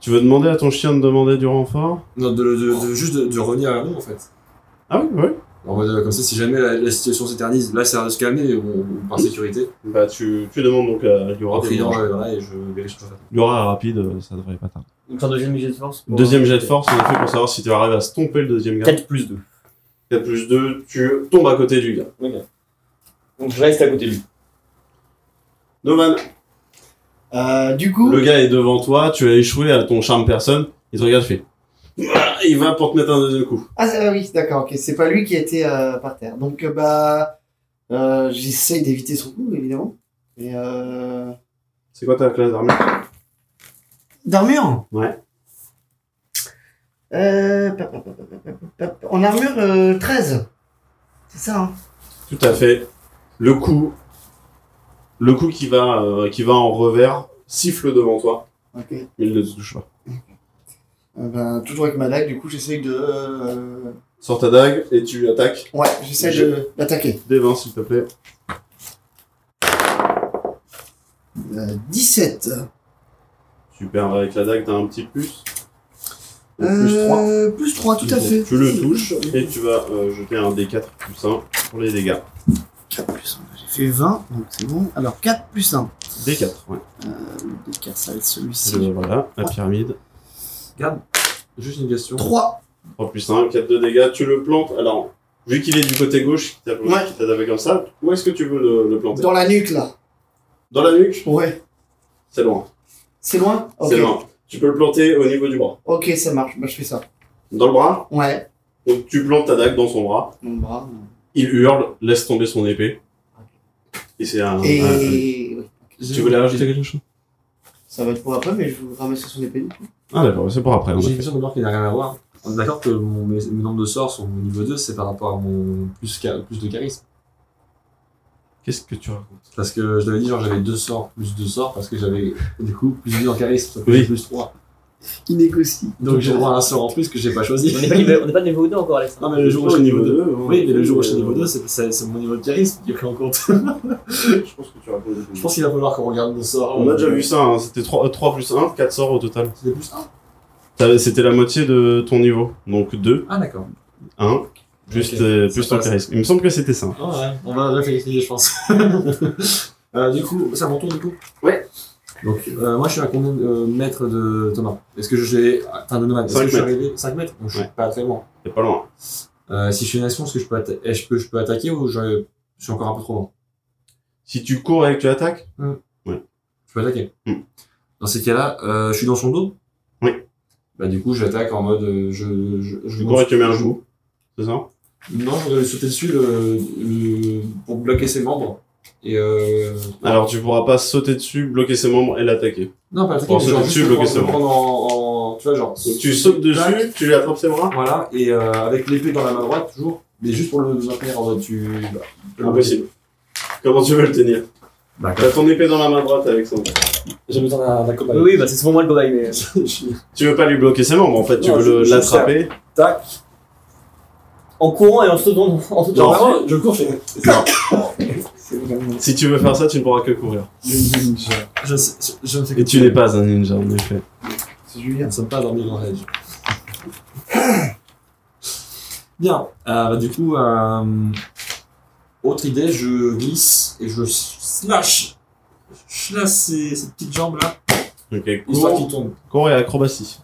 [SPEAKER 2] Tu veux demander à ton chien de demander du renfort
[SPEAKER 5] Non, de, de- de- juste de, de revenir vers nous en fait.
[SPEAKER 2] Ah oui, oui.
[SPEAKER 5] En mode, euh, comme ça, si jamais la, la situation s'éternise, là, ça va se calmer, mais on, on- par sécurité.
[SPEAKER 2] Bah, tu, tu demandes donc à Liora.
[SPEAKER 5] En
[SPEAKER 2] de
[SPEAKER 5] criant,
[SPEAKER 2] manger.
[SPEAKER 5] euh, voilà, et je vérifie ce que je fais.
[SPEAKER 2] Liora rapide, euh, ça devrait pas tarder.
[SPEAKER 4] Donc c'est un deuxième jet de force. pour-
[SPEAKER 2] Deuxième jet de force, on a fait pour savoir si tu arrives à stomper le deuxième gars.
[SPEAKER 4] 4 plus 2.
[SPEAKER 2] 4 plus 2, tu tombes à côté du gars.
[SPEAKER 4] Donc je reste à côté de lui.
[SPEAKER 2] Novan,
[SPEAKER 3] Euh, du coup,
[SPEAKER 2] le gars est devant toi, tu as échoué à ton charme personne, il te regarde, il fait. Voilà, Il va pour te mettre un deuxième coup.
[SPEAKER 3] ah, c'est- ah oui, d'accord, ok, c'est pas lui qui était euh, par terre. Donc euh, bah, euh, j'essaye d'éviter son coup, évidemment. Et euh...
[SPEAKER 2] C'est quoi ta classe d'armure
[SPEAKER 3] D'armure
[SPEAKER 2] Ouais.
[SPEAKER 3] Euh, pap, pap, pap, pap, pap, pap. en armure euh, 13. C'est ça, hein
[SPEAKER 2] Tout à fait. Le coup, le coup qui va, euh, qui va en revers siffle devant toi,
[SPEAKER 3] Ok.
[SPEAKER 2] mais il ne te touche pas.
[SPEAKER 1] Euh, ben, toujours avec ma dague, du coup, j'essaye de. euh,
[SPEAKER 2] Sors ta dague et tu attaques.
[SPEAKER 1] Ouais, j'essaye de l'attaquer.
[SPEAKER 2] Des 20, s'il te plaît.
[SPEAKER 1] Euh, 17.
[SPEAKER 2] Super, avec la dague, t'as un petit plus. Donc,
[SPEAKER 1] Euh,
[SPEAKER 2] plus 3.
[SPEAKER 1] Plus 3, tout à
[SPEAKER 2] Donc,
[SPEAKER 1] fait.
[SPEAKER 2] Tu le touches et tu vas euh, jeter un D4 plus 1 pour les dégâts.
[SPEAKER 1] 4 plus 1. J'ai fait 20, donc c'est bon. Alors 4 plus 1.
[SPEAKER 2] D4, ouais.
[SPEAKER 1] Le D4, ça va être celui-ci.
[SPEAKER 2] Euh, voilà, la pyramide.
[SPEAKER 5] Regarde, juste une question.
[SPEAKER 1] 3.
[SPEAKER 2] 3 plus 1, 4 de dégâts, tu le plantes. Alors, vu qu'il est du côté gauche, qui t'a
[SPEAKER 1] Ouais.
[SPEAKER 2] qui t'a tapé comme ça, où est-ce que tu veux le, le planter
[SPEAKER 1] Dans la nuque, là.
[SPEAKER 2] Dans la nuque
[SPEAKER 1] Ouais.
[SPEAKER 2] C'est loin.
[SPEAKER 1] C'est loin Ok.
[SPEAKER 2] C'est loin. Tu peux le planter au niveau du bras.
[SPEAKER 1] Ok, ça marche. Bah, je fais ça.
[SPEAKER 2] Dans le bras,
[SPEAKER 1] Ouais.
[SPEAKER 2] donc tu plantes ta dague dans son bras.
[SPEAKER 1] Mon bras. mon-
[SPEAKER 2] Il hurle, laisse tomber son épée. Et c'est un,
[SPEAKER 1] Et.
[SPEAKER 2] un-
[SPEAKER 1] ouais.
[SPEAKER 2] Tu voulais rajouter quelque chose
[SPEAKER 1] Ça va être pour après, mais je vais ramasser son épée.
[SPEAKER 2] Ah d'accord, c'est pour après. en
[SPEAKER 5] J'ai une
[SPEAKER 2] effet.
[SPEAKER 5] question d'abord qui n'a rien à voir. On est d'accord que mon, mes, mes nombres de sorts sont au niveau 2, c'est par rapport à mon plus, ca- plus de charisme.
[SPEAKER 2] Qu'est-ce que tu racontes
[SPEAKER 5] Parce que je l'avais dit, genre j'avais 2 sorts, plus 2 sorts, parce que j'avais du coup plus 2 en charisme, ça fait
[SPEAKER 2] Oui.
[SPEAKER 5] plus 3.
[SPEAKER 1] Il négocie.
[SPEAKER 5] Donc j'ai droit à un sort en plus que j'ai pas choisi.
[SPEAKER 4] On n'est pas, niveau- on n'est pas niveau 2 encore, Alex. hein.
[SPEAKER 5] Non, mais le jour où je serai niveau 2.
[SPEAKER 2] hein.
[SPEAKER 5] Oui, mais le jour où je serai niveau 2,
[SPEAKER 2] je
[SPEAKER 5] c'est- c'est c'est mon niveau de charisme qui est pris en compte.
[SPEAKER 2] pense que tu racontes. des
[SPEAKER 5] Je
[SPEAKER 2] conneries.
[SPEAKER 5] pense qu'il va falloir qu'on regarde nos sorts.
[SPEAKER 2] On a déjà vu ça, hein, c'était 3, plus 1, 4 sorts au total.
[SPEAKER 5] C'était plus 1
[SPEAKER 2] T'avais- C'était la moitié de ton niveau, donc 2,
[SPEAKER 5] Ah, d'accord.
[SPEAKER 2] 1, plus,
[SPEAKER 5] Ok.
[SPEAKER 2] tes-
[SPEAKER 5] Ça
[SPEAKER 2] euh, plus ton
[SPEAKER 5] passe.
[SPEAKER 2] charisme. Il me semble que c'était ça. hein.
[SPEAKER 5] Ah ouais, on va réfléchir, je pense. euh, du coup, c'est à mon tour, du coup
[SPEAKER 2] Ouais.
[SPEAKER 5] Donc, euh, moi, je suis à combien de euh, mètres de Thomas Est-ce que je vais. Enfin, de Nomad, est-ce
[SPEAKER 2] Cinq
[SPEAKER 5] que je suis
[SPEAKER 2] mètres.
[SPEAKER 5] arrivé 5 mètres Donc, je suis
[SPEAKER 2] Ouais.
[SPEAKER 5] pas très loin.
[SPEAKER 2] T'es pas loin.
[SPEAKER 5] Euh, si je fais une action, est-ce que je peux, atta- est-ce que je peux attaquer ou je... je suis encore un peu trop loin
[SPEAKER 2] Si tu cours et que tu attaques,
[SPEAKER 5] Je peux attaquer.
[SPEAKER 2] Mm.
[SPEAKER 5] Dans ces cas-là, euh, je suis dans son dos
[SPEAKER 2] Oui.
[SPEAKER 5] Bah, du coup, j'attaque en mode. euh, Je, je, je
[SPEAKER 2] tu cours et que tu mets un genou. C'est ça
[SPEAKER 5] Non, je voudrais lui sauter dessus le, le- pour bloquer ses membres. Et euh...
[SPEAKER 2] Alors tu pourras pas sauter dessus, bloquer ses membres et l'attaquer.
[SPEAKER 5] Non, pas attaquer,
[SPEAKER 2] Pour
[SPEAKER 5] mais
[SPEAKER 2] sauter
[SPEAKER 5] genre
[SPEAKER 2] dessus,
[SPEAKER 5] juste
[SPEAKER 2] bloquer
[SPEAKER 5] prendre-
[SPEAKER 2] ses bras.
[SPEAKER 5] prendre en, en- Tu vois, genre.
[SPEAKER 2] Donc tu sautes
[SPEAKER 5] tac,
[SPEAKER 2] dessus, tu lui attrapes ses bras
[SPEAKER 5] Voilà, et euh, avec l'épée dans la main droite, toujours. Mais juste pour le maintenir en mode tu. bah, tu le-
[SPEAKER 2] Impossible. Comment tu veux le tenir
[SPEAKER 5] D'accord.
[SPEAKER 2] T'as ton épée dans la main droite, Alexandre.
[SPEAKER 5] J'ai besoin d'un
[SPEAKER 2] Ah,
[SPEAKER 5] d'un copain.
[SPEAKER 4] Oui, oui, bah c'est souvent moi le cobaye, mais. euh,
[SPEAKER 2] Tu veux pas lui bloquer ses membres en fait, tu
[SPEAKER 5] Non, je-
[SPEAKER 2] veux le-
[SPEAKER 5] je
[SPEAKER 2] l'attraper.
[SPEAKER 5] Tac.
[SPEAKER 4] En courant et en sautant. En sautant.
[SPEAKER 2] Non.
[SPEAKER 5] Vraiment, je cours, je fais.
[SPEAKER 2] Si tu veux faire ça, tu ne pourras que courir.
[SPEAKER 5] Je, sais- je, je ne fais que.
[SPEAKER 2] Et tu n'es pas un ninja en effet.
[SPEAKER 1] C'est Julien.
[SPEAKER 5] Nous ne sommes pas dans Mirror Edge. Bien, euh, bah, du coup, euh, autre idée, je glisse et je slash. Je slash ces- cette petite jambe là,
[SPEAKER 2] Ok,
[SPEAKER 5] histoire qu'il
[SPEAKER 2] cours,
[SPEAKER 5] tombe.
[SPEAKER 2] cours et acrobatie.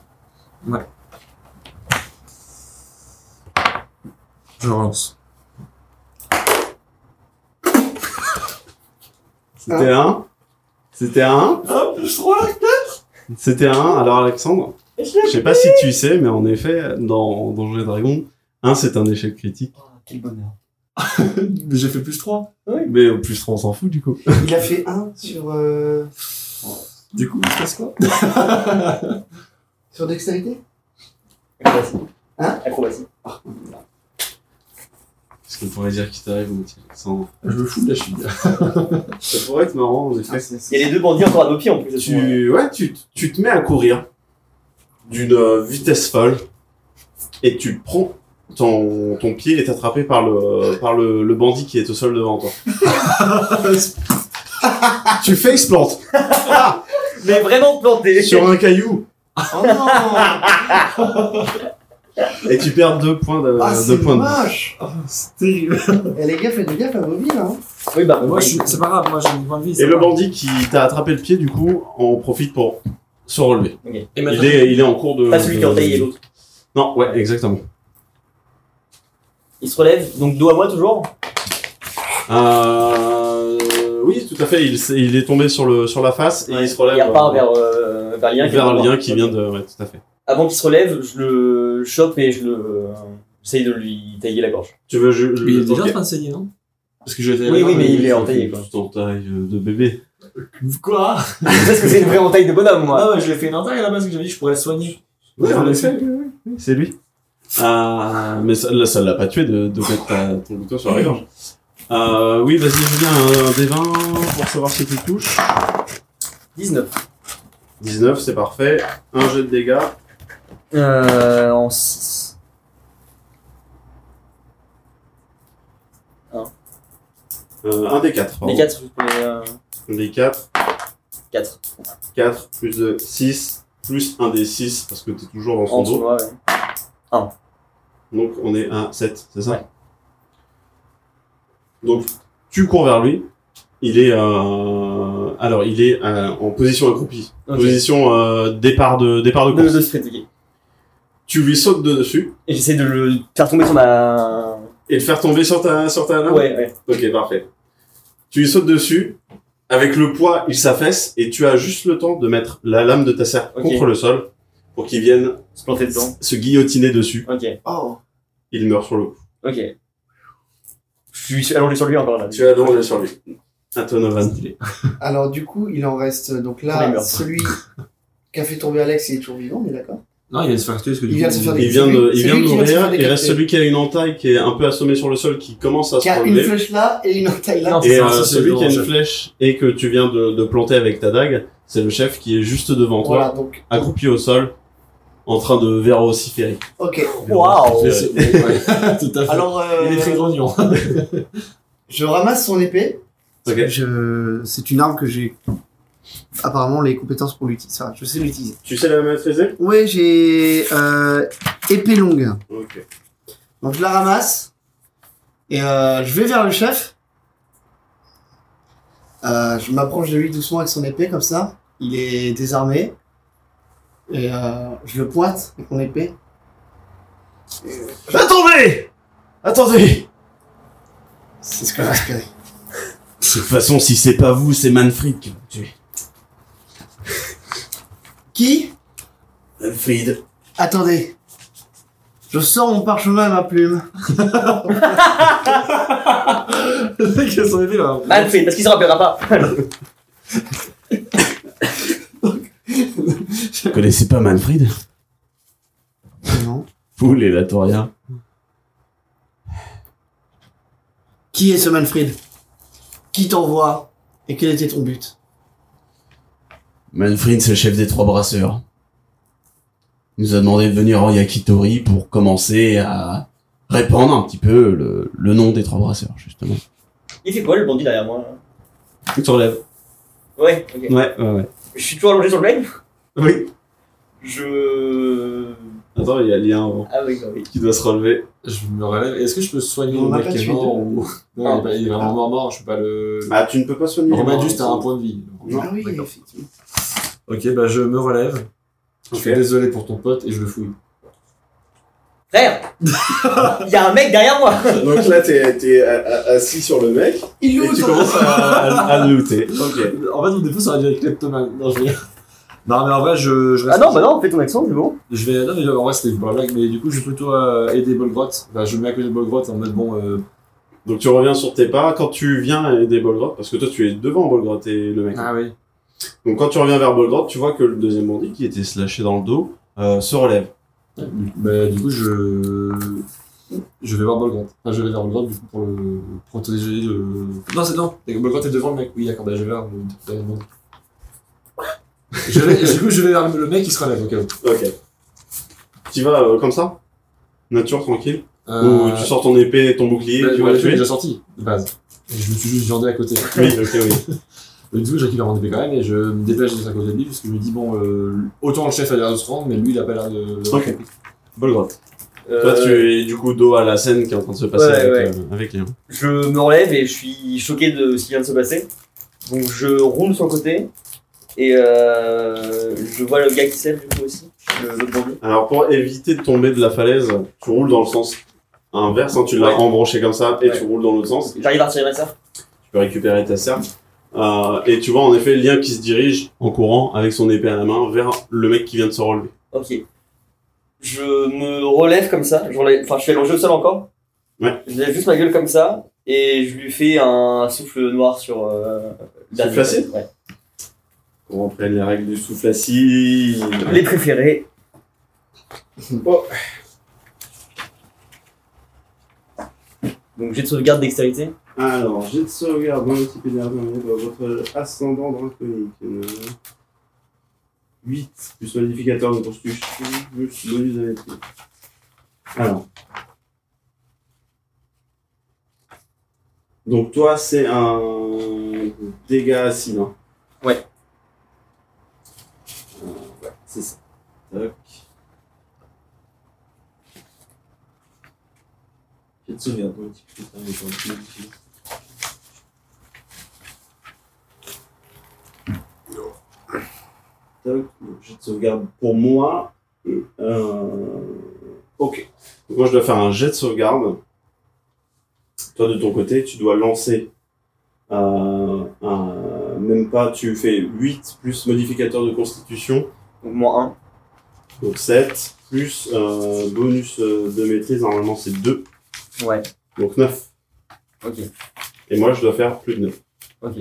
[SPEAKER 5] Je relance.
[SPEAKER 2] C'était un. C'était un.
[SPEAKER 5] Hop, je relance.
[SPEAKER 2] C'était un. Alors Alexandre, je sais pas si tu sais, mais en effet, dans Donjons et Dragons, un c'est un échec critique.
[SPEAKER 1] Quel bonheur.
[SPEAKER 5] Mais j'ai fait plus 3.
[SPEAKER 2] Mais au plus on s'en fout du coup.
[SPEAKER 1] Il a fait 1 sur. euh,
[SPEAKER 5] Du coup, il se passe quoi
[SPEAKER 1] sur dextérité
[SPEAKER 4] Acrobatie.
[SPEAKER 1] Hein
[SPEAKER 4] Acrobatie.
[SPEAKER 2] Qu'est-ce qu'on pourrait dire qui t'arrive mon petit Alexandre
[SPEAKER 5] Je me fous de la chute.
[SPEAKER 2] Ça pourrait être marrant en
[SPEAKER 1] Ah,
[SPEAKER 2] effet.
[SPEAKER 4] Il y a les deux bandits encore à nos pieds en plus. à ce moment-là.
[SPEAKER 2] Tu, ouais, tu, tu te mets à courir d'une euh, vitesse folle et tu prends ton, ton pied est attrapé par le par le, le bandit qui est au sol devant toi. tu face plante
[SPEAKER 4] Mais vraiment planté.
[SPEAKER 2] sur un caillou
[SPEAKER 1] Oh non Ah,
[SPEAKER 2] et tu perds deux points de
[SPEAKER 1] c'est
[SPEAKER 2] deux points. De...
[SPEAKER 1] moche
[SPEAKER 5] C'est terrible.
[SPEAKER 1] Eh les gars, faites du gaffe à vos vies, là. hein.
[SPEAKER 4] Oui, bah.
[SPEAKER 5] Ah, moi, je suis- c'est pas grave, moi j'ai un point de vie.
[SPEAKER 2] Et
[SPEAKER 5] c'est
[SPEAKER 2] le
[SPEAKER 5] pas grave.
[SPEAKER 2] bandit qui t'a attrapé le pied du coup en profite pour se relever.
[SPEAKER 5] Et maintenant-
[SPEAKER 2] Il est il est en cours de.
[SPEAKER 4] Pas celui qui
[SPEAKER 2] de-
[SPEAKER 4] a entaillé l'autre.
[SPEAKER 2] Non ouais exactement.
[SPEAKER 4] Il se relève, donc dos à moi toujours.
[SPEAKER 2] Euh, oui, tout à fait. Il, s'est- il est tombé sur, le, sur la face et il se relève
[SPEAKER 4] Il repart
[SPEAKER 2] euh,
[SPEAKER 4] vers, euh, vers Lien. qui est
[SPEAKER 2] vers
[SPEAKER 4] devant
[SPEAKER 2] lien
[SPEAKER 4] moi.
[SPEAKER 2] qui vient de. Ouais, tout à fait.
[SPEAKER 4] Avant qu'il se relève, je le chope et je le. euh, J'essaye de lui tailler la gorge.
[SPEAKER 2] Tu veux. Je, je-
[SPEAKER 5] Mais il est déjà
[SPEAKER 2] ok.
[SPEAKER 5] en train de saigner, non Parce que j'ai
[SPEAKER 4] Oui, oui, mais il est entaillé quoi.
[SPEAKER 2] Tout en taille euh, de bébé.
[SPEAKER 5] Quoi
[SPEAKER 4] Je sais ce que c'est une vraie entaille de bonhomme moi.
[SPEAKER 5] Ah ouais, je l'ai fait une entaille là parce que j'avais dit que je pourrais le soigner.
[SPEAKER 2] Oui,
[SPEAKER 5] en effet,
[SPEAKER 2] C'est lui. Euh, mais ça là, ça l'a pas tué de, de mettre ta- ton couteau sur la gorge. Euh, oui, vas-y, Julien, un des 20 pour savoir si tu touches.
[SPEAKER 4] 19.
[SPEAKER 2] 19, c'est parfait. Un jet de dégâts.
[SPEAKER 4] Euh, en 6.
[SPEAKER 2] Euh, un des quatre,
[SPEAKER 4] Les
[SPEAKER 2] pardon.
[SPEAKER 4] 4, je connais. Euh,
[SPEAKER 2] Un des quatre.
[SPEAKER 4] 4.
[SPEAKER 2] 4 plus 2, 6 plus un des 6 parce que t'es toujours dans son
[SPEAKER 4] En
[SPEAKER 2] dos.
[SPEAKER 4] tournoi, ouais.
[SPEAKER 2] Donc on est à 7, c'est ça
[SPEAKER 4] Ouais.
[SPEAKER 2] Donc tu cours vers lui. Il est euh, alors il est euh, en position accroupie,
[SPEAKER 4] Ok.
[SPEAKER 2] position euh, départ de départ de
[SPEAKER 4] Deux,
[SPEAKER 2] course.
[SPEAKER 4] deux spreads, ok.
[SPEAKER 2] Tu lui sautes de dessus
[SPEAKER 4] Et j'essaie de le faire tomber sur ma.
[SPEAKER 2] et le faire tomber sur ta sur ta lame.
[SPEAKER 4] Ouais, ouais.
[SPEAKER 2] Ok parfait. Tu lui sautes dessus. Avec le poids, il s'affaisse et tu as juste le temps de mettre la lame de ta serre
[SPEAKER 4] Ok.
[SPEAKER 2] contre le sol pour qu'il vienne
[SPEAKER 4] Se planter dedans.
[SPEAKER 2] se guillotiner dessus.
[SPEAKER 4] Ok,
[SPEAKER 3] Oh.
[SPEAKER 2] Il meurt sur le coup.
[SPEAKER 4] ok. Je suis allongé sur lui encore là.
[SPEAKER 2] Tu as allongé sur lui. À ton Novan.
[SPEAKER 1] Alors du coup, il en reste euh, donc
[SPEAKER 4] Pour les
[SPEAKER 1] là
[SPEAKER 4] meurtres.
[SPEAKER 1] celui qui a fait tomber Alex, il est toujours vivant, mais d'accord.
[SPEAKER 5] Non, il vient de se faire tuer parce que
[SPEAKER 1] Il vient de se faire
[SPEAKER 2] Il
[SPEAKER 1] des-
[SPEAKER 2] vient de, il
[SPEAKER 1] Ah, C'est
[SPEAKER 2] vient de
[SPEAKER 1] lui qui va se faire
[SPEAKER 2] mourir. Il reste
[SPEAKER 1] décapiter.
[SPEAKER 2] celui qui a une entaille qui est un peu assommé sur le sol, qui commence à se
[SPEAKER 1] Qui a une
[SPEAKER 2] relever.
[SPEAKER 1] flèche là et une entaille là.
[SPEAKER 4] Non,
[SPEAKER 2] Et
[SPEAKER 5] C'est
[SPEAKER 2] euh,
[SPEAKER 5] ça, c'est
[SPEAKER 2] celui
[SPEAKER 5] le
[SPEAKER 2] qui a une
[SPEAKER 5] chef.
[SPEAKER 2] flèche et que tu viens de, de planter avec ta dague, c'est le chef qui est juste devant toi,
[SPEAKER 1] voilà donc.
[SPEAKER 2] accroupi au sol, en train de vérociférer.
[SPEAKER 1] Ok.
[SPEAKER 4] Waouh!
[SPEAKER 2] C'est-
[SPEAKER 5] Tout à fait.
[SPEAKER 1] Alors euh,
[SPEAKER 5] il est très grognon.
[SPEAKER 1] je ramasse son épée.
[SPEAKER 2] Ok.
[SPEAKER 1] Je... C'est une arme que j'ai apparemment les compétences pour l'utiliser. Enfin, je sais l'utiliser.
[SPEAKER 2] Tu sais la maîtriser
[SPEAKER 1] Ouais, j'ai euh, épée longue.
[SPEAKER 2] Ok.
[SPEAKER 1] Donc je la ramasse et euh, je vais vers le chef. Euh, je m'approche de lui doucement avec son épée comme ça. Il est désarmé et euh, je le pointe avec mon épée.
[SPEAKER 2] Attendez Attendez
[SPEAKER 1] C'est ce que j'espérais.
[SPEAKER 2] De toute façon, si c'est pas vous, c'est Manfred qui va me tuer.
[SPEAKER 1] Qui
[SPEAKER 2] Manfred.
[SPEAKER 1] Attendez. Je sors mon parchemin et ma plume.
[SPEAKER 5] Le mec, il s'en est fait, hein. là.
[SPEAKER 4] Mal Ah, fait, parce qu'il se rappellera pas.
[SPEAKER 2] Vous connaissez pas Manfred
[SPEAKER 1] Non.
[SPEAKER 2] Vous, les Latoria.
[SPEAKER 1] Qui est ce Manfred Qui t'envoie et quel était ton but
[SPEAKER 2] Manfred, c'est le chef des trois brasseurs. Il nous a demandé de venir en Yakitori pour commencer à répandre un petit peu le, le nom des trois brasseurs, justement.
[SPEAKER 4] Il fait quoi le bandit derrière moi? là
[SPEAKER 2] Tu te relèves.
[SPEAKER 4] Ouais, ok.
[SPEAKER 2] Ouais, ouais, ouais.
[SPEAKER 4] Je suis toujours allongé sur le mec?
[SPEAKER 2] Oui.
[SPEAKER 4] Je.
[SPEAKER 2] Attends, il y a Lien avant
[SPEAKER 4] Ah oui, bah oui.
[SPEAKER 2] qui doit se relever.
[SPEAKER 5] Je me relève. Est-ce que je peux soigner
[SPEAKER 1] On
[SPEAKER 5] le
[SPEAKER 1] l'a
[SPEAKER 5] mec
[SPEAKER 1] pas
[SPEAKER 5] qui est
[SPEAKER 1] tué,
[SPEAKER 5] mort
[SPEAKER 1] de-
[SPEAKER 5] ou... Non,
[SPEAKER 4] Ah.
[SPEAKER 5] il est pas- il est vraiment mort, mort. Je peux pas le.
[SPEAKER 2] Ah, tu ne peux pas soigner. les
[SPEAKER 5] remettre
[SPEAKER 2] morts,
[SPEAKER 5] juste à un point de vie.
[SPEAKER 2] Non,
[SPEAKER 1] Ah oui,
[SPEAKER 5] d'accord.
[SPEAKER 1] effectivement.
[SPEAKER 5] Ok, bah je me relève. Je suis
[SPEAKER 2] Ok.
[SPEAKER 5] désolé pour ton pote et je le fouille.
[SPEAKER 4] Frère! Il y a un mec derrière moi!
[SPEAKER 2] Donc là, t'es t'es, euh, euh, assis sur le mec
[SPEAKER 1] Il
[SPEAKER 2] et
[SPEAKER 1] loot
[SPEAKER 2] tu commences à, à, à le looter. Ok.
[SPEAKER 5] En fait, mon défaut, ça aurait dû être kleptomane. Non, je vais. Non, mais en vrai, je, je
[SPEAKER 4] Ah
[SPEAKER 5] reste.
[SPEAKER 4] non, bah non, fais ton accent, c'est bon.
[SPEAKER 5] Je vais. Non, mais en vrai, c'était pas la blague, mais du coup, je vais plutôt euh, aider Bolgrotte. Enfin, je me mets à côté de Bolgrotte en mode bon. Euh...
[SPEAKER 2] Donc tu reviens sur tes pas. Quand tu viens aider Bolgrot, parce que toi, tu es devant Bolgrot et le mec.
[SPEAKER 5] Ah oui.
[SPEAKER 2] Donc quand tu reviens vers Bolgrot, tu vois que le deuxième bandit qui était slashé dans le dos euh, se relève.
[SPEAKER 5] Bah, du coup, je. Je vais voir Bolgrotte. Enfin, je vais vers Bolgrotte du coup pour le protéger de. Non, c'est non. Bolgrotte est devant le mec. Oui, d'accord, bah, je vais vers le. le- je vais, du coup, je vais vers le mec qui se relève, ok.
[SPEAKER 2] Ok. Tu vas euh, comme ça Nature tranquille
[SPEAKER 5] Euh,
[SPEAKER 2] Ou tu sors ton épée et ton bouclier,
[SPEAKER 5] bah,
[SPEAKER 2] tu
[SPEAKER 5] bah,
[SPEAKER 2] vas le
[SPEAKER 5] je l'ai
[SPEAKER 2] tuer
[SPEAKER 5] déjà sorti, de base. Et je me suis juste viandé à côté.
[SPEAKER 2] Oui, ok, oui.
[SPEAKER 5] Et du coup, je récupère mon épée quand même et je me dépêche de sa côté de lui parce que je me dis, bon, euh, autant le chef a l'air de se rendre, mais lui, il a pas l'air de.
[SPEAKER 2] Ok. Bolgrotte.
[SPEAKER 4] Euh,
[SPEAKER 2] Toi, tu es du coup dos à la scène qui est en train de se passer
[SPEAKER 4] Ouais,
[SPEAKER 2] avec,
[SPEAKER 4] ouais.
[SPEAKER 2] euh, avec les gens.
[SPEAKER 4] Je me relève et je suis choqué de ce qui vient de se passer. Donc je roule sur le côté et euh, je vois le gars qui s'élève du coup aussi, le l'autre bandit.
[SPEAKER 2] Alors, pour éviter de tomber de la falaise, tu roules dans le sens inverse, hein, tu l'as
[SPEAKER 4] Ouais.
[SPEAKER 2] embranché comme ça et
[SPEAKER 4] Ouais.
[SPEAKER 2] tu roules dans l'autre sens.
[SPEAKER 4] J'arrive à retirer ma sœur.
[SPEAKER 2] Tu peux récupérer ta serpe. Euh, et tu vois en effet Lien qui se dirige en courant avec son épée à la main vers le mec qui vient de se relever.
[SPEAKER 4] Ok. Je me relève comme ça. Je relève- Enfin, je suis allongé au sol encore.
[SPEAKER 2] Ouais.
[SPEAKER 4] Je lève juste ma gueule comme ça et je lui fais un souffle noir sur. Euh, le dernier.
[SPEAKER 2] facile
[SPEAKER 4] Ouais.
[SPEAKER 2] On reprenne les règles du souffle assis.
[SPEAKER 4] Les préférés.
[SPEAKER 2] Oh.
[SPEAKER 4] Donc j'ai de sauvegarde dextérité.
[SPEAKER 2] Alors, j'ai de sauvegarde dans le type énervé dans votre ascendant draconique. 8 euh, plus modificateur de constitution plus bonus de maîtrise. Alors. Donc toi, c'est un dégât acide. hein.
[SPEAKER 4] Ouais.
[SPEAKER 2] Euh, ouais, c'est ça. Tac. J'ai de sauvegarde, ouais, putain, mais j'en ai modifié. Toc, donc jet de sauvegarde pour moi. Euh, ok. Donc moi, je dois faire un jet de sauvegarde. Toi, de ton côté, tu dois lancer euh, un- Même pas, tu fais 8 plus modificateur de constitution,
[SPEAKER 4] Donc moins
[SPEAKER 2] donc 7, plus euh, bonus euh, de maîtrise, normalement c'est 2,
[SPEAKER 4] 1. Ouais.
[SPEAKER 2] donc 9.
[SPEAKER 4] Ok.
[SPEAKER 2] Et moi, je dois faire plus de 9.
[SPEAKER 4] Ok.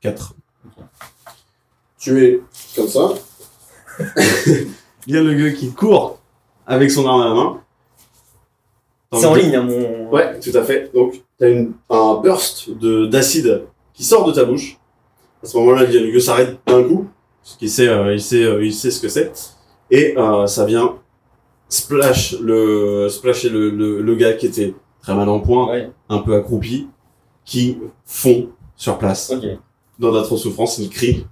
[SPEAKER 2] 4.
[SPEAKER 3] Tu es comme ça.
[SPEAKER 2] Il y a le gueux qui court avec son arme à la main.
[SPEAKER 4] C'est en ligne, hein, mon.
[SPEAKER 2] Ouais, tout à fait. Donc, t'as une, un burst de, d'acide qui sort de ta bouche. À ce moment-là, le lieu s'arrête d'un coup, parce qu'il sait, euh, il sait, euh, il sait ce que c'est. Et euh, ça vient splash le, splasher le, le, le gars qui était très mal en point,
[SPEAKER 4] Ouais.
[SPEAKER 2] un peu accroupi, qui fond sur place
[SPEAKER 4] Ok.
[SPEAKER 2] dans la trop souffrance, il crie.